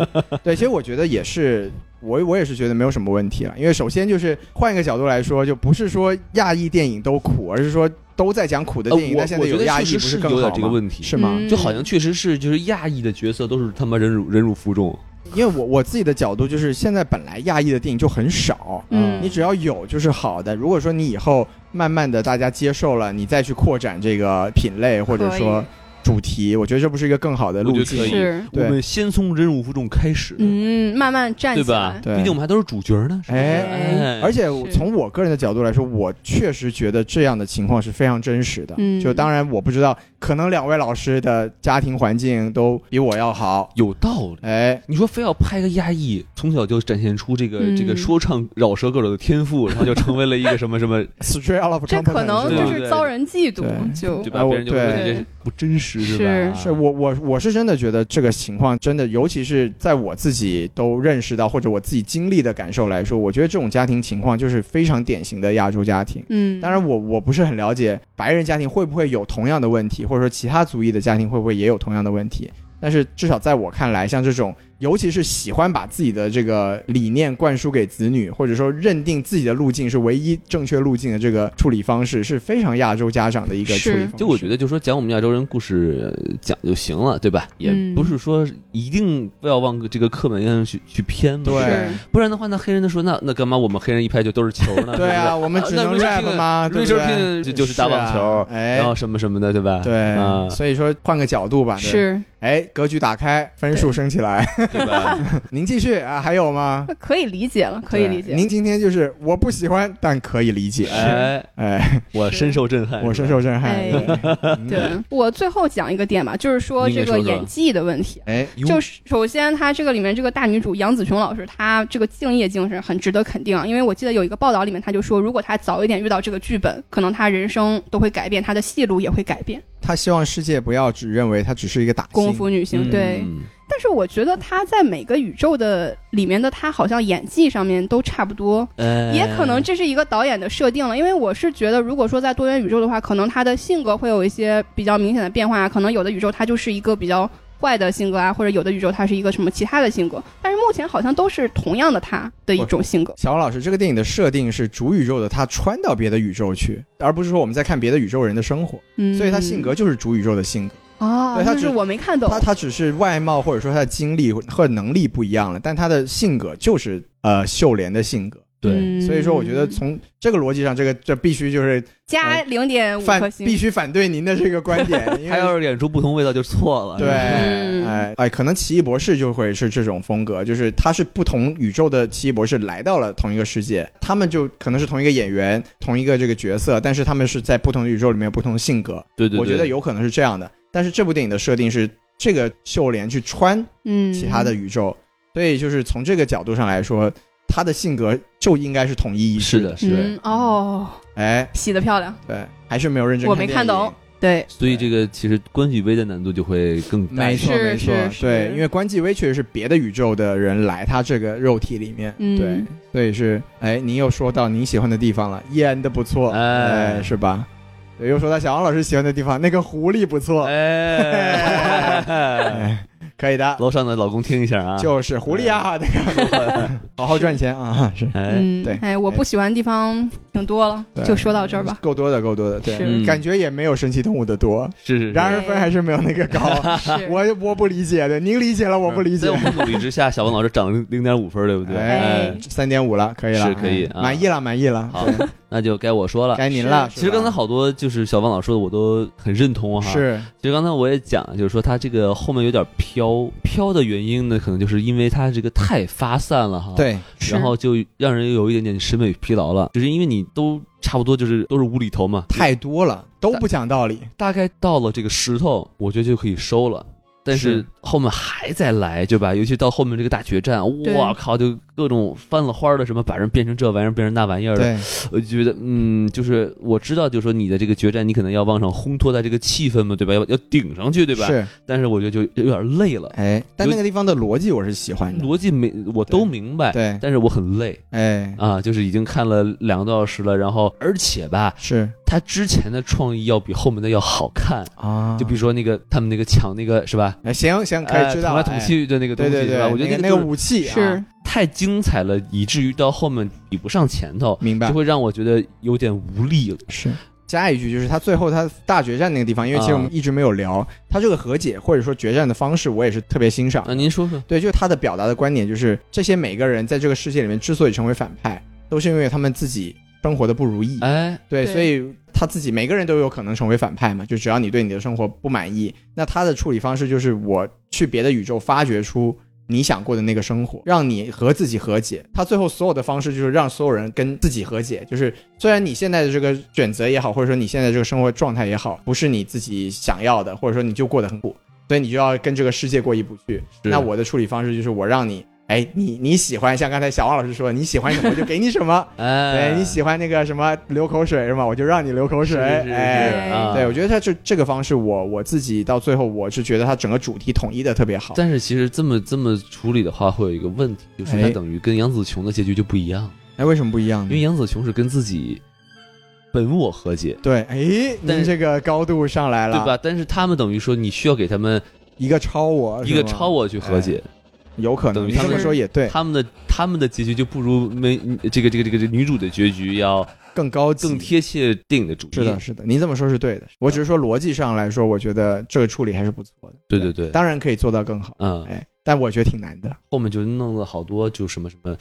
对，其实我觉得也是，我我也是觉得没有什么问题了，因为首先就是换一个角度来说，就不是说亚裔电影都苦，而是说都在讲苦的
呃，
电影，
我
但现在
我觉
有
得
亚
确
裔
实
不
是
更
有
好
点
吗？
这个问题，
是吗？
嗯
就好像确实是就是亚裔的角色都是他妈忍辱忍辱负重，
因为我我自己的角度就是，现在本来亚裔的电影就很少，
嗯
你只要有就是好的。如果说你以后慢慢的大家接受了，你再去扩展这个品类或者说主题，我觉得这不是一个更好的路
我觉得
可以
可以
径？
是，
我
对
们先从忍辱负重开始，
嗯，慢慢站
对
起
吧
来？。
对
毕竟我们还都是主角呢，是吧
哎，
哎
而且我
是
从我个人的角度来说，我确实觉得这样的情况是非常真实的。
嗯
就当然我不知道，可能两位老师的家庭环境都比我要好。
有道理。
哎，
你说非要拍个亚裔，从小就展现出这个、
嗯
这个说唱饶舌歌手的 天赋，然后就成为了一个什么什么，
死追 out of
这
competence
可能
对
就
对
是
对
遭人嫉妒
对，
就
对
哎
吧？
我
别人就会说
对
你这不真实，吧？
是我我我是真的觉得这个情况真的，尤其是在我自己都认识到或者我自己经历的感受来说，我觉得这种家庭情况就是非常典型的亚洲家庭。
嗯，
当然我，我不是很了解白人家庭会不会有同样的问题，或者说其他族裔的家庭会不会也有同样的问题。但是至少在我看来，像这种，尤其是喜欢把自己的这个理念灌输给子女，或者说认定自己的路径是唯一正确路径的这个处理方式，是非常亚洲家长的一个处理
是
方式。
就我觉得，就说讲我们亚洲人故事呃讲就行了，对吧？也
嗯
不是说一定非要往这个刻板印象去去偏嘛，
对
吧
是
不然的话，那黑人就说那那干嘛我们黑人一拍就都是球呢？
对啊，我们只能 rap 吗？对不
r i c h a r
对
d King 就就是打网
是
球
啊，哎
然，后什么什么的，对吧？啊
对，，所以说换个角度吧。对，
是
哎，格局打开，分数升起来。
对 吧？
您继续啊，还有吗？
那可以理解了，可以理解。
对您今天就是我不喜欢，但可以理解。
哎，
哎，
我深受震撼，
我深受震撼。
哎
对嗯
对我最后讲一个点吧，就是说
你给
这个
说说
演技的问题。
哎，
哟
就是首先，她这个里面这个大女主杨紫琼老师，她这个敬业精神很值得肯定啊。因为我记得有一个报道里面，她就说，如果她早一点遇到这个剧本，可能她人生都会改变，她的戏路也会改变。
他希望世界不要只认为他只是一个打星
功夫女
嗯
星，对，
嗯
但是我觉得他在每个宇宙的里面的他，好像演技上面都差不多，
哎
也可能这是一个导演的设定了。因为我是觉得，如果说在多元宇宙的话，可能他的性格会有一些比较明显的变化，可能有的宇宙他就是一个比较坏的性格啊， 或者有的宇宙他是一个什么其他的性格。但是目前好像都是同样的他的一
哦
种性格。
小王老师，这个电影的设定是主宇宙的他穿到别的宇宙去，而不是说我们在看别的宇宙人的生活，
嗯，
所以他性格就是主宇宙的性格。
啊，
对他
那是
只
我没看懂
他。他只是外貌或者说他的经历和能力不一样了，但他的性格就是呃秀莲的性格。
对，
嗯
所以说，我觉得从呃这个逻辑上，这个这必须就是
加零点五颗
反
星，
必须反对您的这个观点， 因
他
为
要是演出不同味道就错了。
对，
嗯
哎哎，可能奇异博士就会是这种风格，就是他是不同宇宙的奇异博士来到了同一个世界，他们就可能是同一个演员、同一个这个角色，但是他们是在不同的宇宙里面有不同的性格，
对对，
我觉
对
得有可能是这样的。但是这部电影的设定是这个秀莲去穿
嗯
其他的宇宙，所以就是从这个角度上来说，他的性格就应该是统一一致
是的，，是的。
嗯哦，
哎，
洗的漂亮，
对，还是没有认真
我
看
没
电
看
影
懂。对，
所以这个其实关羽威的难度就会更大
没
一
错，
些。
是
没错
是，
对，
是
因为关继威确实是别的宇宙的人来他这个肉体里面，
嗯
对，所以是，哎，您又说到您喜欢的地方了，伊恩的不错，
哎
哎，是吧？对又说到小王老师喜欢的地方，那个狐狸不错，
哎，
哎，可以的，
楼上的老公听一下啊，
就是狐狸啊，那个好好赚钱 啊，是
哎，
嗯
对
哎，我不喜欢的地方挺多了
对，
就说到这儿 吧。
够多的，够多的，对，
是
嗯感觉也没有神奇动物的多，
是是是
然。而分还是没有那个 高，
是，
我我不理解的，您理解了，我不理解
在我，们努力之下，小王老师涨了零点五分，对不对？
哎
哎，，
三点五了，可以了，
是可以
哎
啊
满意了，满意了，
好
对
那就该我说了。
该您了。
其实刚才好多就是小王老师说的，我都很认同哈。，
是
其实刚才我也讲，就是说他这个后面有点飘，飘的原因呢，可能就是因为他这个太发散了哈。。
对，
然后就让人有一点点审美疲劳了，就是因为你都差不多就是都是无厘头嘛，
太多了，都不讲道理。
大概到了这个石头，我觉得就可以收了。但是
是
后面还在来，对吧？尤其到后面这个大决战，
对
我靠，就各种翻了花儿的什么，把人变成这玩意儿，变成那玩意儿的。
对，
我就觉得，嗯，就是我知道，就是说你的这个决战，你可能要往上烘托在这个气氛嘛，对吧？要要顶上去，对吧？
是
但是我觉得就有点累了，
哎，但那个地方的逻辑我是喜欢的。
逻辑没我都明
嗯
白，
对，
但是我很累
哎，
啊，就是已经看了两个多小时了，然后而且吧，
是
他之前的创意要比后面的要好看。
啊
就比如说那个他们那个抢那个是吧？
哎行行，可以知道
呃
了。
捅来
哎
捅去的那个东
对对
西是
对，
吧？我觉得
那个那
那
个
个就是
武器啊
是
太精彩了，以至于到后面比不上前头，
明白嗯
就会让我觉得有点无力了。
是。加一句，就是他最后他大决战那个地方，因为其实我们一直没有聊他这个和解或者说决战的方式，我也是特别欣赏
啊，。您说说，
对，就是他的表达的观点，就是这些每个人在这个世界里面之所以成为反派，都是因为他们自己生活的不如意。
哎，
对，
对
所以他自己每个人都有可能成为反派嘛，就只要你对你的生活不满意，那他的处理方式就是我去别的宇宙发掘出你想过的那个生活，让你和自己和解。他最后所有的方式就是让所有人跟自己和解，就是虽然你现在的这个选择也好，或者说你现在这个生活状态也好，不是你自己想要的，或者说你就过得很苦，所以你就要跟这个世界过意不去。
是
那我的处理方式就是我让你。哎，你你喜欢像刚才小王老师说，你喜欢什么我就给你什么，
哎，
对你喜欢那个什么流口水是吗？我就让你流口水。
是是
哎，
是
哎
啊
对我觉得他这这个方式我，我自己到最后我是觉得他整个主题统一的特别好。
但是其实这么这么处理的话，会有一个问题，就是它
哎
等于跟杨紫琼的结局就不一样，
哎，为什么不一样
因为？杨紫琼是跟自己本我和解，
对，哎，您
但是
这个高度上来
对
了，？
吧？但是他们等于说你需要给他们
一个超我，
一个超，我去和解，
有可
等
能。
于
你
他
这
们
么说也对，
他们的他们的结局就不如没这个这个这个这个女主的结局要
更高级，
更贴切电影的主题。
是的，，是的，您这么说是对的。我只是说逻辑上来说，我觉得这个处理还是不错的。
对对对，
当然可以做到更好，
嗯，
哎，但我觉得挺难的。
后面就弄了好多就什么什么，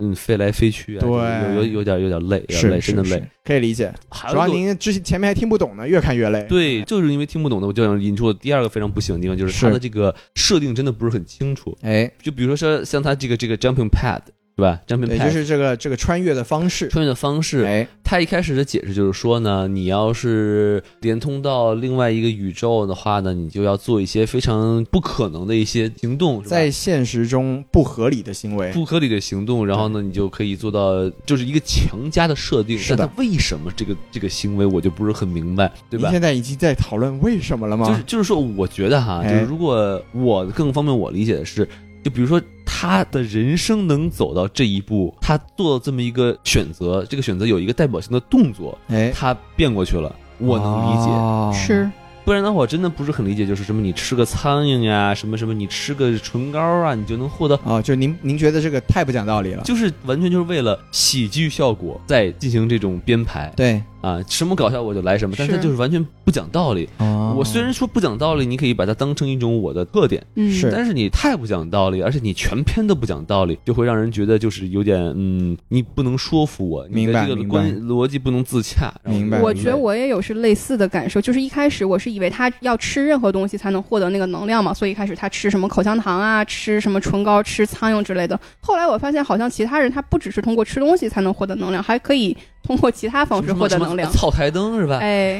嗯，飞来飞去啊，
对
有有有点有点累，有点
是
累，
是
真的
是
累。
可以理解。
还
主要
有就
您之前前面还听不懂呢，越看越累。
对，就是因为听不懂的，我就想引出我第二个非常不喜欢的地方，就是
哎是
它的这个设定真的不是很清楚。
哎，
就比如说像它这个这个 jumping pad 是吧？jumping
对，
pad
就是这个这个穿越的方式。
穿越的方式，
哎，
他一开始的解释就是说呢，你要是连通到另外一个宇宙的话呢，你就要做一些非常不可能的一些行动，是吧
在现实中不合理的行为，
不合理的行动，然后呢，你就可以做到就是一个强加的设定。
是的
但他为什么这个这个行为，我就不是很明白，对
您
吧？
现在已经在讨论为什么了吗？
就是就是说，我觉得哈，就
哎
是如果我更方便我理解的是，就比如说他的人生能走到这一步，他做这么一个选择，这个选择有一个代表性的动作，
哎，
他变过去了，我能理解。
哦
是，
不然的话，我真的不是很理解，就是什么你吃个苍蝇呀、什么什么你吃个唇膏啊，你就能获得，
哦，就您您觉得这个太不讲道理了？
就是完全就是为了喜剧效果在进行这种编排。
对，
啊，什么搞笑我就来什么，但
是
他就是完全不讲道理。
哦
我虽然说不讲道理，你可以把它当成一种我的特点，
嗯，
是对
但是你太不讲道理，而且你全篇都不讲道理，就会让人觉得就是有点嗯，你不能说服我，你
明
的
白
这个
明
关
白
逻辑不能自洽。然后
明白
我
明
觉得
白
我也有是类似的感受，就是一开始我是以为他要吃任何东西才能获得那个能量嘛，所以一开始他吃什么口香糖啊，吃什么唇膏，吃苍蝇之类的。后来我发现，好像其他人他不只是通过吃东西才能获得能量，还可以通过其他方式
什么
获得
什么
能量。
草台灯是吧？
哎，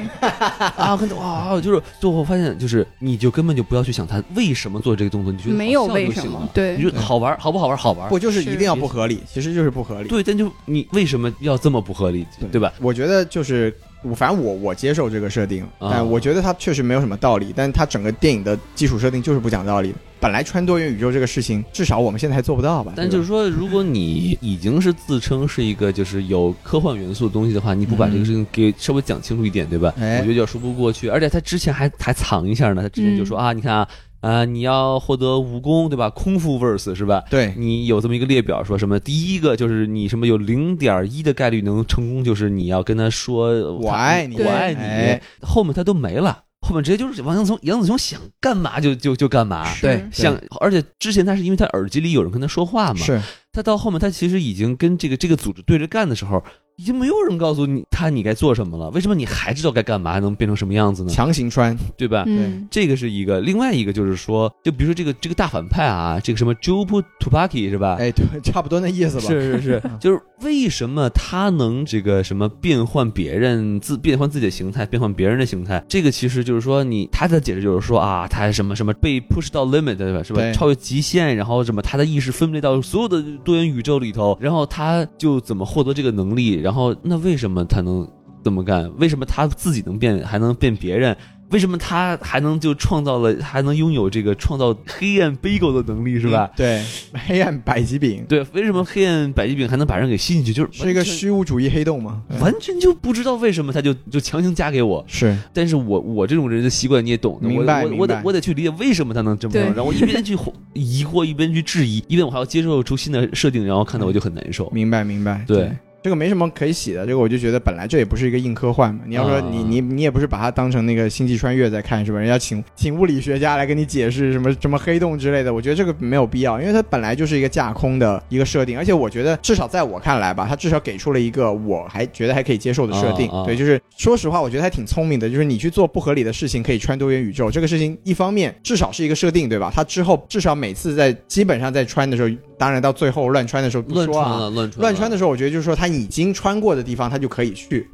啊，很啊，就是就我发现，就是你就根本就不要去想他为什么做这个动作，你觉得
没有
好笑就
为什
行了
么，对
你觉得好玩，好不好玩？好玩。
不就是一
是
定要不合理，其实就是不合理，
对，但就你为什么要这么不合理，对吧？？
我觉得就是。我反正我我接受这个设定，
啊
但我觉得它确实没有什么道理，但它整个电影的基础设定就是不讲道理的。本来穿多元宇宙这个事情，至少我们现在还做不到吧？
但就是
是
说，如果你已经是自称是一个就是有科幻元素的东西的话，你不把这个事情给稍微讲清楚一点，对吧？
嗯哎
我觉得有点说不过去。而且他之前还还藏一下呢，他之前就
嗯
说啊，你看啊，啊，你要获得武功，对吧？空腹 verse 是吧？
对，
你有这么一个列表，说什么？第一个就是你什么有零点一的概率能成功，就是你要跟他说
我
他
爱你
我爱你。
哎
后面他都没了，后面直接就是王杨松，杨子雄想干嘛就就就干嘛。
是
对
想，而且之前他是因为他耳机里有人跟他说话嘛，
是
他到后面他其实已经跟这个这个组织对着干的时候，已经没有人告诉你他你该做什么了，为什么你还知道该干嘛，能变成什么样子呢？
强行穿，
对吧？
嗯，
这个是一个，另外一个就是说，就比如说这个这个大反派啊，这个什么 Jupu Tupaki 是吧？
哎，对，差不多那意思吧。
啊是是是
嗯，
就是为什么他能这个什么变换别人自变换自己的形态，变换别人的形态？这个其实就是说你他的解释就是说啊，他什么什么被 push 到 limit 对吧？是吧？
对
超越极限，然后什么他的意识分裂到所有的多元宇宙里头，然后他就怎么获得这个能力？然后那为什么他能这么干？为什么他自己能变，还能变别人？为什么他还能就创造了，还能拥有这个创造黑暗 bagel 的能力是吧？
嗯对，黑暗百级饼
对，为什么黑暗百级饼还能把人给吸进去？就是
是一个
完全
虚无主义黑洞吗？嗯
完全就不知道为什么他就就强行加给我。
是
但是我我这种人的习惯你也懂的，
明
我
白
我我
明白
得我得去理解为什么他能这么
对
弄，然后我一边去疑惑，一边去质疑，一边我还要接受出新的设定，然后看到我就很难受。
明白明白，
对，
这个没什么可以洗的，这个我就觉得本来这也不是一个硬科幻嘛。你要说
啊
你、你你也不是把它当成那个星际穿越在看是吧？人家请请物理学家来给你解释什么什么黑洞之类的，我觉得这个没有必要，因为它本来就是一个架空的一个设定，而且我觉得至少在我看来吧，它至少给出了一个我还觉得还可以接受的设定。
啊啊
对，就是说实话，我觉得还挺聪明的，就是你去做不合理的事情可以穿多元宇宙，这个事情一方面至少是一个设定对吧？它之后至少每次在基本上在穿的时候，当然到最后乱穿的时候不
乱
说
穿
啊，
了，乱穿，
乱穿的时候，我觉得就是说他已经穿过的地方，他就可以去。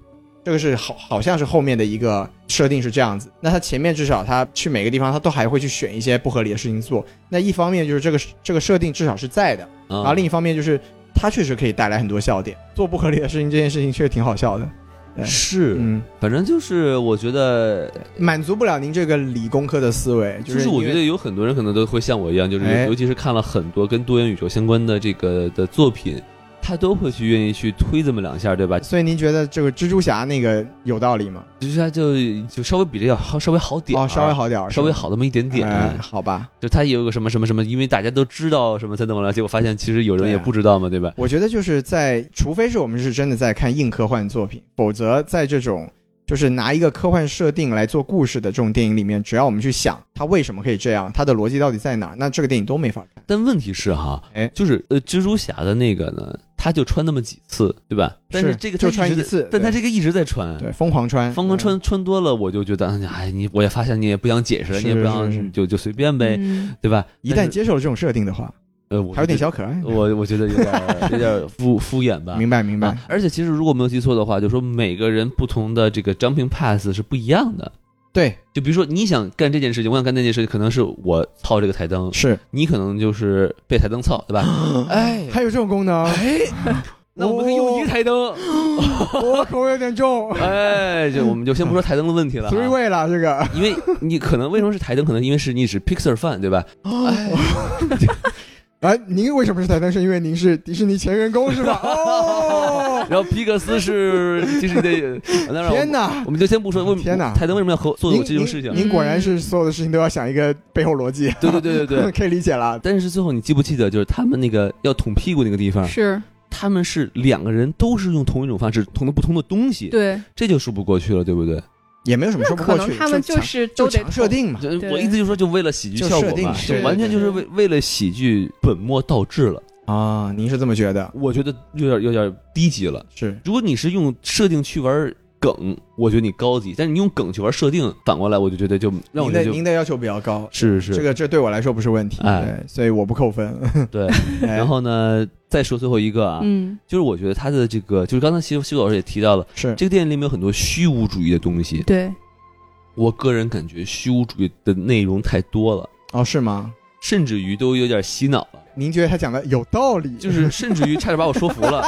这个是好，好像是后面的一个设定是这样子。那他前面至少他去每个地方，他都还会去选一些不合理的事情做。那一方面就是这个这个设定至少是在的，
候，
然后另一方面就是它确实可以带来很多笑点。做不合理的事情这件事情确实挺好笑的。对
是，
嗯，
反正就是我觉得，
满足不了您这个理工科的思维，
就是是我觉
因为
得有很多人可能都会像我一样，就是
哎
尤其是看了很多跟多元宇宙相关的这个的作品，他都会去愿意去推这么两下，对吧？
所以您觉得这个蜘蛛侠那个有道理吗？
就是他就就稍微比这要好稍微好点
哦，
儿
稍微好点儿，
稍微
是吧
好那么一点点，嗯
哎好吧。
就他也有个什么什么什么，因为大家都知道什么才怎么了，结果发现其实有人也不知道嘛，对吧？
我觉得就是在，除非是我们是真的在看硬科幻作品，否则在这种就是拿一个科幻设定来做故事的这种电影里面，只要我们去想它为什么可以这样，它的逻辑到底在哪儿，那这个电影都没法看。
但问题是哈，
哎
就是呃，蜘蛛侠的那个呢，他就穿那么几次，对吧？但
是
这个
就
他直
穿一次
但他
对
这个一直在穿，
对，疯狂穿，
方刚
嗯
穿穿多了，我就觉得，哎，你我也发现你也不想解释了，
是
你也不
是是
想就就随便呗，
嗯
对吧？
一旦
但是
接受了这种设定的话，
呃，我
还有点
觉
小可爱
得，。我我觉得有 点有点敷敷衍吧，
明白明白
啊，而且其实如果没有记错的话，就说每个人不同的这个 jumping pass 是不一样的。
对，
就比如说你想干这件事情，我想干那件事情，可能是我操这个台灯，
是，
你可能就是被台灯操，对吧？哎，
还有这种功能，
那我们可以用一个台
哦
灯，
我口味有点重
哎，就我们就先不说台灯的问题了啊。
，three way 了这个，
因为你可能为什么是台灯？可能因为是你是 Pixar fan 对吧？
哎，您为什么是台灯？是因为您是迪士尼前员工是吧？ 哦，
然后皮克斯是就 是的，那让我
天
们
哪！
我们就先不说为
天哪
台灯为什么要和做
您
这种事情？
您您果然是所有的事情都要想一个背后逻辑，
对对对对对。
可以理解了。
但是最后你记不记得，就是他们那个要捅屁股那个地方，
嗯是
他们是两个人都是用同一种方式，同的不同的东西，
对，
这就说不过去了，对不对？
也没有什么
那
说不
可
过
能
去，
他们
就强
是
就
都得
强设
同
定嘛。
这
对
我意思就是说，就为了喜剧
就
效果
设定
嘛，
是
就
对
完全
对
就是为
对
为了喜剧本末倒置了。
啊，您是这么觉得？
我觉得有点有点低级了。
是
如果你是用设定去玩梗，我觉得你高级；但是你用梗去玩设定，反过来我就觉得就让我
您
觉得
的
就
您的要求比较高，
是是
这个这对我来说不是问题，
哎
对，所以我不扣分。
对。
哎
然后呢，再说最后一个啊，
嗯，
就是我觉得他的这个，就是刚才西西老师也提到了，
哎是
这个电影里面有很多虚无主义的东西。
对，
我个人感觉虚无主义的内容太多了，
哦，是吗？
甚至于都有点洗脑了。
您觉得他讲的有道理？
就是甚至于差点把我说服了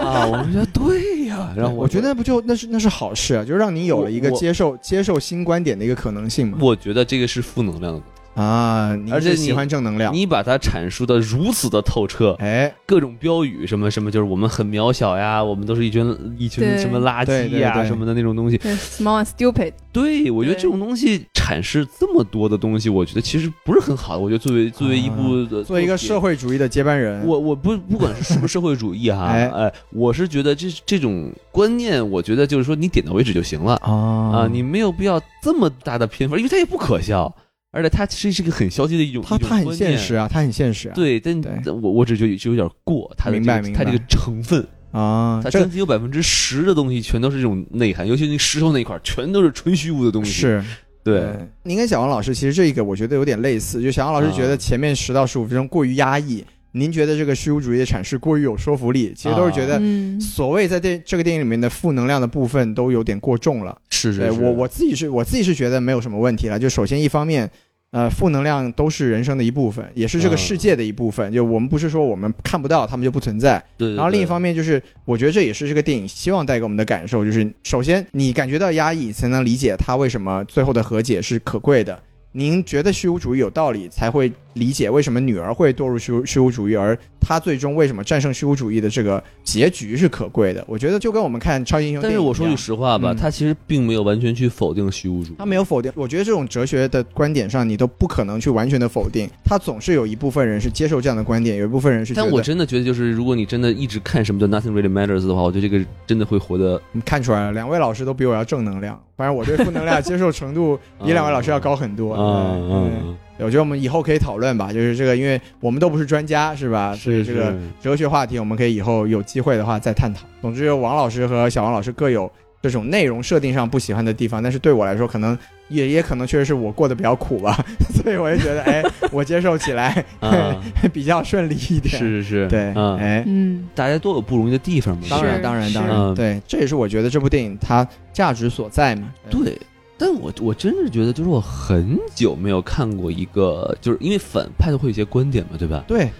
啊！我们觉得对呀、然后
我觉得不就那是那是好事啊，就是让你有了一个
我我
接受接受新观点的一个可能性嘛。
我觉得这个是负能量的，
啊，您
而且
是
你
喜欢正能量，
你把它阐述的如此的透彻，
哎，
各种标语什么什么，就是我们很渺小呀，我们都是一群一群
对
什么垃
对
圾
对
呀
对
什么的那种东西。
对，small and stupid，
对，我觉得
对
这种东西阐释这么多的东西，我觉得其实不是很好。我觉得作为作为一部呃
做啊一个
作品
社会主义的接班人，
我我不不管是是不是社会主义哈，
哎
哎，我是觉得这这种观念，我觉得就是说你点到为止就行了。
啊
啊，你没有必要这么大的篇幅，因为它也不可笑，而且它其实是一个很消极的一种，
他
一种
他很
观
现
念
实。啊，他很现实啊，
对，但
对
但我我只觉得就有点过，它的
明
这
白
个
明
它这个
白
成分，
啊，
它
这
将近有百分之十的东西全都是这种内涵，尤其那石头那一块儿，全都是纯虚无的东西。，
是嗯
对，，
您跟小王老师其实这个我觉得有点类似，就小王老师觉
啊
得前面十到十五分钟过于压抑，您觉得这个虚无主义的阐释过于有说服力，其实都是觉
啊
得。
嗯，
所谓在电这个电影里面的负能量的部分都有点过重了，
是
对
是是，
我我自己是我自己是觉得没有什么问题了。就首先一方面，呃，负能量都是人生的一部分，也是这个
嗯
世界的一部分。就我们不是说我们看不到，他们就不存在，
对。对
然后另一
对
方面就是，我觉得这也是这个电影希望带给我们的感受，就是首先你感觉到压抑，才能理解它为什么最后的和解是可贵的。您觉得虚无主义有道理，才会理解为什么女儿会堕入虚无虚无主义，而她最终为什么战胜虚无主义的这个结局是可贵的。我觉得就跟我们看超级英雄
但
电影
是
一样，
我说句实话吧，
嗯
它其实并没有完全去否定虚无主义，
他没有否定，我觉得这种哲学的观点上，你都不可能去完全的否定，他总是有一部分人是接受这样的观点，有一部分人是觉
但
得
我真的觉得，就是如果你真的一直看什么叫 nothing really matters 的话，我觉得这个真的会活得
你嗯看出来了，两位老师都比我要正能量。反正我对负能量接受程度比两位老师要高很多。
啊
对对
嗯
我觉得我们以后可以讨论吧，就是这个，因为我们都不是专家，是吧？所以
嗯是
这个 哲学话题，我们可以以后有机会的话再探讨。总之，王老师和小王老师各有这种内容设定上不喜欢的地方，但是对我来说，可能也也可能确实是我过得比较苦吧， 所以我就觉得，哎，我接受起来
啊，
比较顺利一点。
是是是，
对，
啊，
哎，
嗯，
大家都有不容易的地方嘛，
当然，
是
当然，
是
当然，
嗯
对，这也是我觉得这部电影它价值所在嘛。
对。但我我真是觉得，就是我很久没有看过一个，就是因为反派都会有一些观点嘛，对吧？
对，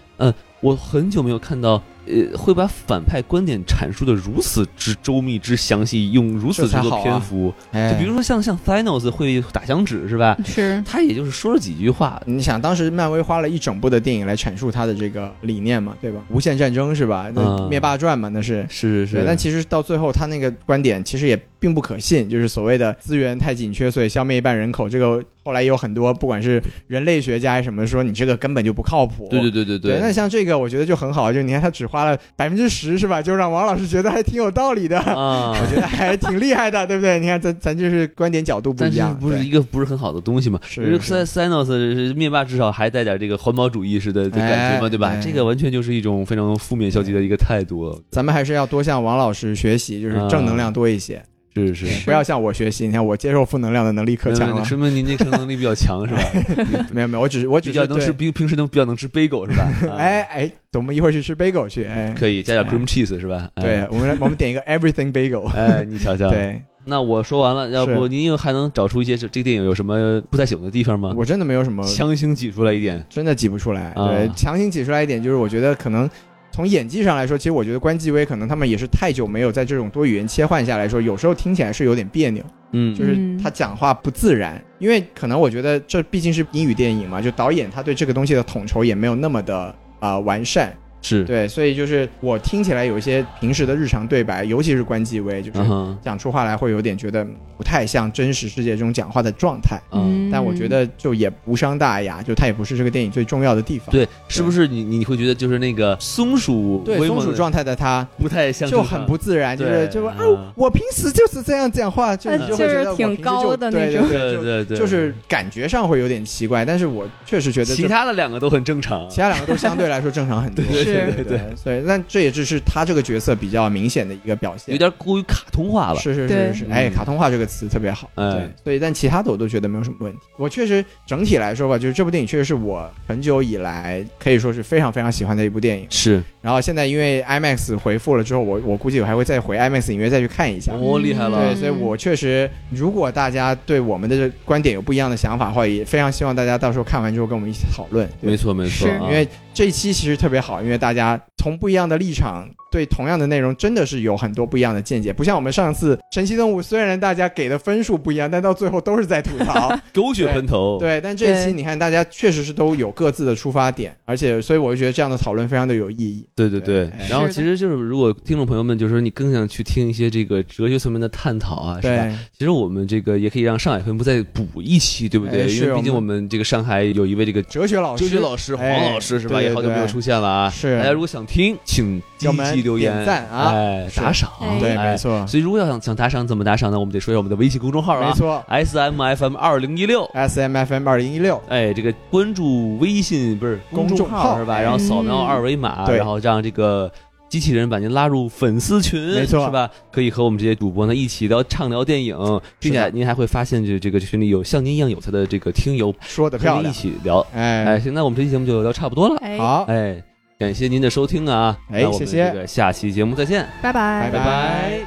我很久没有看到，呃，会把反派观点阐述的如此之周密、之详细，用如此
这
之
才好
多
啊
篇幅。
哎，
就比如说像像 Thanos 会打响指是吧？
是，
他也就是说了几句话，
你想，当时漫威花了一整部的电影来阐述它的这个理念嘛，对吧？无限战争是吧？那
嗯
灭霸传嘛，那是。
是是
对，
是，
但其实到最后，他那个观点其实也并不可信，就是所谓的资源太紧缺，所以消灭一半人口。这个后来也有很多，不管是人类学家还是什么，说你这个根本就不靠谱。
对对对对
对，那像这个，我觉得就很好，就你看他只花了百分之十，是吧？就让王老师觉得还挺有道理的。
啊，
我觉得还挺厉害的，对不 对？你看，咱咱就是观点角度不
但
一
是
样，
不是
对
一个不是很好的东西嘛？
是
就是
是
Thanos 是灭霸至少还带点这个环保主义式的的感觉嘛，
哎
对吧
哎？
这个完全就是一种非常负面消极的一个态度了，
咱们还是要多向王老师学习，就是正能量多一些，
是啊是。
不要向我学习。你看，我接受负能量的能力可强了。
说明您这个能力比较强是吧？
没有没有，我只是我只
比
是
较能吃，
对
比平时能比较能吃 bagel 是吧？啊
哎，哎，我们一会儿去吃 bagel 去，哎，
可以加点
哎
cream cheese 是嗯吧？哎
对，，我们来我们点一个 everything bagel，
哎，你瞧瞧。
对
那我说完了，要不
是
您又还能找出一些这这个电影有什么不太行的地方吗？
我真的没有什么，
强行挤出来一点，
真的挤不出来，
啊
对，强行挤出来一点，就是我觉得可能。从演技上来说，其实我觉得关继威可能他们也是太久没有在这种多语言切换下来说，有时候听起来是有点别扭。
嗯，
就是他讲话不自然，因为可能我觉得这毕竟是英语电影嘛，就导演他对这个东西的统筹也没有那么的啊、呃完善，
是，
对，所以就是我听起来有一些平时的日常对白，尤其是关继威，就是
嗯哼，
讲出话来会有点觉得不太像真实世界中讲话的状态。
嗯，
但我觉得就也无伤大雅，就它也不是这个电影最重要的地方。
对，是不是你你会觉得就是那个松鼠
对，
威
松
猛
鼠
的
状态的他
不太像正
就
常，
很不自然，就是
对
就是啊
嗯，
我平时就是这样讲话，就
呃
你就会觉得
就
我
是挺
平时就
高的那
对
种
对
对
对
对对，
就就是感觉上会有点奇怪，但是我确实觉得
其
这
他的两个都很正常，
其他两个都相对来说正常很多，
对
是
对
对
对，所以那这也只是他这个角色比较明显的一个表现，
有点过于卡通化了。
是是
对
是是，
嗯
哎，卡通化这个词特别好，
哎
对，所以但其他的我都觉得没有什么问题。我确实整体来说吧，就是这部电影确实是我很久以来可以说是非常非常喜欢的一部电影。
是，
然后现在因为 IMAX 回复了之后，我我估计我还会再回 IMAX 影院再去看一下。
哦，厉害
对，
了
嗯，
所以我确实，如果大家对我们的观点有不一样的想法的话，也非常希望大家到时候看完之后跟我们一起讨论。对
没错没错
是
啊，
因为这一期其实特别好，因为大家从不一样的立场对同样的内容真的是有很多不一样的见解，不像我们上次《神奇动物》，虽然大家给的分数不一样，但到最后都是在吐 槽。
啊狗血喷头，
对，但这一期
对
你看，大家确实是都有各自的出发点，而且所以我就觉得这样的讨论非常的有意义。
对对
对
对
哎，
然后
是的
其实就是，如果听众朋友们就是说你更想去听一些这个哲学层面的探讨啊，是吧？
对，
其实我们这个也可以让上海分部再补一期，对不
哎
对？
是
因为毕竟
我
我们这个上海有一位这个
哲学老师，
哲学老师黄
哎
老师是吧？
对
也好久没有
对
出现了啊。
是
大家如果想听，请积
给我们
极留言、
点赞啊
哎，
是
打赏，
哎
对，
哎
没。错，
所以如果要想想打赏，怎么打赏呢？我们得说一下我们的微信公众号啊，
没错哎
，S M F M 二零一六。
，S M F M 二零一六，
哎，这个关注微信不是
公
众
众号
是吧？然后扫描
嗯
二维码，
对
然后让这个机器人把您拉入粉丝群，
没错
是吧？可以和我们这些主播呢一起聊畅聊电影，并且您还会发现这这个群里有像您一样有才的这个听友，
说的漂
和您一
亮，
起聊。哎，
哎，
行，那我们这期节目就聊差不多了。
哎，
好，
哎，感谢您的收听啊！
哎
那我
谢
们
谢
这个下期节目再见，
拜拜
拜拜
拜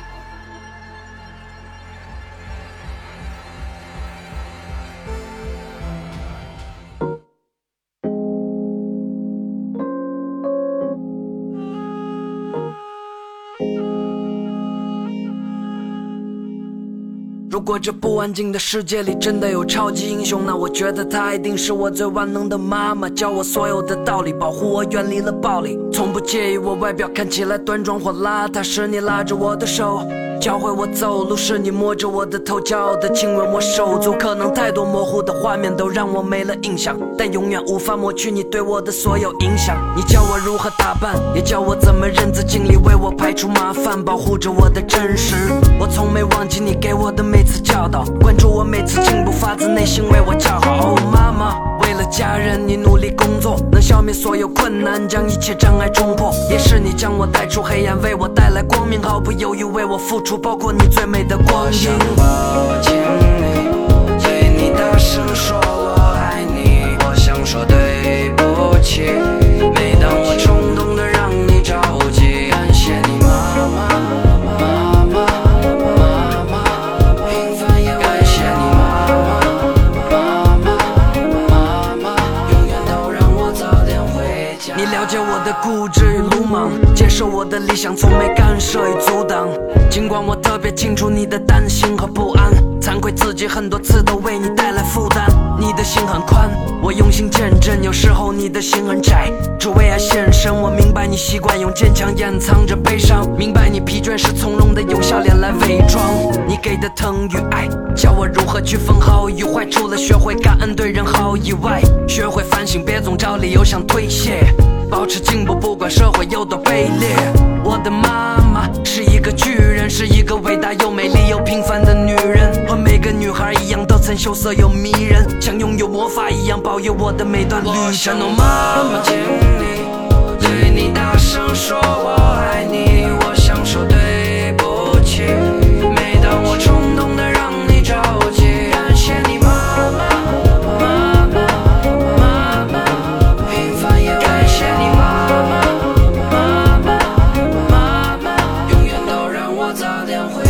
如果这不安静的世界里真的有超级英雄，那我觉得她一定是我最万能的妈妈，教我所有的道理，保护我远离了暴力，从不介意我外表看起来端庄或邋遢。是你拉着我的手，教会我走路；是你摸着我的头，骄傲的亲吻我手足。可能太多模糊的画面都让我没了印象，但永远无法抹去你对我的所有影响。你教我如何打扮，也教我怎么认字，尽力为我排除麻烦，保护着我的真实。我从没忘记你给我的每次教导，关注我每次进步，发自内心为我叫好。哦，妈妈，为了家人，你努力工作，能消灭所有困难，将一切障碍冲破。也是你将我带出黑暗，为我带来光明，毫不犹豫为我付出，包括你最美的光阴。抱紧你，对你大声说我爱你。我想说对不起，每当我冲动的让你着急。感谢你妈妈，妈妈，妈妈，平凡也感谢你妈妈，妈妈，妈妈，永远都让我早点回家。你了解我的固执与鲁莽，接受我的理想，从没干涉与阻挡。尽管我特别清楚你的担心和不安，惭愧自己很多次都为你带来负担。你的心很宽，我用心见证，有时候你的心很窄，只为爱献身。我明白你习惯用坚强掩藏着悲伤，明白你疲倦是从容的用笑脸来伪装。你给的疼与爱，教我如何区分好与坏，除了学会感恩对人好以外，学会反省，别总找理由想推卸，保持进步，不管社会有多卑劣。我的妈妈是一个巨人，是一个伟大又美丽又平凡的女人，和每个女孩一样，都曾羞涩又迷人，像拥有魔法一样保佑我的每段旅程。哦，妈妈，敬你，对你大声说我爱你，我想说对不起，每当我冲动的让你着急，感谢你，妈妈，妈妈，妈妈，平凡也感谢你，妈妈，妈妈。妈妈，永远都让我早点回